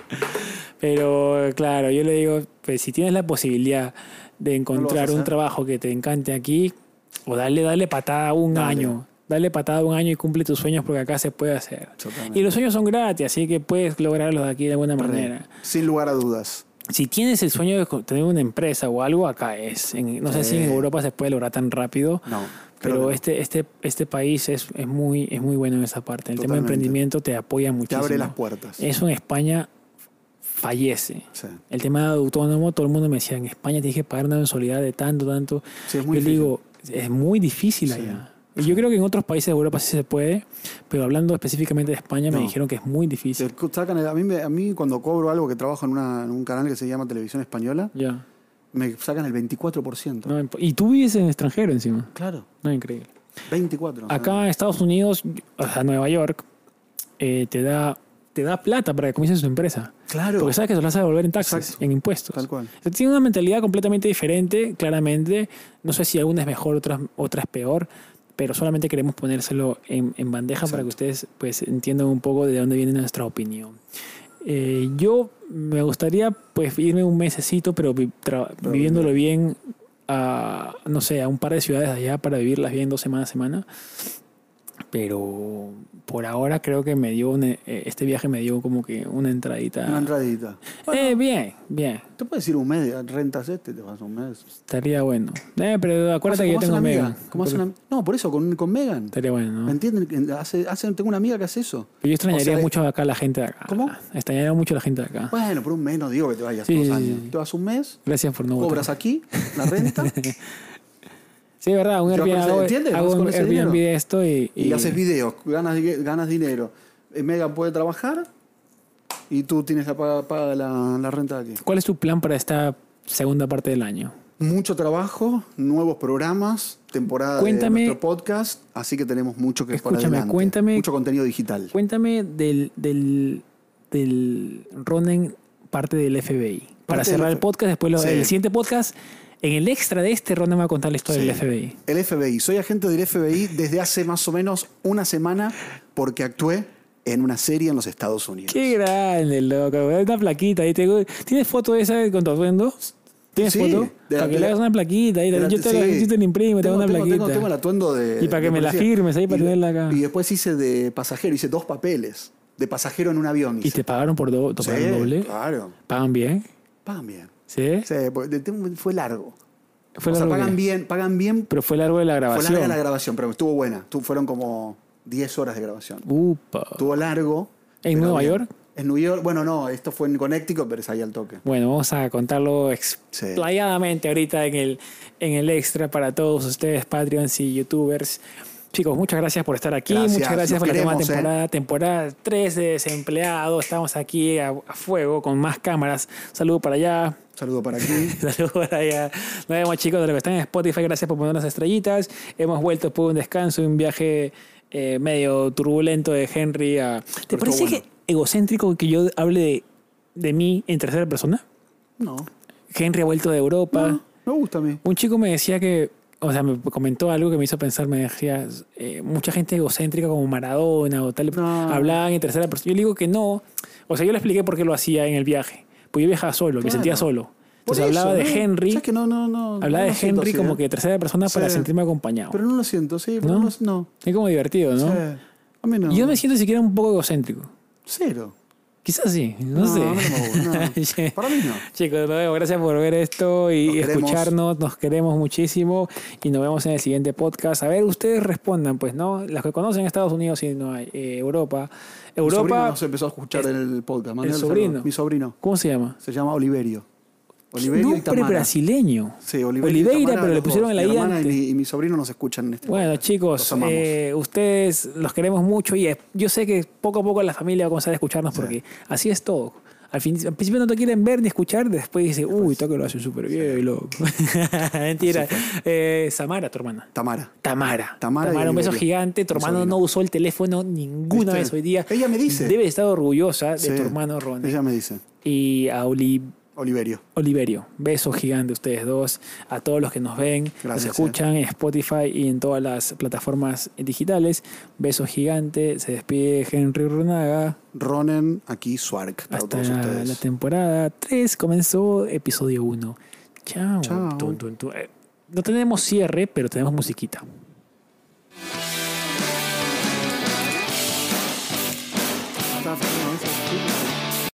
[SPEAKER 1] Pero claro, yo le digo, pues, si tienes la posibilidad de encontrar un
[SPEAKER 2] hacer?
[SPEAKER 1] trabajo que te encante aquí, o darle, darle patada un
[SPEAKER 2] Dale.
[SPEAKER 1] año. Dale patada un año y cumple tus sueños porque acá se puede hacer.
[SPEAKER 2] Totalmente.
[SPEAKER 1] Y los sueños son gratis, así que puedes lograrlos de aquí de alguna
[SPEAKER 2] Re.
[SPEAKER 1] manera
[SPEAKER 2] Sin lugar a dudas.
[SPEAKER 1] si tienes el sueño de co- tener una empresa o algo, acá es. En- no sé
[SPEAKER 2] Sí.
[SPEAKER 1] si en Europa se puede lograr tan rápido,
[SPEAKER 2] No.
[SPEAKER 1] pero
[SPEAKER 2] creo que no.
[SPEAKER 1] este, este, este país es, es, muy, es muy bueno en esa parte. El tema de
[SPEAKER 2] Totalmente.
[SPEAKER 1] emprendimiento te apoya
[SPEAKER 2] te
[SPEAKER 1] muchísimo.
[SPEAKER 2] abre las puertas.
[SPEAKER 1] Eso en España fallece.
[SPEAKER 2] Sí.
[SPEAKER 1] El tema de autónomo, todo el mundo me decía, en España tienes que pagar una mensualidad de tanto, tanto.
[SPEAKER 2] Sí, es muy
[SPEAKER 1] Yo
[SPEAKER 2] difícil.
[SPEAKER 1] digo, es muy difícil
[SPEAKER 2] Sí.
[SPEAKER 1] allá. Y Yo creo que en otros países de Europa sí se puede, pero hablando específicamente de España me
[SPEAKER 2] No.
[SPEAKER 1] dijeron que es muy difícil.
[SPEAKER 2] Te co- sacan el- a, mí me- a mí cuando cobro algo que trabajo en, una- en un canal que se llama Televisión Española,
[SPEAKER 1] Ya.
[SPEAKER 2] me sacan el 24%.
[SPEAKER 1] No, y tú vives en extranjero encima.
[SPEAKER 2] Claro,
[SPEAKER 1] No, increíble.
[SPEAKER 2] 24. o sea,
[SPEAKER 1] Acá Estados Unidos, o sea, Nueva York, eh, te, da, te da plata para que comiences tu empresa.
[SPEAKER 2] claro,
[SPEAKER 1] Porque sabes que se lo vas a devolver en taxes,
[SPEAKER 2] Exacto.
[SPEAKER 1] en impuestos.
[SPEAKER 2] tal cual.
[SPEAKER 1] O sea, tiene una mentalidad completamente diferente, claramente. No sé si alguna es mejor, otra, otra es peor, pero solamente queremos ponérselo en, en bandeja para que ustedes pues, entiendan un poco de dónde viene nuestra opinión. Eh, yo me gustaría pues irme un mesecito, pero, vi- tra-
[SPEAKER 2] Pero
[SPEAKER 1] viviéndolo bien a, no sé, a un par de ciudades allá para vivirlas bien dos semanas a semana. Pero por ahora creo que me dio, una- eh, este viaje me dio como que una entradita.
[SPEAKER 2] Una entradita.
[SPEAKER 1] Eh, bien, bien.
[SPEAKER 2] Te puedes ir un mes, rentas este, te vas un mes.
[SPEAKER 1] Estaría bueno. Eh, pero acuérdate que yo
[SPEAKER 2] ¿Cómo hace
[SPEAKER 1] tengo
[SPEAKER 2] una
[SPEAKER 1] Megan.
[SPEAKER 2] amiga? ¿Cómo hace una- No, por eso, con, con Megan.
[SPEAKER 1] Estaría bueno,
[SPEAKER 2] ¿Me
[SPEAKER 1] ¿no?
[SPEAKER 2] entienden? Hace, hace- tengo una amiga que hace eso.
[SPEAKER 1] Pero yo extrañaría
[SPEAKER 2] O sea,
[SPEAKER 1] mucho acá a la gente de acá.
[SPEAKER 2] ¿Cómo?
[SPEAKER 1] Extrañaría mucho a la gente de acá.
[SPEAKER 2] Bueno, por un mes no digo que te vayas
[SPEAKER 1] Ah. Sí,
[SPEAKER 2] dos
[SPEAKER 1] sí,
[SPEAKER 2] años.
[SPEAKER 1] sí.
[SPEAKER 2] Te vas un mes,
[SPEAKER 1] Gracias por no
[SPEAKER 2] cobras
[SPEAKER 1] votar.
[SPEAKER 2] aquí la renta
[SPEAKER 1] Sí, es verdad. Un
[SPEAKER 2] Te vas con
[SPEAKER 1] Airbnb,
[SPEAKER 2] ese-
[SPEAKER 1] hago,
[SPEAKER 2] ¿entiendes? Vas
[SPEAKER 1] hago
[SPEAKER 2] con
[SPEAKER 1] un
[SPEAKER 2] ese
[SPEAKER 1] Airbnb
[SPEAKER 2] dinero.
[SPEAKER 1] de esto y...
[SPEAKER 2] y, haces videos, ganas, ganas dinero. Eh, Megan puede trabajar y tú tienes la paga, paga la, la renta de aquí.
[SPEAKER 1] ¿Cuál es tu plan para esta segunda parte del año?
[SPEAKER 2] Mucho trabajo, nuevos programas, temporada
[SPEAKER 1] Cuéntame-
[SPEAKER 2] de nuestro podcast, así que tenemos mucho que para
[SPEAKER 1] Escúchame,
[SPEAKER 2] adelante.
[SPEAKER 1] cuéntame-
[SPEAKER 2] mucho contenido digital.
[SPEAKER 1] Cuéntame del, del, del Ronen parte del FBI. para
[SPEAKER 2] Parte del
[SPEAKER 1] cerrar el
[SPEAKER 2] FBI.
[SPEAKER 1] podcast, después lo-
[SPEAKER 2] Sí.
[SPEAKER 1] el siguiente podcast, en el extra de este, Ronen va a contar la historia
[SPEAKER 2] Sí.
[SPEAKER 1] del FBI.
[SPEAKER 2] El FBI. Soy agente del FBI desde hace más o menos una semana porque actué en una serie en los Estados Unidos.
[SPEAKER 1] Qué grande, loco. Una plaquita. ahí. Tengo- ¿Tienes foto de esa con tu atuendo? ¿Tienes
[SPEAKER 2] Sí,
[SPEAKER 1] foto?
[SPEAKER 2] de
[SPEAKER 1] Para
[SPEAKER 2] la-
[SPEAKER 1] que
[SPEAKER 2] de
[SPEAKER 1] le
[SPEAKER 2] la-
[SPEAKER 1] hagas una plaquita. ahí,
[SPEAKER 2] de la-
[SPEAKER 1] yo, te,
[SPEAKER 2] sí.
[SPEAKER 1] yo te la imprimo, te hago
[SPEAKER 2] Tengo-
[SPEAKER 1] una
[SPEAKER 2] tengo-
[SPEAKER 1] plaquita.
[SPEAKER 2] Tengo, tengo el atuendo de.
[SPEAKER 1] Y para
[SPEAKER 2] de
[SPEAKER 1] que me la
[SPEAKER 2] policía.
[SPEAKER 1] firmes ahí, para
[SPEAKER 2] Y-
[SPEAKER 1] tenerla acá.
[SPEAKER 2] Y después hice de pasajero, hice dos papeles. De pasajero en un avión.
[SPEAKER 1] ¿Y
[SPEAKER 2] hice.
[SPEAKER 1] te pagaron por do- te
[SPEAKER 2] Sí,
[SPEAKER 1] pagaron doble?
[SPEAKER 2] Claro.
[SPEAKER 1] ¿Pagan bien?
[SPEAKER 2] Pagan bien.
[SPEAKER 1] ¿Sí?
[SPEAKER 2] Sí, pues, porque el tema fue largo.
[SPEAKER 1] Fue
[SPEAKER 2] o sea,
[SPEAKER 1] largo
[SPEAKER 2] pagan
[SPEAKER 1] que-
[SPEAKER 2] bien, pagan bien.
[SPEAKER 1] Pero fue largo de la
[SPEAKER 2] Fue
[SPEAKER 1] grabación.
[SPEAKER 2] larga la grabación, pero estuvo buena. Tu- fueron como 10 horas de grabación.
[SPEAKER 1] Upa.
[SPEAKER 2] Estuvo largo.
[SPEAKER 1] ¿En
[SPEAKER 2] pero
[SPEAKER 1] Nueva
[SPEAKER 2] bien.
[SPEAKER 1] York?
[SPEAKER 2] En Nueva York. Bueno, no, esto fue en Connecticut, pero es ahí al toque.
[SPEAKER 1] Bueno, vamos a contarlo
[SPEAKER 2] Sí.
[SPEAKER 1] explayadamente ahorita en el, en el extra para todos ustedes, Patreons y YouTubers. Chicos, muchas gracias por estar aquí.
[SPEAKER 2] Gracias,
[SPEAKER 1] muchas gracias
[SPEAKER 2] los
[SPEAKER 1] por la nueva
[SPEAKER 2] queremos, ¿eh?
[SPEAKER 1] temporada. Temporada 3 de Desempleado. Estamos aquí a, a fuego con más cámaras. Saludo para allá.
[SPEAKER 2] Saludo para aquí.
[SPEAKER 1] Saludos para allá. Nos vemos, chicos, de los que están en Spotify. Gracias por poner las estrellitas. Hemos vuelto por un descanso y un viaje eh, medio turbulento de Henry a. ¿Te
[SPEAKER 2] Pero
[SPEAKER 1] parece
[SPEAKER 2] estuvo bueno.
[SPEAKER 1] que egocéntrico que yo hable de, de mí en tercera persona?
[SPEAKER 2] No.
[SPEAKER 1] Henry ha vuelto de Europa.
[SPEAKER 2] No, me gusta a mí.
[SPEAKER 1] Un chico me decía que, o sea, me comentó algo que me hizo pensar, me decía, eh, mucha gente egocéntrica como Maradona o tal,
[SPEAKER 2] No.
[SPEAKER 1] hablaban en tercera persona. Yo le digo que no. O sea, yo le expliqué por qué lo hacía en el viaje. Pues yo viajaba solo, me
[SPEAKER 2] Claro.
[SPEAKER 1] sentía solo.
[SPEAKER 2] Por
[SPEAKER 1] Entonces hablaba
[SPEAKER 2] eso,
[SPEAKER 1] de
[SPEAKER 2] ¿no?
[SPEAKER 1] Henry.
[SPEAKER 2] ¿Sabes que no, no, no,
[SPEAKER 1] Hablaba
[SPEAKER 2] no
[SPEAKER 1] de
[SPEAKER 2] lo siento
[SPEAKER 1] Henry
[SPEAKER 2] así,
[SPEAKER 1] como
[SPEAKER 2] eh?
[SPEAKER 1] que tercera persona para
[SPEAKER 2] Sí.
[SPEAKER 1] sentirme acompañado.
[SPEAKER 2] Pero no lo siento, sí, pero
[SPEAKER 1] ¿No?
[SPEAKER 2] no, lo- no.
[SPEAKER 1] es como divertido, ¿no?
[SPEAKER 2] Sí. A mí no.
[SPEAKER 1] Y Yo me siento siquiera un poco egocéntrico.
[SPEAKER 2] Cero.
[SPEAKER 1] Quizás sí, no, sé.
[SPEAKER 2] a mí no me gusta, no. Para mí no.
[SPEAKER 1] Chicos, nos vemos. gracias por ver esto y
[SPEAKER 2] Nos
[SPEAKER 1] y
[SPEAKER 2] queremos.
[SPEAKER 1] escucharnos. Nos queremos muchísimo y nos vemos en el siguiente podcast. A ver, ustedes respondan, pues, ¿no? Las que conocen Estados Unidos y no hay, eh, Europa.
[SPEAKER 2] Mi sobrino
[SPEAKER 1] Europa,
[SPEAKER 2] nos empezó a escuchar el podcast. mandale
[SPEAKER 1] el
[SPEAKER 2] saludo.
[SPEAKER 1] sobrino.
[SPEAKER 2] Mi sobrino.
[SPEAKER 1] ¿cómo se llama?
[SPEAKER 2] Se llama Oliverio. Oliverio y
[SPEAKER 1] Nombre
[SPEAKER 2] Tamara.
[SPEAKER 1] brasileño.
[SPEAKER 2] Sí, Oliverio y
[SPEAKER 1] Oliveira,
[SPEAKER 2] Tamara,
[SPEAKER 1] pero le
[SPEAKER 2] los
[SPEAKER 1] pusieron
[SPEAKER 2] dos.
[SPEAKER 1] la
[SPEAKER 2] mi
[SPEAKER 1] I
[SPEAKER 2] hermana y
[SPEAKER 1] antes.
[SPEAKER 2] mi, y mi sobrino nos escuchan en este
[SPEAKER 1] Bueno,
[SPEAKER 2] podcast.
[SPEAKER 1] chicos,
[SPEAKER 2] Los amamos.
[SPEAKER 1] eh, ustedes los queremos mucho y eh, yo sé que poco a poco la familia va a comenzar a escucharnos porque así es todo. Al, fin- al principio no te quieren ver ni escuchar, después dice, uy, toca lo hacen súper bien, loco. Mentira. Eh, Samara, tu hermana.
[SPEAKER 2] Tamara.
[SPEAKER 1] Tamara.
[SPEAKER 2] Tamara y
[SPEAKER 1] un beso
[SPEAKER 2] Oliverio.
[SPEAKER 1] gigante. Tu
[SPEAKER 2] Mi
[SPEAKER 1] hermano
[SPEAKER 2] sobrina.
[SPEAKER 1] no usó el teléfono ninguna
[SPEAKER 2] ¿Viste?
[SPEAKER 1] vez hoy día.
[SPEAKER 2] Ella me dice.
[SPEAKER 1] Debe estar orgullosa de
[SPEAKER 2] Sí.
[SPEAKER 1] tu hermano Ron.
[SPEAKER 2] Ella me dice.
[SPEAKER 1] Y a Oli-
[SPEAKER 2] Oliverio.
[SPEAKER 1] Oliverio. Beso gigante a ustedes dos, a todos los que nos ven, nos
[SPEAKER 2] Gracias, eh.
[SPEAKER 1] escuchan en Spotify y en todas las plataformas digitales. Beso gigante. Se despide Henry Runaga.
[SPEAKER 2] Ronen, aquí Suark. Para
[SPEAKER 1] Hasta
[SPEAKER 2] todos ustedes.
[SPEAKER 1] la temporada 3 comenzó episodio 1. Chao.
[SPEAKER 2] Chao.
[SPEAKER 1] Tun, tun, tun. Eh, No tenemos cierre, pero tenemos musiquita.
[SPEAKER 2] Está- no, eso es-